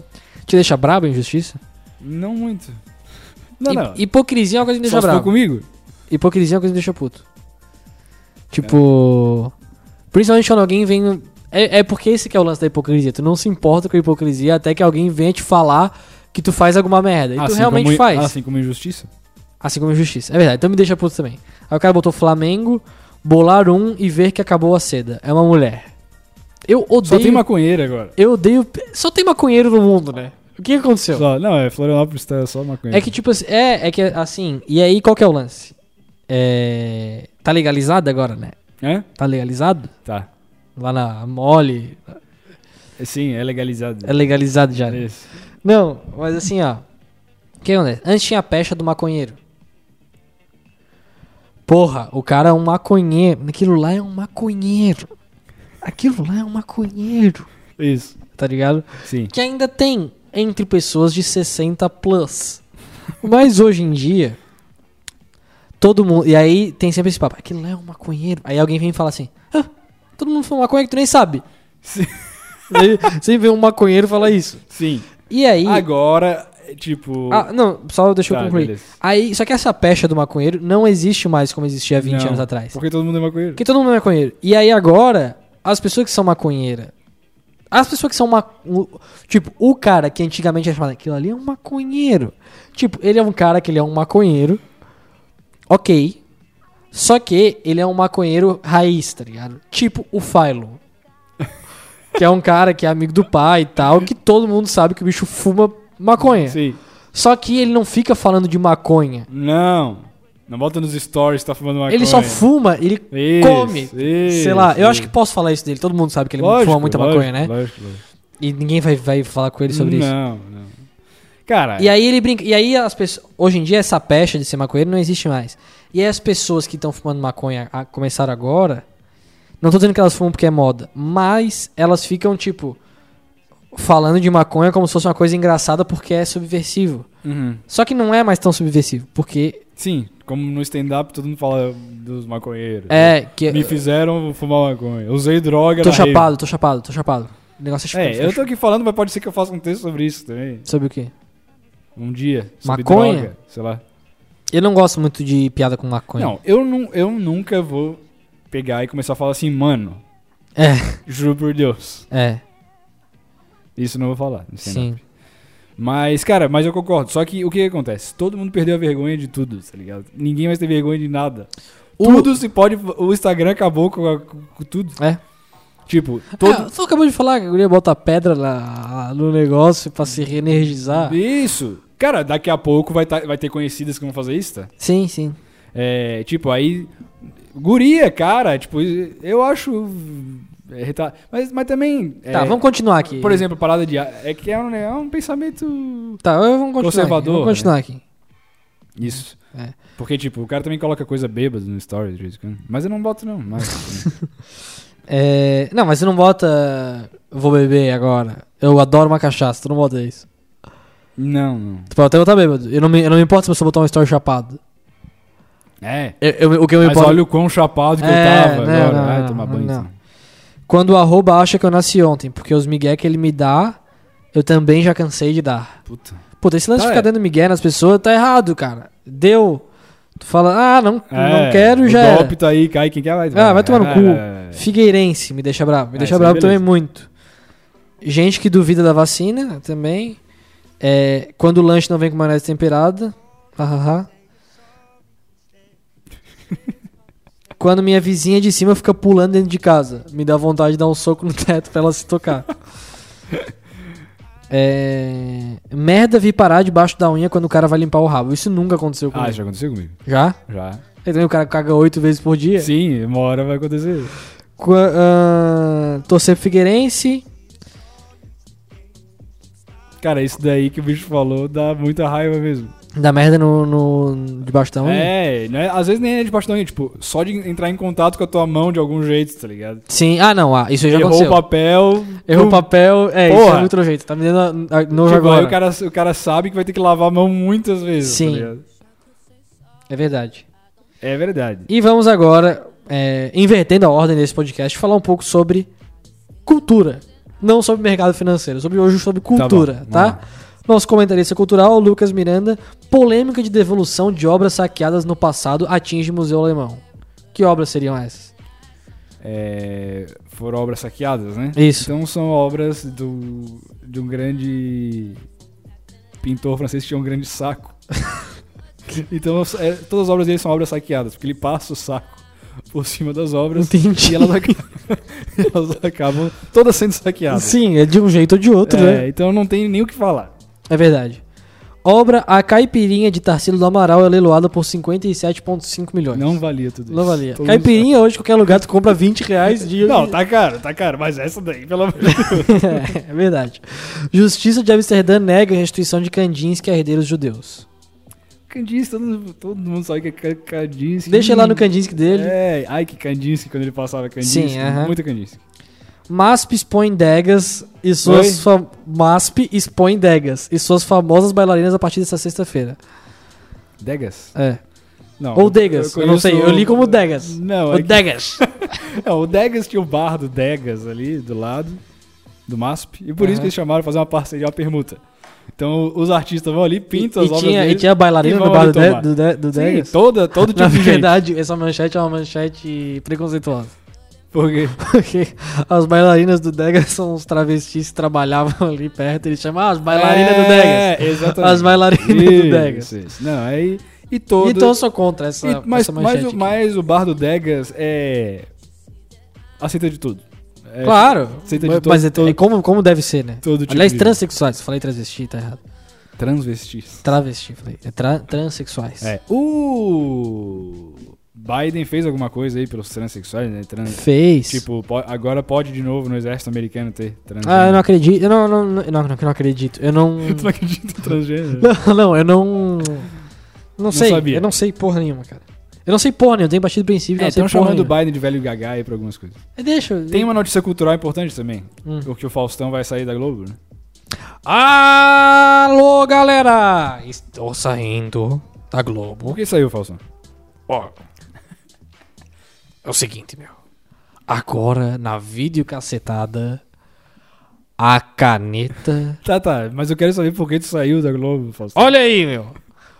Speaker 1: te deixa brabo, injustiça?
Speaker 2: Não muito. Não,
Speaker 1: Hi-
Speaker 2: não.
Speaker 1: Hipocrisia é uma coisa que me
Speaker 2: Só
Speaker 1: deixa
Speaker 2: se for
Speaker 1: brabo.
Speaker 2: comigo?
Speaker 1: Hipocrisia é uma coisa que me deixa puto. Tipo.
Speaker 2: É.
Speaker 1: Principalmente quando alguém vem. É, é porque esse que é o lance da hipocrisia. Tu não se importa com a hipocrisia até que alguém venha te falar que tu faz alguma merda. E tu
Speaker 2: Assim
Speaker 1: realmente
Speaker 2: como-
Speaker 1: faz. Assim.
Speaker 2: Assim como injustiça?
Speaker 1: como injustiça. É verdade, então me deixa puto também. Aí o cara botou Flamengo, bolar um e ver que acabou a seda. É uma mulher. Eu odeio.
Speaker 2: Só tem maconheira agora.
Speaker 1: Eu odeio. Só tem maconheiro no mundo, né? O que aconteceu?
Speaker 2: Só- não, é Florianópolis tá só maconha.
Speaker 1: É que tipo assim, é, é que assim, e aí qual que é o lance? É, tá legalizado agora, né?
Speaker 2: É?
Speaker 1: Tá legalizado?
Speaker 2: Tá.
Speaker 1: Lá na mole,
Speaker 2: É, Sim, é legalizado.
Speaker 1: é legalizado já. né?
Speaker 2: Isso.
Speaker 1: Não, mas assim, ó. O que acontece? Antes tinha a pecha do maconheiro. Porra, o cara é um maconheiro. Aquilo lá é um maconheiro. Aquilo lá é um maconheiro.
Speaker 2: Isso.
Speaker 1: Tá ligado?
Speaker 2: Sim.
Speaker 1: que ainda tem entre pessoas de 60 plus. Mas hoje em dia, todo mundo. E aí tem sempre esse papo: aquilo lá é um maconheiro. Aí alguém vem e fala assim: "Ah, todo mundo foi um maconheiro que tu nem sabe.
Speaker 2: Sim.
Speaker 1: Aí Sempre vem um maconheiro falar isso. Ah,
Speaker 2: Sim.
Speaker 1: E aí.
Speaker 2: Agora, é, tipo.
Speaker 1: Ah, não, só deixa eu
Speaker 2: Tá,
Speaker 1: concluir.
Speaker 2: beleza.
Speaker 1: Aí, só que essa pecha do maconheiro não existe mais como existia 20
Speaker 2: Não,
Speaker 1: é anos atrás.
Speaker 2: Porque todo mundo é maconheiro.
Speaker 1: Porque todo mundo é maconheiro. E aí agora, as pessoas que são maconheira. As pessoas que são ma... o- Tipo, o cara que antigamente era chamado aquilo ali é um maconheiro. Tipo, ele é um cara que ele é um maconheiro. Ok. Só que ele é um maconheiro raiz, tá ligado? Tipo o Philo. que é um cara que é amigo do pai e tal, que todo mundo sabe que o bicho fuma maconha.
Speaker 2: Sim.
Speaker 1: Só que ele não fica falando de maconha.
Speaker 2: Não. Não bota nos stories que tá fumando maconha.
Speaker 1: Ele só fuma, ele
Speaker 2: Isso,
Speaker 1: come.
Speaker 2: isso,
Speaker 1: Sei lá, eu acho que
Speaker 2: isso.
Speaker 1: posso falar isso dele. Todo mundo sabe que ele
Speaker 2: Lógico,
Speaker 1: fuma muita
Speaker 2: lógico,
Speaker 1: maconha, né?
Speaker 2: Lógico, lógico.
Speaker 1: E ninguém vai, vai falar com ele sobre isso.
Speaker 2: Não, não. Cara,
Speaker 1: E aí ele brinca. E aí as pessoas. Hoje em dia essa pecha de ser maconheiro não existe mais. E aí as pessoas que estão fumando maconha a, começaram agora. Não tô dizendo que elas fumam porque é moda, mas elas ficam, tipo, falando de maconha como se fosse uma coisa engraçada porque é subversivo.
Speaker 2: Uhum.
Speaker 1: Só que não é mais tão subversivo, porque
Speaker 2: Sim, como no stand-up todo mundo fala dos maconheiros.
Speaker 1: é que.
Speaker 2: Me fizeram fumar maconha. Usei droga
Speaker 1: Tô
Speaker 2: na rave.
Speaker 1: chapado, tô chapado, tô chapado. O negócio é chapado.
Speaker 2: É, eu tô aqui falando, mas pode ser que eu faça um texto sobre isso também.
Speaker 1: Sobre o quê?
Speaker 2: Um dia. Sobre
Speaker 1: Maconha?
Speaker 2: droga, sei lá.
Speaker 1: Eu não gosto muito de piada com maconha.
Speaker 2: Não, eu, nu- eu nunca vou pegar e começar a falar assim, mano,
Speaker 1: É,
Speaker 2: juro por Deus.
Speaker 1: é.
Speaker 2: Isso eu não vou falar. não sei não.
Speaker 1: Sim.
Speaker 2: Mas, cara, mas eu concordo. Só que o que que acontece? Todo mundo perdeu a vergonha de tudo, tá ligado? Ninguém mais tem vergonha de nada.
Speaker 1: O-
Speaker 2: Tudo se pode. O Instagram acabou com, a- com- com tudo.
Speaker 1: É.
Speaker 2: Tipo,
Speaker 1: Todo...
Speaker 2: todo.
Speaker 1: Ah, tu acabou de falar que a guria bota pedra lá, no negócio pra se reenergizar.
Speaker 2: Isso! Cara, daqui a pouco vai, tá- vai ter conhecidas que vão fazer isso, tá?
Speaker 1: Sim, sim.
Speaker 2: É, tipo, aí. Guria, cara, tipo, eu acho. é, reta- mas, mas também.
Speaker 1: Tá,
Speaker 2: é,
Speaker 1: vamos continuar aqui.
Speaker 2: Por exemplo, parada de. É que é um, é um pensamento.
Speaker 1: Tá, eu- vamos continuar
Speaker 2: conservador, né?
Speaker 1: aqui. Vamos continuar aqui.
Speaker 2: Isso.
Speaker 1: É.
Speaker 2: Porque, tipo, o cara também coloca coisa bêbada no story de vez em quando. Mas eu não boto, não. Mas,
Speaker 1: É, Não, mas você não bota... "Eu Vou beber agora. Eu adoro uma cachaça. Tu não bota isso.
Speaker 2: não, não.
Speaker 1: Tu pode até botar bêbado. Eu não me, eu não me importo se você botar um story chapado.
Speaker 2: É.
Speaker 1: Eu- eu- o que eu me
Speaker 2: Mas
Speaker 1: importo...
Speaker 2: olha o quão chapado que
Speaker 1: É,
Speaker 2: eu tava
Speaker 1: não,
Speaker 2: agora.
Speaker 1: não,
Speaker 2: Vai
Speaker 1: não,
Speaker 2: tomar banho.
Speaker 1: não.
Speaker 2: então.
Speaker 1: Quando o arroba acha que eu nasci ontem. Porque os migué que ele me dá... eu também já cansei de dar.
Speaker 2: Puta.
Speaker 1: Puta, esse lance
Speaker 2: Tá,
Speaker 1: de ficar
Speaker 2: é.
Speaker 1: dando migué nas pessoas tá errado, cara. Deu. Tu fala, ah, não,
Speaker 2: É,
Speaker 1: não quero,
Speaker 2: o
Speaker 1: já
Speaker 2: golpe
Speaker 1: era.
Speaker 2: tá aí, cai quem quer vai.
Speaker 1: Ah, vai tomar no cu.
Speaker 2: É,
Speaker 1: Figueirense, me deixa bravo. Me
Speaker 2: É,
Speaker 1: deixa
Speaker 2: isso aí,
Speaker 1: bravo também
Speaker 2: beleza.
Speaker 1: muito. Gente que duvida da vacina também. É, quando o lanche não vem com maionese temperada. Hahaha. quando minha vizinha de cima fica pulando dentro de casa. Me dá vontade de dar um soco no teto pra ela se tocar. É, merda vir parar debaixo da unha quando o cara vai limpar o rabo. Isso nunca aconteceu comigo.
Speaker 2: Ah, já aconteceu comigo.
Speaker 1: já?
Speaker 2: Já.
Speaker 1: E também o cara caga oito vezes por dia.
Speaker 2: Sim, uma hora vai acontecer.
Speaker 1: Qu- ahn, torcer pro Figueirense.
Speaker 2: Cara, isso daí que o bicho falou dá muita raiva mesmo.
Speaker 1: Dá merda no, no debaixo da unha.
Speaker 2: É, né? às vezes nem é de baixo da unha, tipo, só de entrar em contato com a tua mão de algum jeito, tá ligado?
Speaker 1: Sim, ah não, ah, isso já
Speaker 2: Errou
Speaker 1: aconteceu.
Speaker 2: o papel.
Speaker 1: Errou o
Speaker 2: pum,
Speaker 1: papel, é, isso
Speaker 2: Porra.
Speaker 1: é outro jeito. Tá me dando a- a- nojo
Speaker 2: tipo,
Speaker 1: agora.
Speaker 2: Aí o cara, o cara sabe que vai ter que lavar a mão muitas vezes,
Speaker 1: Sim.
Speaker 2: tá ligado?
Speaker 1: É verdade.
Speaker 2: É verdade.
Speaker 1: E vamos agora, é, invertendo a ordem desse podcast, falar um pouco sobre cultura. Não sobre mercado financeiro, sobre hoje sobre cultura,
Speaker 2: bom,
Speaker 1: tá?
Speaker 2: vamos
Speaker 1: Nosso comentarista cultural, Lucas Miranda, polêmica de devolução de obras saqueadas no passado atinge Museu Alemão. Que obras seriam essas?
Speaker 2: É, foram obras saqueadas, né?
Speaker 1: Isso.
Speaker 2: Então são obras do, de um grande pintor francês que tinha um grande saco. então é, todas as obras dele são obras saqueadas, porque ele passa o saco por cima das obras
Speaker 1: Entendi.
Speaker 2: e elas, ac- elas acabam todas sendo saqueadas.
Speaker 1: Sim, é de um jeito ou de outro, né?
Speaker 2: É, então não tem nem o que falar.
Speaker 1: É verdade. Obra A Caipirinha de Tarsila do Amaral é leiloada por 57,5 milhões.
Speaker 2: Não valia tudo isso.
Speaker 1: Não valia.
Speaker 2: Todos-
Speaker 1: Caipirinha hoje, qualquer lugar, tu compra 20 reais de.
Speaker 2: Não, tá caro, tá caro, mas essa daí, pelo amor de Deus.
Speaker 1: é verdade. Justiça de Amsterdã nega a restituição de Kandinsky a herdeiros judeus.
Speaker 2: Candice, todo, todo mundo sabe que é Ca- Kandinsky.
Speaker 1: Deixa lá no Kandinsky dele.
Speaker 2: É, ai que Kandinsky quando ele passava Kandinsky.
Speaker 1: Sim, aham.
Speaker 2: Muito Kandinsky.
Speaker 1: MASP expõe degas e suas. fa- MASP expõe degas e suas famosas bailarinas a partir dessa sexta-feira.
Speaker 2: Degas?
Speaker 1: É.
Speaker 2: Não.
Speaker 1: Ou Degas, eu, não sei. Eu li como Degas.
Speaker 2: Não,
Speaker 1: Ou
Speaker 2: é que-
Speaker 1: Degas.
Speaker 2: não, o Degas tinha o bar do Degas ali do lado, do MASP, e por isso
Speaker 1: Aham.
Speaker 2: que eles chamaram fazer uma parceria, uma permuta. Então os artistas vão ali, pintam
Speaker 1: e,
Speaker 2: as obras
Speaker 1: tinha, e
Speaker 2: deles.
Speaker 1: tinha a bailarina
Speaker 2: e
Speaker 1: no
Speaker 2: vão
Speaker 1: bar
Speaker 2: ali
Speaker 1: do, de,
Speaker 2: tomar.
Speaker 1: do, de- do Degas.
Speaker 2: Sim, toda, todo tipo
Speaker 1: Na
Speaker 2: de gente.
Speaker 1: verdade, essa manchete é uma manchete preconceituosa.
Speaker 2: Porque
Speaker 1: Porque as bailarinas do Degas são os travestis que trabalhavam ali perto. Eles chamam ah, as bailarinas do Degas.
Speaker 2: É, exatamente.
Speaker 1: As bailarinas do
Speaker 2: Isso,
Speaker 1: Degas.
Speaker 2: isso. Não, aí. E todo.
Speaker 1: Então eu sou contra essa,
Speaker 2: e- mas,
Speaker 1: essa
Speaker 2: mas,
Speaker 1: manchete.
Speaker 2: o,
Speaker 1: aqui.
Speaker 2: mas o bar do Degas é. Aceita de tudo. É,
Speaker 1: claro.
Speaker 2: Aceita de
Speaker 1: mas
Speaker 2: todo-
Speaker 1: mas é,
Speaker 2: todo-
Speaker 1: é como, como deve ser, né?
Speaker 2: Todo tipo
Speaker 1: Aliás,
Speaker 2: de-
Speaker 1: transexuais. Falei travesti, tá errado.
Speaker 2: Transvestis.
Speaker 1: Travesti, falei. É tra- transexuais.
Speaker 2: É. O Biden fez alguma coisa aí pelos transexuais, né? Trans...
Speaker 1: Fez.
Speaker 2: Tipo, po- agora pode de novo no exército americano ter transgênero.
Speaker 1: Ah, eu não acredito. Eu não, não, não, não, não acredito. Eu não.
Speaker 2: uhum. Tu não acredita em transgênero?
Speaker 1: Não, não, eu não. Não sei.
Speaker 2: sabia.
Speaker 1: Eu não sei porra nenhuma, cara. Eu não sei porra nenhuma. Eu tenho partido do princípio que eu
Speaker 2: É,
Speaker 1: não
Speaker 2: estão
Speaker 1: sei porra
Speaker 2: chamando o
Speaker 1: nenhuma.
Speaker 2: Biden de velho gaga aí pra algumas coisas.
Speaker 1: Deixa.
Speaker 2: Tem uma notícia cultural importante também.
Speaker 1: Hum.
Speaker 2: O que o Faustão vai sair da Globo, né?
Speaker 1: Alô, galera! Estou saindo da Globo.
Speaker 2: Por que saiu, Faustão?
Speaker 1: Ó, é o seguinte, meu. Agora, na videocacetada, a caneta...
Speaker 2: Tá, tá, mas eu quero saber por que tu saiu da Globo, Faustão.
Speaker 1: Olha aí, meu!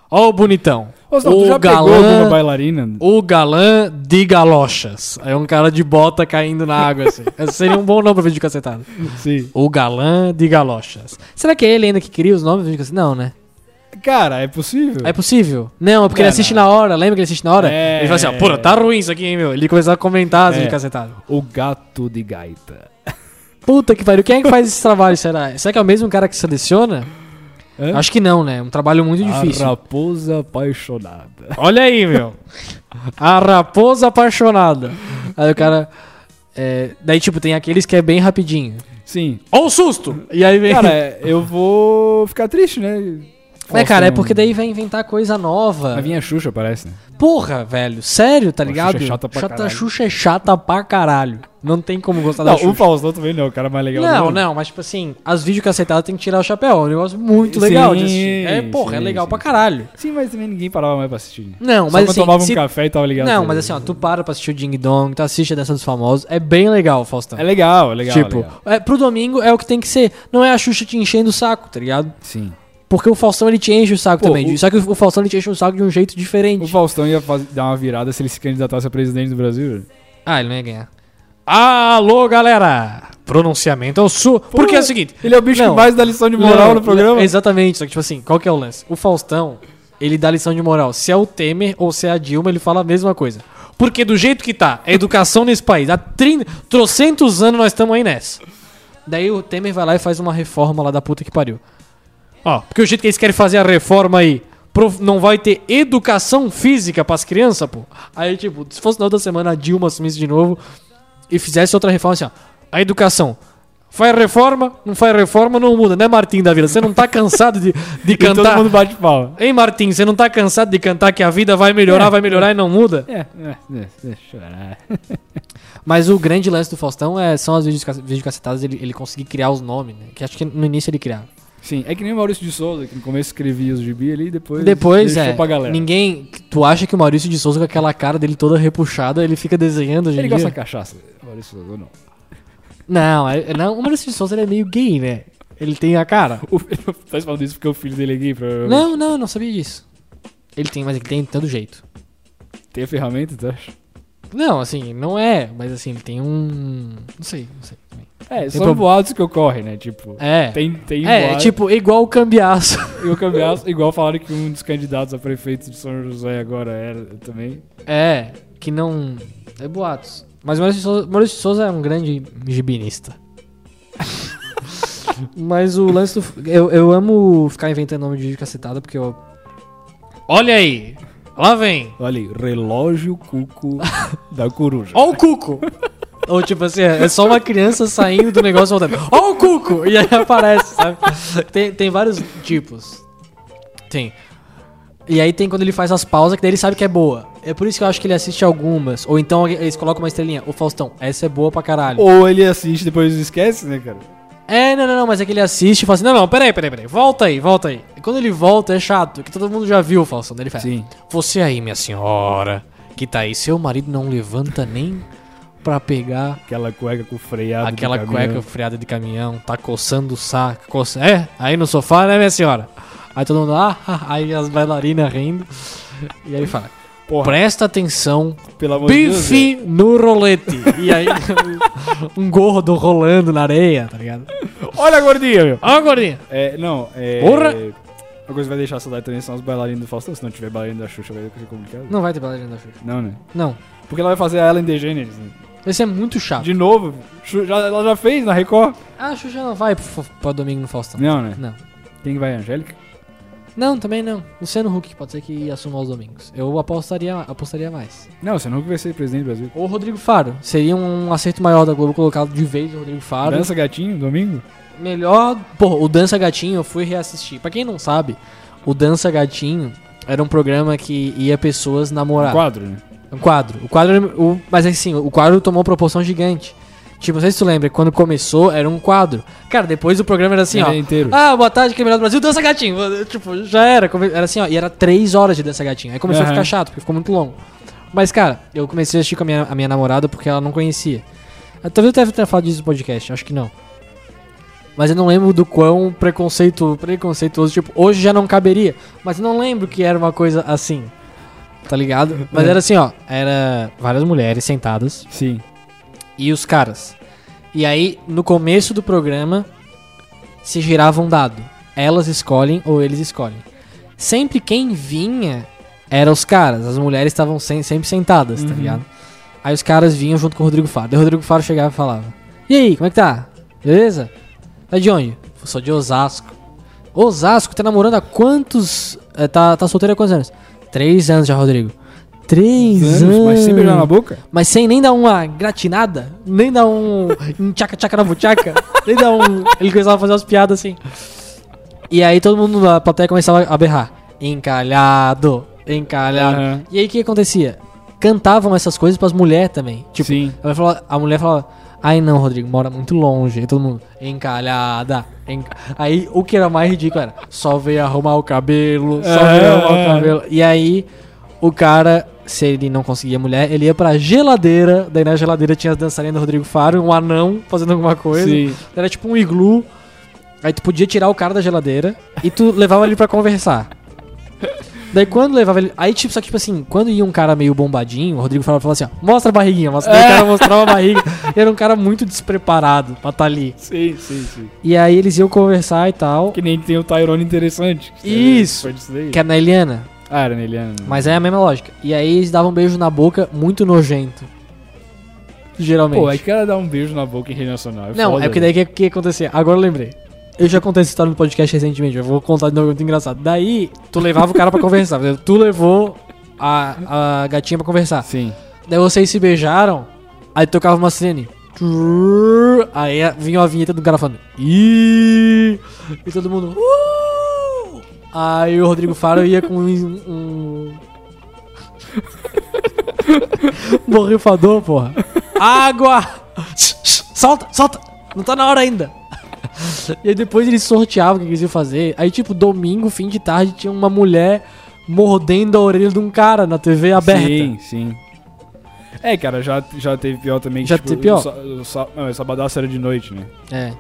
Speaker 1: Ó o bonitão.
Speaker 2: Faustão,
Speaker 1: o
Speaker 2: tu já pegou alguma bailarina?
Speaker 1: O galã de galochas. É um cara de bota caindo na água, assim. Esse seria um bom nome pra vídeo cacetado.
Speaker 2: Sim.
Speaker 1: O galã de galochas. Será que é ele ainda que cria os nomes do vídeo cacetado? Não, né?
Speaker 2: Cara, é possível?
Speaker 1: É possível? Não, é porque ele
Speaker 2: Cara.
Speaker 1: assiste na hora. Lembra que ele assiste na hora?
Speaker 2: É.
Speaker 1: Ele fala assim, ó, pô, tá ruim isso aqui, hein, meu. Ele começou a comentar as
Speaker 2: É.
Speaker 1: vídeo cacetado.
Speaker 2: O gato de gaita.
Speaker 1: Puta que pariu. Quem é que faz esse trabalho, será? Será que é o mesmo cara que seleciona?
Speaker 2: Hã?
Speaker 1: Acho que não, né? É um trabalho muito difícil.
Speaker 2: A raposa apaixonada.
Speaker 1: Olha aí, meu. A raposa apaixonada. Aí o cara. é, daí, tipo, tem aqueles que é bem rapidinho.
Speaker 2: Sim. é,
Speaker 1: Ó o susto! é- E aí vem.
Speaker 2: Cara, eu vou ficar triste, né?
Speaker 1: É, cara, é
Speaker 2: Faustão-
Speaker 1: porque daí vai inventar coisa nova.
Speaker 2: Vai vir a Xuxa, parece, né?
Speaker 1: Porra, velho, sério, tá
Speaker 2: Pô, a
Speaker 1: ligado?
Speaker 2: Xuxa é chata pra
Speaker 1: A
Speaker 2: caralho.
Speaker 1: Xuxa é chata pra caralho. Não tem como gostar da
Speaker 2: Não,
Speaker 1: Xuxa.
Speaker 2: o Faustão também não, é o cara mais legal do
Speaker 1: Não,
Speaker 2: mundo.
Speaker 1: não, mas tipo assim, as videocacetadas tem que tirar o chapéu. É um negócio muito legal de assistir. É,
Speaker 2: Sim,
Speaker 1: porra, é
Speaker 2: sim,
Speaker 1: legal
Speaker 2: sim.
Speaker 1: pra caralho.
Speaker 2: Sim, mas também ninguém parava mais pra assistir.
Speaker 1: Não,
Speaker 2: Só
Speaker 1: mas
Speaker 2: quando
Speaker 1: assim.
Speaker 2: tomava um
Speaker 1: se-
Speaker 2: café e tava ligado.
Speaker 1: Não,
Speaker 2: na
Speaker 1: mas assim,
Speaker 2: televisão.
Speaker 1: ó, tu para pra assistir o Ding Dong, tu assiste a Dança dos Famosos. É bem legal, Faustão.
Speaker 2: É legal, é legal.
Speaker 1: tipo,
Speaker 2: legal.
Speaker 1: É, pro domingo é o que tem que ser. Não é a Xuxa te enchendo o saco, tá ligado?
Speaker 2: Sim.
Speaker 1: Porque o Faustão ele te enche o saco
Speaker 2: Pô,
Speaker 1: também.
Speaker 2: o-
Speaker 1: Só que o Faustão ele te enche o saco de um jeito
Speaker 2: O
Speaker 1: diferente.
Speaker 2: Faustão ia faz- dar uma virada se ele se candidatasse a presidente do Brasil. velho.
Speaker 1: Ah, ele não ia ganhar. Alô, galera! Pronunciamento eu sou. Porque é o seguinte.
Speaker 2: Ele é o bicho
Speaker 1: Não.
Speaker 2: que mais dá lição de moral
Speaker 1: Não, é,
Speaker 2: no programa.
Speaker 1: Exatamente, só que tipo assim, qual que é o lance? O Faustão, ele dá lição de moral. Se é o Temer ou se é a Dilma, ele fala a mesma coisa. Porque do jeito que tá, a educação nesse país, há 30, trocentos anos nós estamos aí nessa. Daí o Temer vai lá e faz uma reforma lá da puta que pariu. Ó, porque o jeito que eles querem fazer a reforma aí, prof- não vai ter educação física pras crianças, pô. Aí, tipo, se fosse na outra semana a Dilma assumisse de novo e fizesse outra reforma assim, ó. A educação. Faz reforma, não faz reforma, não muda, né, Martim da Vila? Você não tá cansado de, de
Speaker 2: E todo
Speaker 1: cantar.
Speaker 2: mundo bate palma.
Speaker 1: Hein, Martim, você não tá cansado de cantar que a vida vai melhorar,
Speaker 2: É.
Speaker 1: vai melhorar e não muda?
Speaker 2: É, é, é, deixa eu chorar.
Speaker 1: Mas o grande lance do Faustão é, são as videoca- videocacetadas, ele, ele conseguir criar os nomes, né? Que acho que no início ele criava.
Speaker 2: Sim, é que nem o Maurício de Souza, que no começo escrevia os gibi ali e depois.
Speaker 1: Depois,
Speaker 2: deixou
Speaker 1: é,
Speaker 2: Pra galera.
Speaker 1: ninguém... Tu acha que o Maurício de Souza, com aquela cara dele toda repuxada, ele fica desenhando hoje em
Speaker 2: Ele gosta
Speaker 1: dia?
Speaker 2: de cachaça. Maurício de Souza, não.
Speaker 1: Não, é- não, o Maurício de Souza ele é meio gay, né? Ele tem a cara.
Speaker 2: O, tá falando isso porque o filho dele é gay, provavelmente.
Speaker 1: Não, não, eu não sabia disso. Ele tem, mas ele tem de todo jeito.
Speaker 2: Tem a ferramenta, tu acha?
Speaker 1: Não, assim, não é, mas assim, ele tem um. Não sei, não sei. também.
Speaker 2: É,
Speaker 1: são
Speaker 2: são boatos que ocorrem, né? Tipo,
Speaker 1: É.
Speaker 2: tem, tem
Speaker 1: é,
Speaker 2: boato.
Speaker 1: tipo, igual o cambiaço.
Speaker 2: E o Cambiasso, igual falaram que um dos candidatos a prefeito de São José agora era também.
Speaker 1: é, que não. É boatos. Mas Maurício de Souza, Maurício de Souza é um grande gibinista. mas o lance do. Eu, eu amo ficar inventando nome de cacetada porque eu. Olha aí! Lá vem!
Speaker 2: Olha aí, relógio cuco da coruja.
Speaker 1: Ó o cuco! Ou tipo assim, é só uma criança saindo do negócio e voltando. Ó o cuco! E aí aparece, sabe? Tem, tem vários tipos. Tem. E aí tem quando ele faz as pausas, que daí ele sabe que é boa. É por isso que eu acho que ele assiste algumas. Ou então eles colocam uma estrelinha. Ô Faustão, essa é boa pra caralho.
Speaker 2: Ou ele assiste e depois esquece, né, cara?
Speaker 1: É, não, não, não, mas é que ele assiste e fala assim, não, não, peraí, peraí, peraí, volta aí, volta aí. E quando ele volta é chato, que todo mundo já viu o Faustão. Daí ele faz,
Speaker 2: Sim.
Speaker 1: você aí, minha senhora, que tá aí, seu marido não levanta nem pra pegar
Speaker 2: Aquela cueca com freado. do
Speaker 1: Aquela
Speaker 2: caminhão.
Speaker 1: cueca freada de caminhão, tá coçando o saco. coça- É, aí no sofá, né, minha senhora? Aí todo mundo, ah, aí as bailarinas rindo. E aí fala:
Speaker 2: Porra,
Speaker 1: presta atenção,
Speaker 2: pelo amor de Deus. velho.
Speaker 1: bife no rolete. E aí, um gordo rolando na areia, tá ligado?
Speaker 2: Olha a gordinha, meu.
Speaker 1: Ó, gordinha.
Speaker 2: É, não, é.
Speaker 1: Porra!
Speaker 2: Uma coisa que vai deixar saudade também são os bailarinos do Faustão. Se não tiver bailarino da Xuxa, vai ser complicado.
Speaker 1: Não vai ter bailarina da Xuxa.
Speaker 2: Não, né?
Speaker 1: Não.
Speaker 2: Porque ela vai fazer a Ellen DeGeneres. Né?
Speaker 1: Esse é muito chato.
Speaker 2: De novo, Xu- já- ela já fez na Record.
Speaker 1: Ah, a Xuxa não vai pro, pro domingo no Faustão.
Speaker 2: Não, né?
Speaker 1: Não.
Speaker 2: Quem que vai? A Angélica?
Speaker 1: Não, também não. Luciano Huck pode ser que assuma os domingos. Eu apostaria, apostaria mais.
Speaker 2: Não, você nunca vai ser presidente do Brasil.
Speaker 1: Ou Rodrigo Faro. Seria um acerto maior da Globo colocado de vez o Rodrigo Faro.
Speaker 2: Dança Gatinho, domingo?
Speaker 1: Melhor. Pô, o Dança Gatinho eu fui reassistir. Pra quem não sabe, o Dança Gatinho era um programa que ia pessoas namorar.
Speaker 2: Um quadro, né?
Speaker 1: Um quadro. O quadro era- o, mas assim, o quadro tomou proporção gigante. Tipo, não sei se tu lembra, quando começou era um quadro. Cara, depois o programa era assim,
Speaker 2: Ele
Speaker 1: ó.
Speaker 2: é inteiro.
Speaker 1: Ah, boa tarde, Campeonato do Brasil, dança gatinho. Tipo, já era. come- Era assim, ó. E era três horas de dança gatinho. Aí começou a
Speaker 2: Aham.
Speaker 1: ficar chato, porque ficou muito longo. Mas, cara, eu comecei a assistir com a minha, a minha namorada porque ela não conhecia. Ah, Talvez eu deve ter falado disso no podcast, acho que não. Mas eu não lembro do quão preconceito, preconceituoso, tipo, hoje já não caberia. Mas eu não lembro que era uma coisa assim. Tá ligado? Mas
Speaker 2: É.
Speaker 1: era assim, ó. Era várias mulheres sentadas
Speaker 2: Sim.
Speaker 1: e os caras. E aí, no começo do programa, se girava um dado. Elas escolhem ou eles escolhem. Sempre quem vinha eram os caras. As mulheres estavam sem- sempre sentadas, tá
Speaker 2: Uhum.
Speaker 1: ligado? Aí os caras vinham junto com o Rodrigo Faro. Daí o Rodrigo Faro chegava e falava: E aí, como é que tá? Beleza? Tá de onde? Eu sou de Osasco. Osasco, tá namorando há quantos. eh, Tá, tá solteiro há quantos anos? Três anos já, Rodrigo. Três anos.
Speaker 2: Mas sem beijar na boca?
Speaker 1: Mas sem nem dar uma gratinada, nem dar um um tchaca tchaca na buchaca, nem dar um. Ele começava a fazer umas piadas assim. E aí todo mundo na plateia começava a berrar. Encalhado, encalhado.
Speaker 2: Aham.
Speaker 1: E aí o que acontecia? Cantavam essas coisas pras mulheres também. Tipo,
Speaker 2: Sim.
Speaker 1: ela fala- a mulher falava, ai não, Rodrigo, mora muito longe. Aí todo mundo, encalhada. enca-" Aí o que era mais ridículo era, só veio arrumar o cabelo, só
Speaker 2: É,
Speaker 1: veio arrumar
Speaker 2: é.
Speaker 1: o cabelo. E aí o cara, se ele não conseguia mulher, ele ia pra geladeira. Daí na geladeira tinha as dançarinas do Rodrigo Faro, um anão fazendo alguma coisa.
Speaker 2: Sim.
Speaker 1: Era tipo um iglu. Aí tu podia tirar o cara da geladeira e tu levava ele pra conversar. Daí quando levava ele. Aí, tipo, só que, tipo assim, quando ia um cara meio bombadinho, o Rodrigo falava, falava assim: ó, mostra a barriguinha, mostra. Daí o
Speaker 2: É.
Speaker 1: cara mostrava a barriga. Era um cara muito despreparado pra tá ali.
Speaker 2: Sim, sim, sim.
Speaker 1: E aí eles iam conversar e tal.
Speaker 2: Que nem tem o Tyrone interessante. que
Speaker 1: Isso.
Speaker 2: Foi disso daí.
Speaker 1: Que é era na Eliana.
Speaker 2: Ah, era Neliana.
Speaker 1: Mas é a mesma lógica. E aí eles davam um beijo na boca muito nojento. Geralmente.
Speaker 2: Pô, é que ela dá um beijo na boca em rede nacional.
Speaker 1: Não,
Speaker 2: foda, né?
Speaker 1: é porque daí o que, que acontecia? Agora eu lembrei. Eu já contei essa história no podcast recentemente, eu vou contar de novo, é muito engraçado. Daí, tu levava o cara pra conversar. por exemplo, Tu levou a, a gatinha pra
Speaker 2: velho.
Speaker 1: conversar.
Speaker 2: Sim.
Speaker 1: Daí vocês se beijaram, aí tocava uma sirene. Aí vinha uma vinheta do cara falando. "Ih", E todo mundo. "Uh". Aí o Rodrigo Faro ia com um. um... um borrifador, porra. Água! solta, solta! Não tá na hora ainda! E aí depois eles sorteavam o que eles iam fazer. Aí, tipo, domingo, fim de tarde, tinha uma mulher mordendo a orelha de um cara na TV aberta.
Speaker 2: Sim, sim. É, cara, já, já teve pior também. que,
Speaker 1: Já
Speaker 2: tipo,
Speaker 1: teve pior?
Speaker 2: o sa- O, sa- não, o sabadaço era de noite, né?
Speaker 1: É.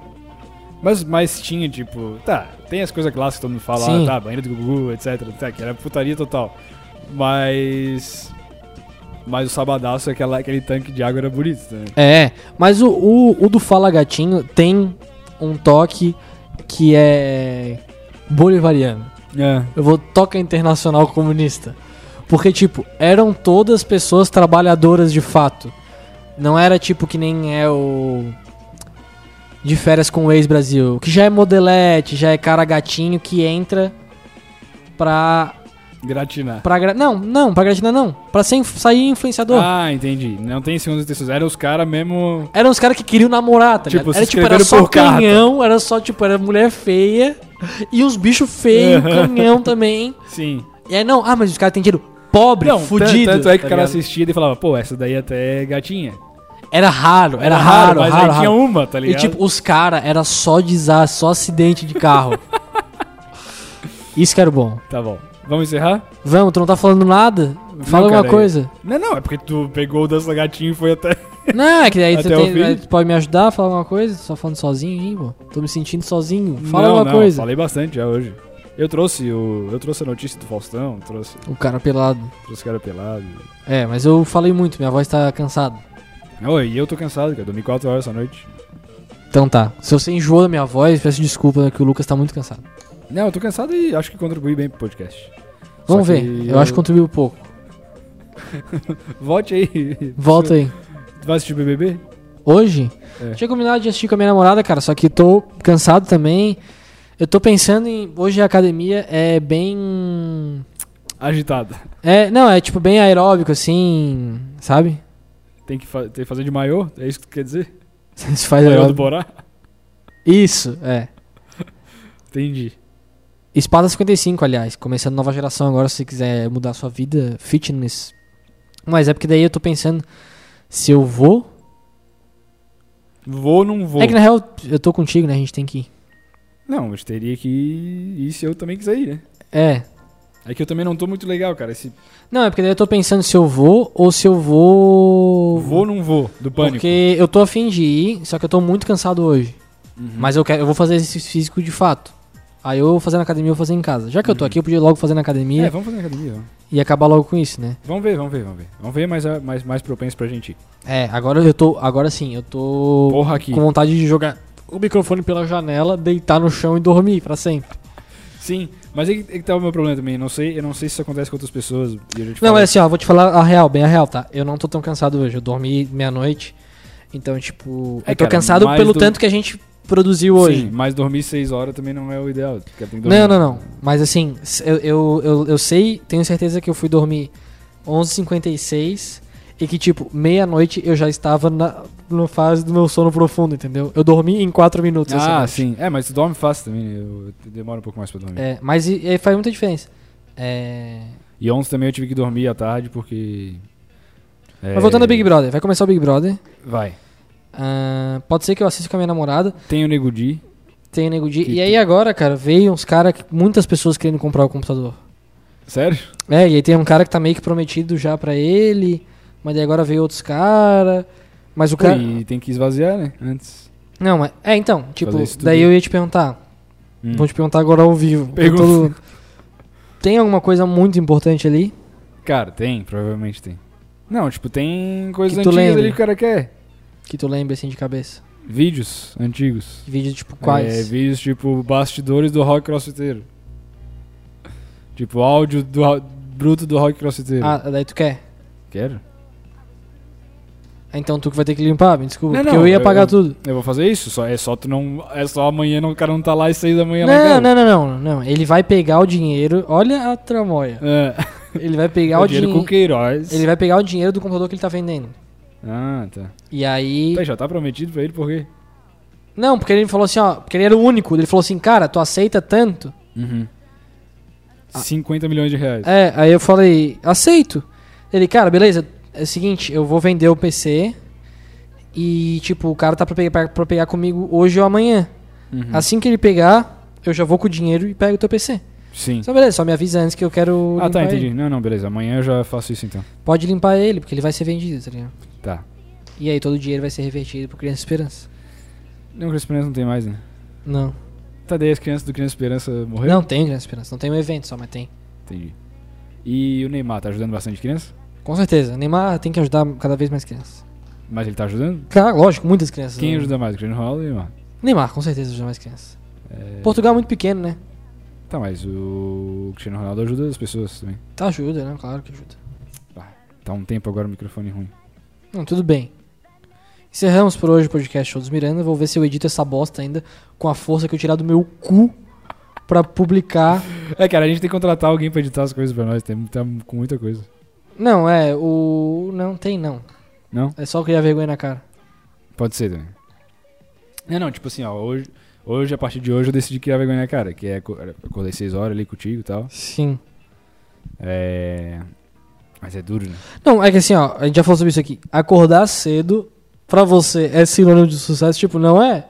Speaker 2: Mas, mas tinha, tipo, tá, tem as coisas clássicas que todo mundo fala,
Speaker 1: Sim.
Speaker 2: ah, tá, banheiro do Gugu, etc, tá, que era putaria total. Mas. Mas o sabadaço, aquela, aquele tanque de água era bonito, né?
Speaker 1: É, mas o, o, o do Fala Gatinho tem um toque que é bolivariano.
Speaker 2: É.
Speaker 1: Eu vou toca internacional comunista. Porque, tipo, eram todas pessoas trabalhadoras de fato. Não era tipo que nem é o. De férias com o ex-Brasil. Que já é modelete, já é cara gatinho que entra pra.
Speaker 2: Gratinar.
Speaker 1: pra gra- Não, não, pra gratina não. Pra ser, inf- sair influenciador.
Speaker 2: Ah, entendi. Não tem segundos e terceiros. Eram os caras mesmo.
Speaker 1: Eram os caras que queriam namorar, tá
Speaker 2: Tipo,
Speaker 1: ligado?
Speaker 2: se
Speaker 1: Era tipo, era
Speaker 2: inscreveram
Speaker 1: só
Speaker 2: por carta.
Speaker 1: canhão, era só, tipo, era mulher feia e uns bichos feios, canhão também.
Speaker 2: Sim.
Speaker 1: E aí, não, ah, mas os caras têm dinheiro pobre,
Speaker 2: Não,
Speaker 1: fudido.
Speaker 2: Tanto é que
Speaker 1: tá
Speaker 2: o cara
Speaker 1: ligado?
Speaker 2: assistia e falava, pô, essa daí até é gatinha.
Speaker 1: Era raro, era, raro,
Speaker 2: mas
Speaker 1: raro,
Speaker 2: aí tinha
Speaker 1: raro.
Speaker 2: uma, tá
Speaker 1: E
Speaker 2: ligado?
Speaker 1: tipo, os caras era só desastre, só acidente de carro. Isso que era bom.
Speaker 2: Tá bom. Vamos encerrar?
Speaker 1: Vamos, tu não tá falando nada? Fala
Speaker 2: Não,
Speaker 1: alguma
Speaker 2: cara,
Speaker 1: coisa.
Speaker 2: Não, não, é porque tu pegou o dança gatinho e foi até.
Speaker 1: Não, é que aí tu,
Speaker 2: Até o
Speaker 1: tem-
Speaker 2: fim?
Speaker 1: aí tu pode me ajudar a falar alguma coisa? Só falando sozinho aí, pô. Tô me sentindo sozinho. Fala
Speaker 2: não,
Speaker 1: alguma
Speaker 2: não,
Speaker 1: coisa.
Speaker 2: Falei bastante já hoje. Eu trouxe o. Eu trouxe a notícia do Faustão, trouxe,
Speaker 1: O cara pelado.
Speaker 2: trouxe o cara pelado.
Speaker 1: É, mas eu falei muito, minha voz tá cansada.
Speaker 2: Oi, e eu tô cansado, cara. Dormi 4 horas essa noite.
Speaker 1: Então tá. Se você enjoou da minha voz, peço desculpa, né, que o Lucas tá muito cansado.
Speaker 2: Não, eu tô cansado e acho que contribuí bem pro podcast.
Speaker 1: Vamos
Speaker 2: Só que
Speaker 1: ver. Eu, acho que contribuiu pouco.
Speaker 2: Volte aí.
Speaker 1: Volta aí.
Speaker 2: Tu vai assistir BBB?
Speaker 1: Hoje?
Speaker 2: É.
Speaker 1: Tinha combinado de assistir com a minha namorada, cara, só que tô cansado também. Eu tô pensando em. Hoje a academia é bem.
Speaker 2: Agitado.
Speaker 1: É, não, é tipo bem aeróbico, assim. Sabe?
Speaker 2: Tem que, fa tem que fazer de maiô? É isso que tu quer dizer?
Speaker 1: Se faz
Speaker 2: Maiô do
Speaker 1: aeróbico.
Speaker 2: Borá?
Speaker 1: Isso, é.
Speaker 2: Entendi.
Speaker 1: Espada 55, aliás, começando nova geração agora, se quiser mudar sua vida, fitness. Mas é porque daí eu tô pensando se eu vou.
Speaker 2: Vou ou não vou?
Speaker 1: É que na real eu tô contigo, né? A gente tem que ir.
Speaker 2: Não, mas teria que ir se eu também quiser ir, né?
Speaker 1: É.
Speaker 2: É que eu também não tô muito legal, cara. Esse
Speaker 1: Não, é porque daí eu tô pensando se eu vou ou se eu vou.
Speaker 2: vou ou não vou do pânico.
Speaker 1: Porque eu tô afim de ir, só que eu tô muito cansado hoje.
Speaker 2: Uhum.
Speaker 1: Mas eu, quero, eu vou fazer exercício físico de fato. Aí eu vou fazer na academia, eu vou fazer em casa. Já que eu tô aqui, eu podia logo fazer na academia
Speaker 2: Uhum. É, vamos fazer na academia. vamos.
Speaker 1: e acabar logo com isso, né?
Speaker 2: Vamos ver, vamos ver, vamos ver. Vamos ver mais, mais, mais propenso pra gente ir.
Speaker 1: É, agora eu tô. Agora sim, eu tô.
Speaker 2: Porra aqui.
Speaker 1: com vontade de jogar o microfone pela janela, deitar no chão e dormir pra sempre.
Speaker 2: Sim, mas aí que, aí que tá o meu problema também. Não sei, eu não sei se isso acontece com outras pessoas. e eu já te
Speaker 1: Não,
Speaker 2: falei.
Speaker 1: mas assim, ó, vou te falar a real, bem a real, tá? Eu não tô tão cansado hoje, eu dormi meia-noite. Então, tipo,
Speaker 2: É,
Speaker 1: eu tô
Speaker 2: cara,
Speaker 1: cansado
Speaker 2: mais
Speaker 1: pelo
Speaker 2: do-
Speaker 1: tanto que a gente produziu
Speaker 2: Sim,
Speaker 1: hoje.
Speaker 2: mas dormir 6 horas também não é o ideal. porque tem que dormir.
Speaker 1: Não, não, não. Mas assim, s- eu, eu, eu, eu sei, tenho certeza que eu fui dormir 11h56 e que, tipo, meia-noite eu já estava na-
Speaker 5: na fase do meu sono profundo, entendeu? Eu dormi em 4 minutos.
Speaker 1: assim.
Speaker 5: essa
Speaker 2: Ah,
Speaker 5: noite.
Speaker 2: sim. É, mas tu dorme fácil também. Eu demoro um pouco mais pra dormir.
Speaker 1: É, mas e, e faz muita diferença. É...
Speaker 2: E ontem também eu tive que dormir à tarde porque. é,
Speaker 1: Mas voltando ao Big Brother, vai começar o Big Brother.
Speaker 2: Vai.
Speaker 1: Ah, pode ser que eu assista com a minha namorada.
Speaker 2: Tem o Nego Di.
Speaker 1: Tem o Nego Di.
Speaker 2: Que
Speaker 1: E
Speaker 2: tu-
Speaker 1: aí agora, cara, veio uns caras, muitas pessoas querendo comprar o computador.
Speaker 2: Sério?
Speaker 1: É, e aí tem um cara que tá meio que prometido já pra ele, mas daí agora veio outros caras. Mas o cara.
Speaker 2: E tem que esvaziar, né? Antes.
Speaker 1: Não, mas. É, então, tipo,
Speaker 2: Fazer isso tudo.
Speaker 1: daí eu ia te perguntar.
Speaker 2: Hum.
Speaker 1: Vou te perguntar agora ao vivo. Eu
Speaker 2: Pergunta.
Speaker 1: tô- Tem alguma coisa muito importante ali?
Speaker 2: Cara, tem, provavelmente tem. Não, tipo, tem coisas
Speaker 1: Que tu
Speaker 2: antigas
Speaker 1: lembra?
Speaker 2: ali que o cara quer.
Speaker 1: Que tu lembra assim de cabeça?
Speaker 2: Vídeos antigos.
Speaker 1: Vídeos tipo
Speaker 2: É,
Speaker 1: quais?
Speaker 2: vídeos tipo bastidores do rock crossfiteiro. Tipo, áudio do ro- bruto do rock crossfiteiro.
Speaker 1: ah, daí tu quer?
Speaker 2: Quero.
Speaker 1: Então tu que vai ter que limpar, me desculpa,
Speaker 2: Não,
Speaker 1: porque
Speaker 2: não,
Speaker 1: eu ia
Speaker 2: eu-
Speaker 1: pagar
Speaker 2: eu-
Speaker 1: tudo.
Speaker 2: Eu vou fazer isso, só, é só tu não. É só amanhã não, o cara não tá lá às seis da manhã lá.
Speaker 1: Não,
Speaker 2: cara.
Speaker 1: não, não, não, não. Ele vai pegar o dinheiro. Olha a tramóia.
Speaker 2: É,
Speaker 1: Ele vai pegar
Speaker 2: o,
Speaker 1: o,
Speaker 2: dinheiro
Speaker 1: dinheiro.
Speaker 2: com o Queiroz.
Speaker 1: Ele vai pegar o dinheiro do computador que ele tá vendendo.
Speaker 2: Ah, tá.
Speaker 1: E aí.
Speaker 2: Tá, já tá prometido pra ele por quê?
Speaker 1: Não, porque ele falou assim, ó. Porque ele era o único. Ele falou assim, cara, tu aceita tanto?
Speaker 2: Uhum. 50 Ah. milhões de reais.
Speaker 1: É, aí eu falei, aceito. Ele, cara, beleza. É o seguinte, eu vou vender o PC. E, tipo, o cara tá pra pegar, pra- pra pegar comigo hoje ou amanhã.
Speaker 2: Uhum.
Speaker 1: Assim que ele pegar, eu já vou com o dinheiro e pego o teu PC.
Speaker 2: Sim.
Speaker 1: Só beleza, só me avisa antes que eu quero.
Speaker 2: Hum. Ah, tá,
Speaker 1: limpar
Speaker 2: entendi.
Speaker 1: ele.
Speaker 2: Não, não, beleza. Amanhã eu já faço isso então.
Speaker 1: Pode limpar ele, porque ele vai ser vendido, tá ligado?
Speaker 2: Tá.
Speaker 1: E aí todo o dinheiro vai ser revertido pro Criança Esperança.
Speaker 2: Não, Criança Esperança não tem mais, né?
Speaker 1: Não.
Speaker 2: Tá, daí as crianças do Criança Esperança morreram?
Speaker 1: Não tem Criança Esperança, não tem um evento só, mas tem.
Speaker 2: Entendi. E o Neymar tá ajudando bastante criança?
Speaker 1: Com certeza, Neymar tem que ajudar cada vez mais crianças.
Speaker 2: Mas ele tá ajudando?
Speaker 1: Claro, lógico, muitas crianças.
Speaker 2: Quem
Speaker 1: né?
Speaker 2: ajuda mais, o Cristiano Ronaldo ou o Neymar?
Speaker 1: Neymar, com certeza ajuda mais crianças.
Speaker 2: É,
Speaker 1: Portugal é muito pequeno, né?
Speaker 2: Tá, mas o Cristiano Ronaldo ajuda as pessoas também.
Speaker 1: Tá, ajuda, né? Claro que ajuda.
Speaker 2: Tá um tempo agora o microfone ruim.
Speaker 1: Não, tudo bem. Encerramos por hoje o podcast Show dos Miranda. Vou ver se eu edito essa bosta ainda com a força que eu tirar do meu cu pra publicar.
Speaker 2: É, cara, a gente tem que contratar alguém pra editar as coisas pra nós. Tem, tá com muita coisa.
Speaker 1: Não, é, o. Não tem não.
Speaker 2: Não?
Speaker 1: É só criar vergonha na cara.
Speaker 2: Pode ser também. Não, não, tipo assim, ó, hoje, hoje, a partir de hoje, eu decidi criar vergonha na cara, que é, co- acordei 6 horas ali contigo e tal.
Speaker 1: Sim.
Speaker 2: É... Mas é duro, né?
Speaker 1: Não, é que assim, ó, a gente já falou sobre isso aqui. Acordar cedo, pra você, é sinônimo de sucesso? Tipo, não é?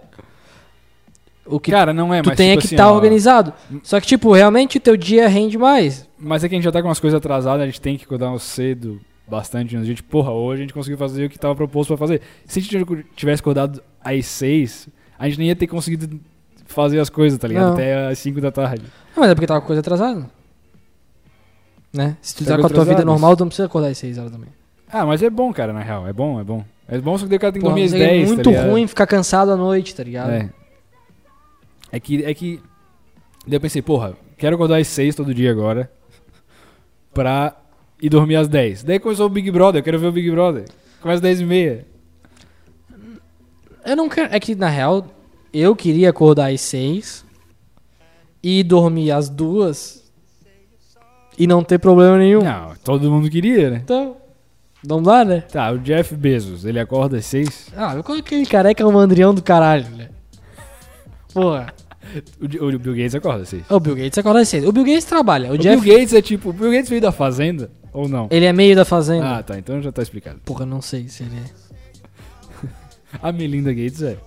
Speaker 1: O que
Speaker 2: cara, não é,
Speaker 1: tu
Speaker 2: mas
Speaker 1: tem
Speaker 2: tipo
Speaker 1: é que
Speaker 2: assim,
Speaker 1: estar tá
Speaker 2: ó, hum.
Speaker 1: organizado. Só que, tipo, realmente o teu dia rende mais.
Speaker 2: Mas é que a gente já tá com umas coisas atrasadas, a gente tem que acordar um cedo bastante. né? A gente, porra, hoje a gente conseguiu fazer o que tava proposto pra fazer. Se a gente tivesse acordado às 6, a gente nem ia ter conseguido fazer as coisas, tá ligado?
Speaker 1: Não.
Speaker 2: Até às 5 da tarde.
Speaker 1: Não, mas é porque tá com coisa atrasada. Né? Se tu
Speaker 2: Tá
Speaker 1: tá
Speaker 2: com
Speaker 1: com a tua vida
Speaker 2: atrasados.
Speaker 1: normal, tu não precisa acordar às 6 horas da manhã.
Speaker 2: Ah, mas é bom, cara, na real, é bom, é bom. É bom, só que daí o cara tem que
Speaker 1: Porra,
Speaker 2: dormir às
Speaker 1: mas é
Speaker 2: 10, tá
Speaker 1: muito
Speaker 2: ligado?
Speaker 1: ruim ficar cansado à noite, tá ligado?
Speaker 2: É. É que, é que. Daí eu pensei, porra, quero acordar às 6 todo dia agora. Pra ir dormir às 10. Daí começou o Big Brother, eu quero ver o Big Brother. Começa às 10 e meia.
Speaker 1: Eu não quero. É que, na real, eu queria acordar às 6 e dormir às 2 e não ter problema nenhum.
Speaker 2: Não, todo mundo queria, né?
Speaker 1: Então, não dá, né?
Speaker 2: Tá, o Jeff Bezos, ele acorda às 6.
Speaker 1: Ah, qual aquele careca é o mandrião do caralho, né? Porra.
Speaker 2: O, Di- o Bill Gates acorda às 6.
Speaker 1: O Bill Gates acorda às seis. O Bill Gates trabalha. O,
Speaker 2: O
Speaker 1: Jeff,
Speaker 2: Bill Gates é tipo. O Bill Gates veio da Fazenda ou não?
Speaker 1: ele é meio da fazenda.
Speaker 2: Ah, tá, então já tá explicado.
Speaker 1: Porra, não sei se ele é.
Speaker 2: A Melinda Gates é.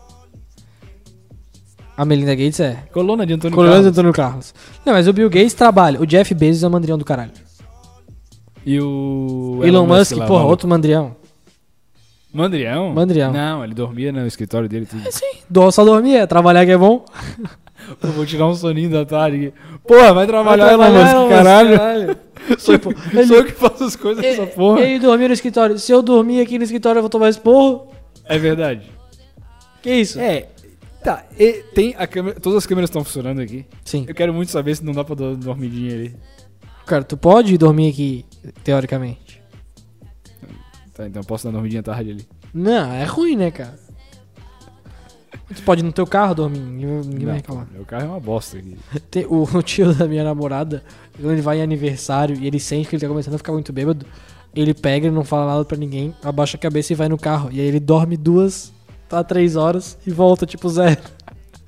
Speaker 1: A Melinda Gates é.
Speaker 2: Coluna de Antônio
Speaker 1: Coronel
Speaker 2: Carlos.
Speaker 1: Antônio Carlos. Não, mas o Bill Gates trabalha. O Jeff Bezos é o mandrião do caralho.
Speaker 2: E o.
Speaker 1: Elon, Musk,
Speaker 2: lá,
Speaker 1: porra,
Speaker 2: maluco.
Speaker 1: outro mandrião.
Speaker 2: Mandrião?
Speaker 1: Mandrião.
Speaker 2: Não, ele dormia no escritório dele. Tudo.
Speaker 1: Dó só dormia, trabalhar que é bom.
Speaker 2: Eu vou tirar um soninho da tarde. Porra, vai trabalhar, Elon
Speaker 1: trabalhar, é
Speaker 2: Musk,
Speaker 1: Elon Musk,
Speaker 2: caralho. Sou, eu-
Speaker 1: ele-
Speaker 2: sou eu que faço as coisas dessa porra.
Speaker 1: Ele dormia no escritório. Se eu dormir aqui no escritório, eu vou tomar esse porro.
Speaker 2: É verdade.
Speaker 1: Que isso?
Speaker 2: É, tá. e tem a câmera. Todas as câmeras estão funcionando aqui.
Speaker 1: Sim.
Speaker 2: Eu quero muito saber se não dá pra dar uma dormidinha ali.
Speaker 1: Cara, tu pode dormir aqui, teoricamente.
Speaker 2: Tá, então eu posso dar uma dormidinha tarde ali.
Speaker 1: Não, é ruim, né, cara? Tu pode ir no teu carro dormir, ninguém ninguém vai
Speaker 2: Não,
Speaker 1: reclamar.
Speaker 2: meu carro é uma bosta aqui.
Speaker 1: Tem- o, o tio da minha namorada, quando ele vai em aniversário e ele sente que ele tá começando a ficar muito bêbado, ele pega, ele não fala nada pra ninguém, abaixa a cabeça e vai no carro. E aí ele dorme duas a três horas e volta, tipo, zero.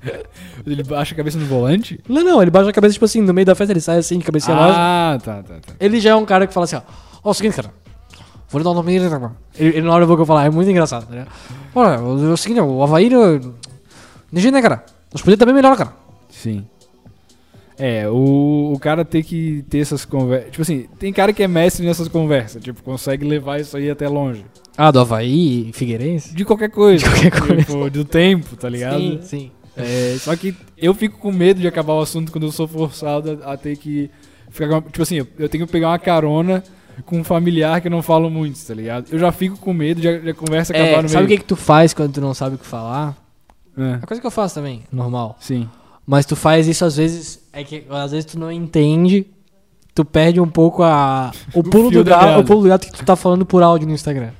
Speaker 2: Ele baixa a cabeça no volante?
Speaker 1: Não, não, ele baixa a cabeça, tipo assim, no meio da festa ele sai assim, de cabecinha lá.
Speaker 2: ah, tá, tá, tá.
Speaker 1: Ele já é um cara que fala assim, ó, ó, o seguinte, cara, vou lhe dar o nome dele, cara. Ele, ele na hora eu vou falar, é muito engraçado, né? Olha, o, o seguinte, o Havaí, o- ninguém, né, cara? Nós podíamos também melhor, cara.
Speaker 2: Sim. É, o, o cara tem que ter essas conversas. Tipo assim, tem cara que é mestre nessas conversas. Tipo, consegue levar isso aí até longe.
Speaker 1: Ah, do Havaí e Figueirense?
Speaker 2: De qualquer coisa.
Speaker 1: De qualquer coisa.
Speaker 2: Tipo, do tempo, tá ligado?
Speaker 1: Sim, sim.
Speaker 2: É, só que eu fico com medo de acabar o assunto quando eu sou forçado a, a ter que ficar com uma- Tipo assim, eu, eu tenho que pegar uma carona com um familiar que eu não falo muito, tá ligado? Eu já fico com medo de a, de a conversa acabar
Speaker 1: É,
Speaker 2: no
Speaker 1: sabe o que,
Speaker 2: meio.
Speaker 1: que tu faz quando tu não sabe o que falar?
Speaker 2: É,
Speaker 1: A coisa que eu faço também, normal.
Speaker 2: sim.
Speaker 1: Mas tu faz isso às vezes, é que às vezes tu não entende, tu perde um pouco a o pulo
Speaker 2: fio
Speaker 1: do
Speaker 2: da
Speaker 1: gato,
Speaker 2: meada.
Speaker 1: o pulo do gato que tu tá falando por áudio no Instagram.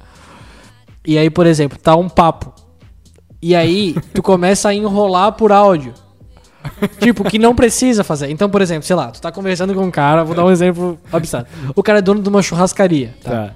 Speaker 1: E aí, por exemplo, tá um papo. E aí tu começa a enrolar por áudio. Tipo, que não precisa fazer. Então, por exemplo, sei lá, tu tá conversando com um cara, vou dar um exemplo absurdo. O cara é dono de uma churrascaria, tá?
Speaker 2: Tá.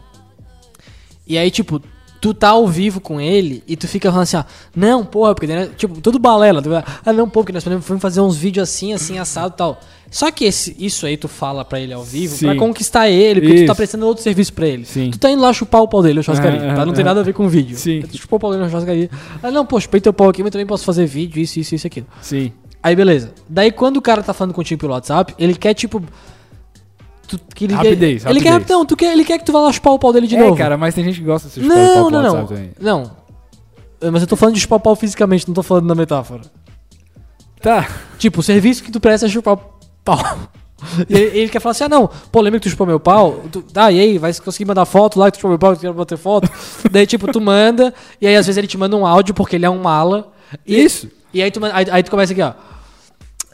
Speaker 1: E aí, tipo, tu tá ao vivo com ele e tu fica falando assim, ó, não, porra, porque, né, tipo, tudo balela. tu vai, ah, não, pô, porque nós vamos fazer uns vídeos assim, assim, assado e tal. Só que esse, isso aí tu fala pra ele ao vivo
Speaker 2: Sim.
Speaker 1: pra conquistar ele, porque tu
Speaker 2: Isso.
Speaker 1: tá prestando outro serviço pra ele.
Speaker 2: Sim.
Speaker 1: Tu tá indo lá chupar o pau dele, o churrascaria,
Speaker 2: Aham,
Speaker 1: tá? Não tem
Speaker 2: aham.
Speaker 1: nada a ver com vídeo.
Speaker 2: Sim.
Speaker 1: Tu chupou o pau dele na churrascaria. Ah, não, pô, chupei teu pau aqui, mas eu também posso fazer vídeo, isso, isso, isso, e aquilo.
Speaker 2: Sim.
Speaker 1: Aí, beleza. Daí, quando o cara tá falando contigo pelo WhatsApp, ele quer, tipo... Tu, que ele
Speaker 2: Rapidez,
Speaker 1: quer, Ele quer
Speaker 2: rapidez.
Speaker 1: rapidão, tu quer, ele quer que tu vá lá chupar o pau dele de
Speaker 2: é,
Speaker 1: novo.
Speaker 2: cara, mas tem gente que gosta de se chupar o
Speaker 1: Não,
Speaker 2: papo
Speaker 1: não,
Speaker 2: no
Speaker 1: não.
Speaker 2: WhatsApp também.
Speaker 1: Não. Eh, Mas eu tô falando de chupar pau fisicamente, não tô falando na metáfora.
Speaker 2: Tá.
Speaker 1: Tipo, o serviço que tu presta é chupar pau. E ele, ele quer falar assim: ah, não, pô, lembra que tu chupou meu pau? Tu, ah, e aí, vai conseguir mandar foto lá que tu chupou meu pau, que tu quer bater foto? Daí, tipo, tu manda, e aí às vezes ele te manda um áudio porque ele é um mala. E,
Speaker 2: Isso.
Speaker 1: E aí tu, manda- aí, aí tu começa aqui, ó.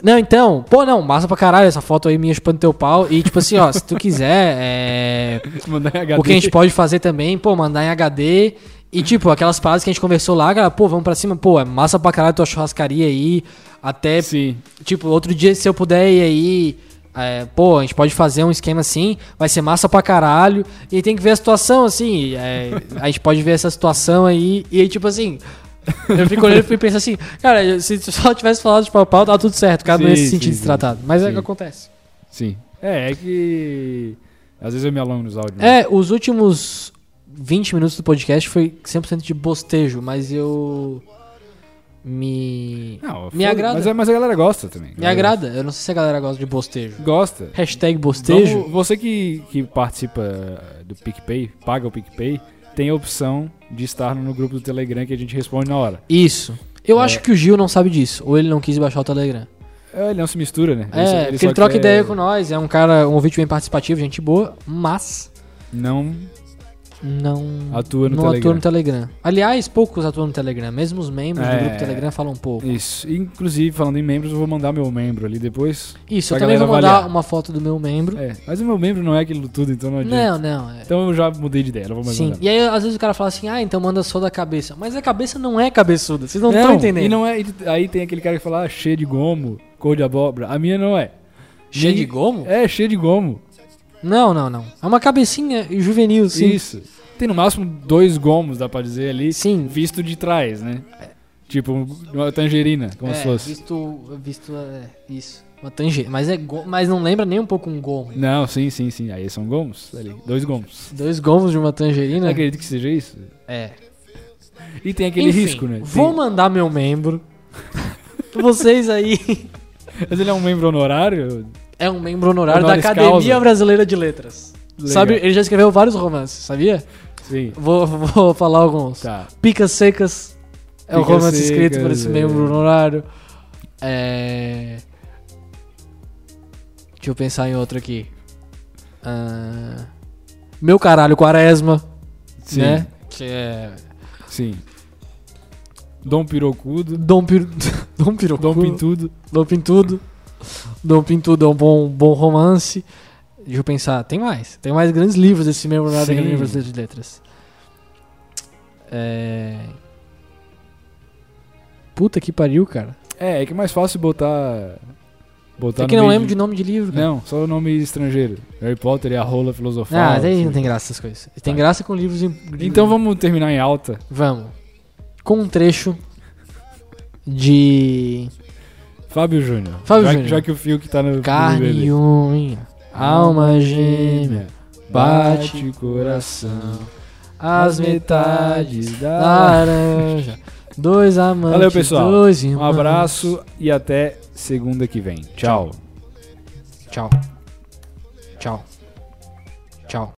Speaker 1: Não, então, pô, não, massa pra caralho essa foto aí minha chupando teu pau. E tipo assim, ó, se tu quiser, é.
Speaker 2: Mandar em HD.
Speaker 1: O que a gente pode fazer também, pô, mandar em HD. E, tipo, aquelas paradas que a gente conversou lá, cara, pô, vamos pra cima, pô, é massa pra caralho tua churrascaria aí. Até,
Speaker 2: Sim.
Speaker 1: tipo, outro dia, se eu puder ir aí, é, pô, a gente pode fazer um esquema assim, vai ser massa pra caralho. E aí tem que ver a situação, assim, é, a gente pode ver essa situação aí. E aí, tipo assim, eu fico olhando e penso assim, cara, se tu só tivesse falado de papau, tava tudo certo, o cara não ia
Speaker 2: Sim,
Speaker 1: se sentir
Speaker 2: sim,
Speaker 1: destratado. Mas é o
Speaker 2: Sim.
Speaker 1: que acontece.
Speaker 2: Sim. É, é que. Às vezes eu me alongo nos áudios. né?
Speaker 1: É, os últimos 20 minutos do podcast foi 100% de bostejo, mas eu me
Speaker 2: Não,
Speaker 1: me agrada.
Speaker 2: Mas, é- mas a galera gosta também.
Speaker 1: me agrada. Eu não sei se a galera gosta de bostejo.
Speaker 2: Gosta.
Speaker 1: Hashtag bostejo.
Speaker 2: Vamos- você que, que participa do PicPay, paga o PicPay, tem a opção de estar no grupo do Telegram que a gente responde na hora.
Speaker 1: Isso. Eu
Speaker 2: É.
Speaker 1: acho que o Gil não sabe disso, ou ele não quis baixar o Telegram.
Speaker 2: É, Ele não se mistura, né?
Speaker 1: É,
Speaker 2: só-
Speaker 1: porque
Speaker 2: só
Speaker 1: ele troca
Speaker 2: quer
Speaker 1: ideia com nós, é um cara, um ouvinte bem participativo, gente boa, mas
Speaker 2: Não
Speaker 1: não
Speaker 2: atua no
Speaker 1: não
Speaker 2: Telegram.
Speaker 1: atua no Telegram. Aliás, poucos atuam no Telegram, mesmo os membros
Speaker 2: É.
Speaker 1: do grupo Telegram falam um pouco.
Speaker 2: Isso. Inclusive, falando em membros, eu vou mandar meu membro ali depois.
Speaker 1: Isso,
Speaker 2: Pra
Speaker 1: eu também
Speaker 2: galera
Speaker 1: vou mandar
Speaker 2: avaliar.
Speaker 1: uma foto do meu membro.
Speaker 2: É, mas o meu membro não é aquilo tudo, então não adianta.
Speaker 1: não, não, é,
Speaker 2: Então eu já mudei de ideia, não vou mais
Speaker 1: Sim.
Speaker 2: mandar.
Speaker 1: E aí, às vezes o cara fala assim, ah, então manda só da cabeça. Mas a cabeça não é cabeçuda, vocês não estão entendendo.
Speaker 2: E não é, e aí tem aquele cara que fala, ah, cheia de gomo, cor de abóbora. A minha não é.
Speaker 1: Cheia de
Speaker 2: Minha-
Speaker 1: gomo?
Speaker 2: É, cheia de gomo.
Speaker 1: Não, não, não. É uma cabecinha juvenil, sim.
Speaker 2: Isso. Tem no máximo dois gomos, dá pra dizer ali.
Speaker 1: Sim.
Speaker 2: Visto de trás, né? Tipo um- uma tangerina, como se
Speaker 1: é,
Speaker 2: fosse.
Speaker 1: visto, visto, é, isso. Uma tange... Mas, é go- mas não lembra nem um pouco um gomo.
Speaker 2: Não, sim, sim, sim. Aí são gomos. Ali, dois gomos.
Speaker 1: Dois gomos de uma
Speaker 2: Não
Speaker 1: tangerina?
Speaker 2: acredito que seja isso.
Speaker 1: É.
Speaker 2: E tem aquele
Speaker 1: Enfim,
Speaker 2: risco, né? Tem-
Speaker 1: Vou mandar meu membro. Vocês aí.
Speaker 2: Mas ele é um membro honorário?
Speaker 1: É um membro honorário
Speaker 2: Honoris
Speaker 1: da Academia
Speaker 2: causa.
Speaker 1: Brasileira de Letras.
Speaker 2: Legal.
Speaker 1: Sabe, ele já escreveu vários romances, sabia?
Speaker 2: Sim.
Speaker 1: Vou, vou falar alguns.
Speaker 2: Tá.
Speaker 1: Picas Secas é um
Speaker 2: Picas
Speaker 1: romance escrito por esse
Speaker 2: Secas,
Speaker 1: membro
Speaker 2: é.
Speaker 1: honorário. É... Deixa eu pensar em outro aqui. Ah, Meu caralho, Quaresma,
Speaker 2: Sim.
Speaker 1: né? Que é
Speaker 2: Sim. Dom Pirocudo.
Speaker 1: Dom, Pir... Dom Pirocu.
Speaker 2: Dom Pintudo.
Speaker 1: Dom Pintudo. Dom Pintudo é um bom, bom romance. Deixa eu pensar, tem mais. Tem mais grandes livros desse membro honorário da
Speaker 2: Sim.
Speaker 1: Academia Brasileira de Letras. É... Puta que pariu, cara.
Speaker 2: É, é que é mais fácil botar
Speaker 1: É
Speaker 2: Botar no
Speaker 1: que não
Speaker 2: meio
Speaker 1: lembro de nome de livro, cara.
Speaker 2: Não, só o nome estrangeiro. Harry Potter e a rola filosofal.
Speaker 1: ah, daí não
Speaker 2: assim.
Speaker 1: tem graça essas coisas. Tem graça com livros. em-
Speaker 2: Então vamos terminar em alta.
Speaker 1: Vamos. Com um trecho de.
Speaker 2: Fábio Júnior.
Speaker 1: Fábio
Speaker 2: já,
Speaker 1: Júnior.
Speaker 2: já que o Fio que tá no
Speaker 1: Carne e
Speaker 2: dele.
Speaker 1: unha, alma gêmea,
Speaker 2: bate coração,
Speaker 1: as metades da
Speaker 2: da-
Speaker 1: laranja. Dois amantes,
Speaker 2: Valeu, pessoal.
Speaker 1: dois
Speaker 2: Um
Speaker 1: irmãos.
Speaker 2: abraço e até segunda que vem. Tchau.
Speaker 1: Tchau. Tchau.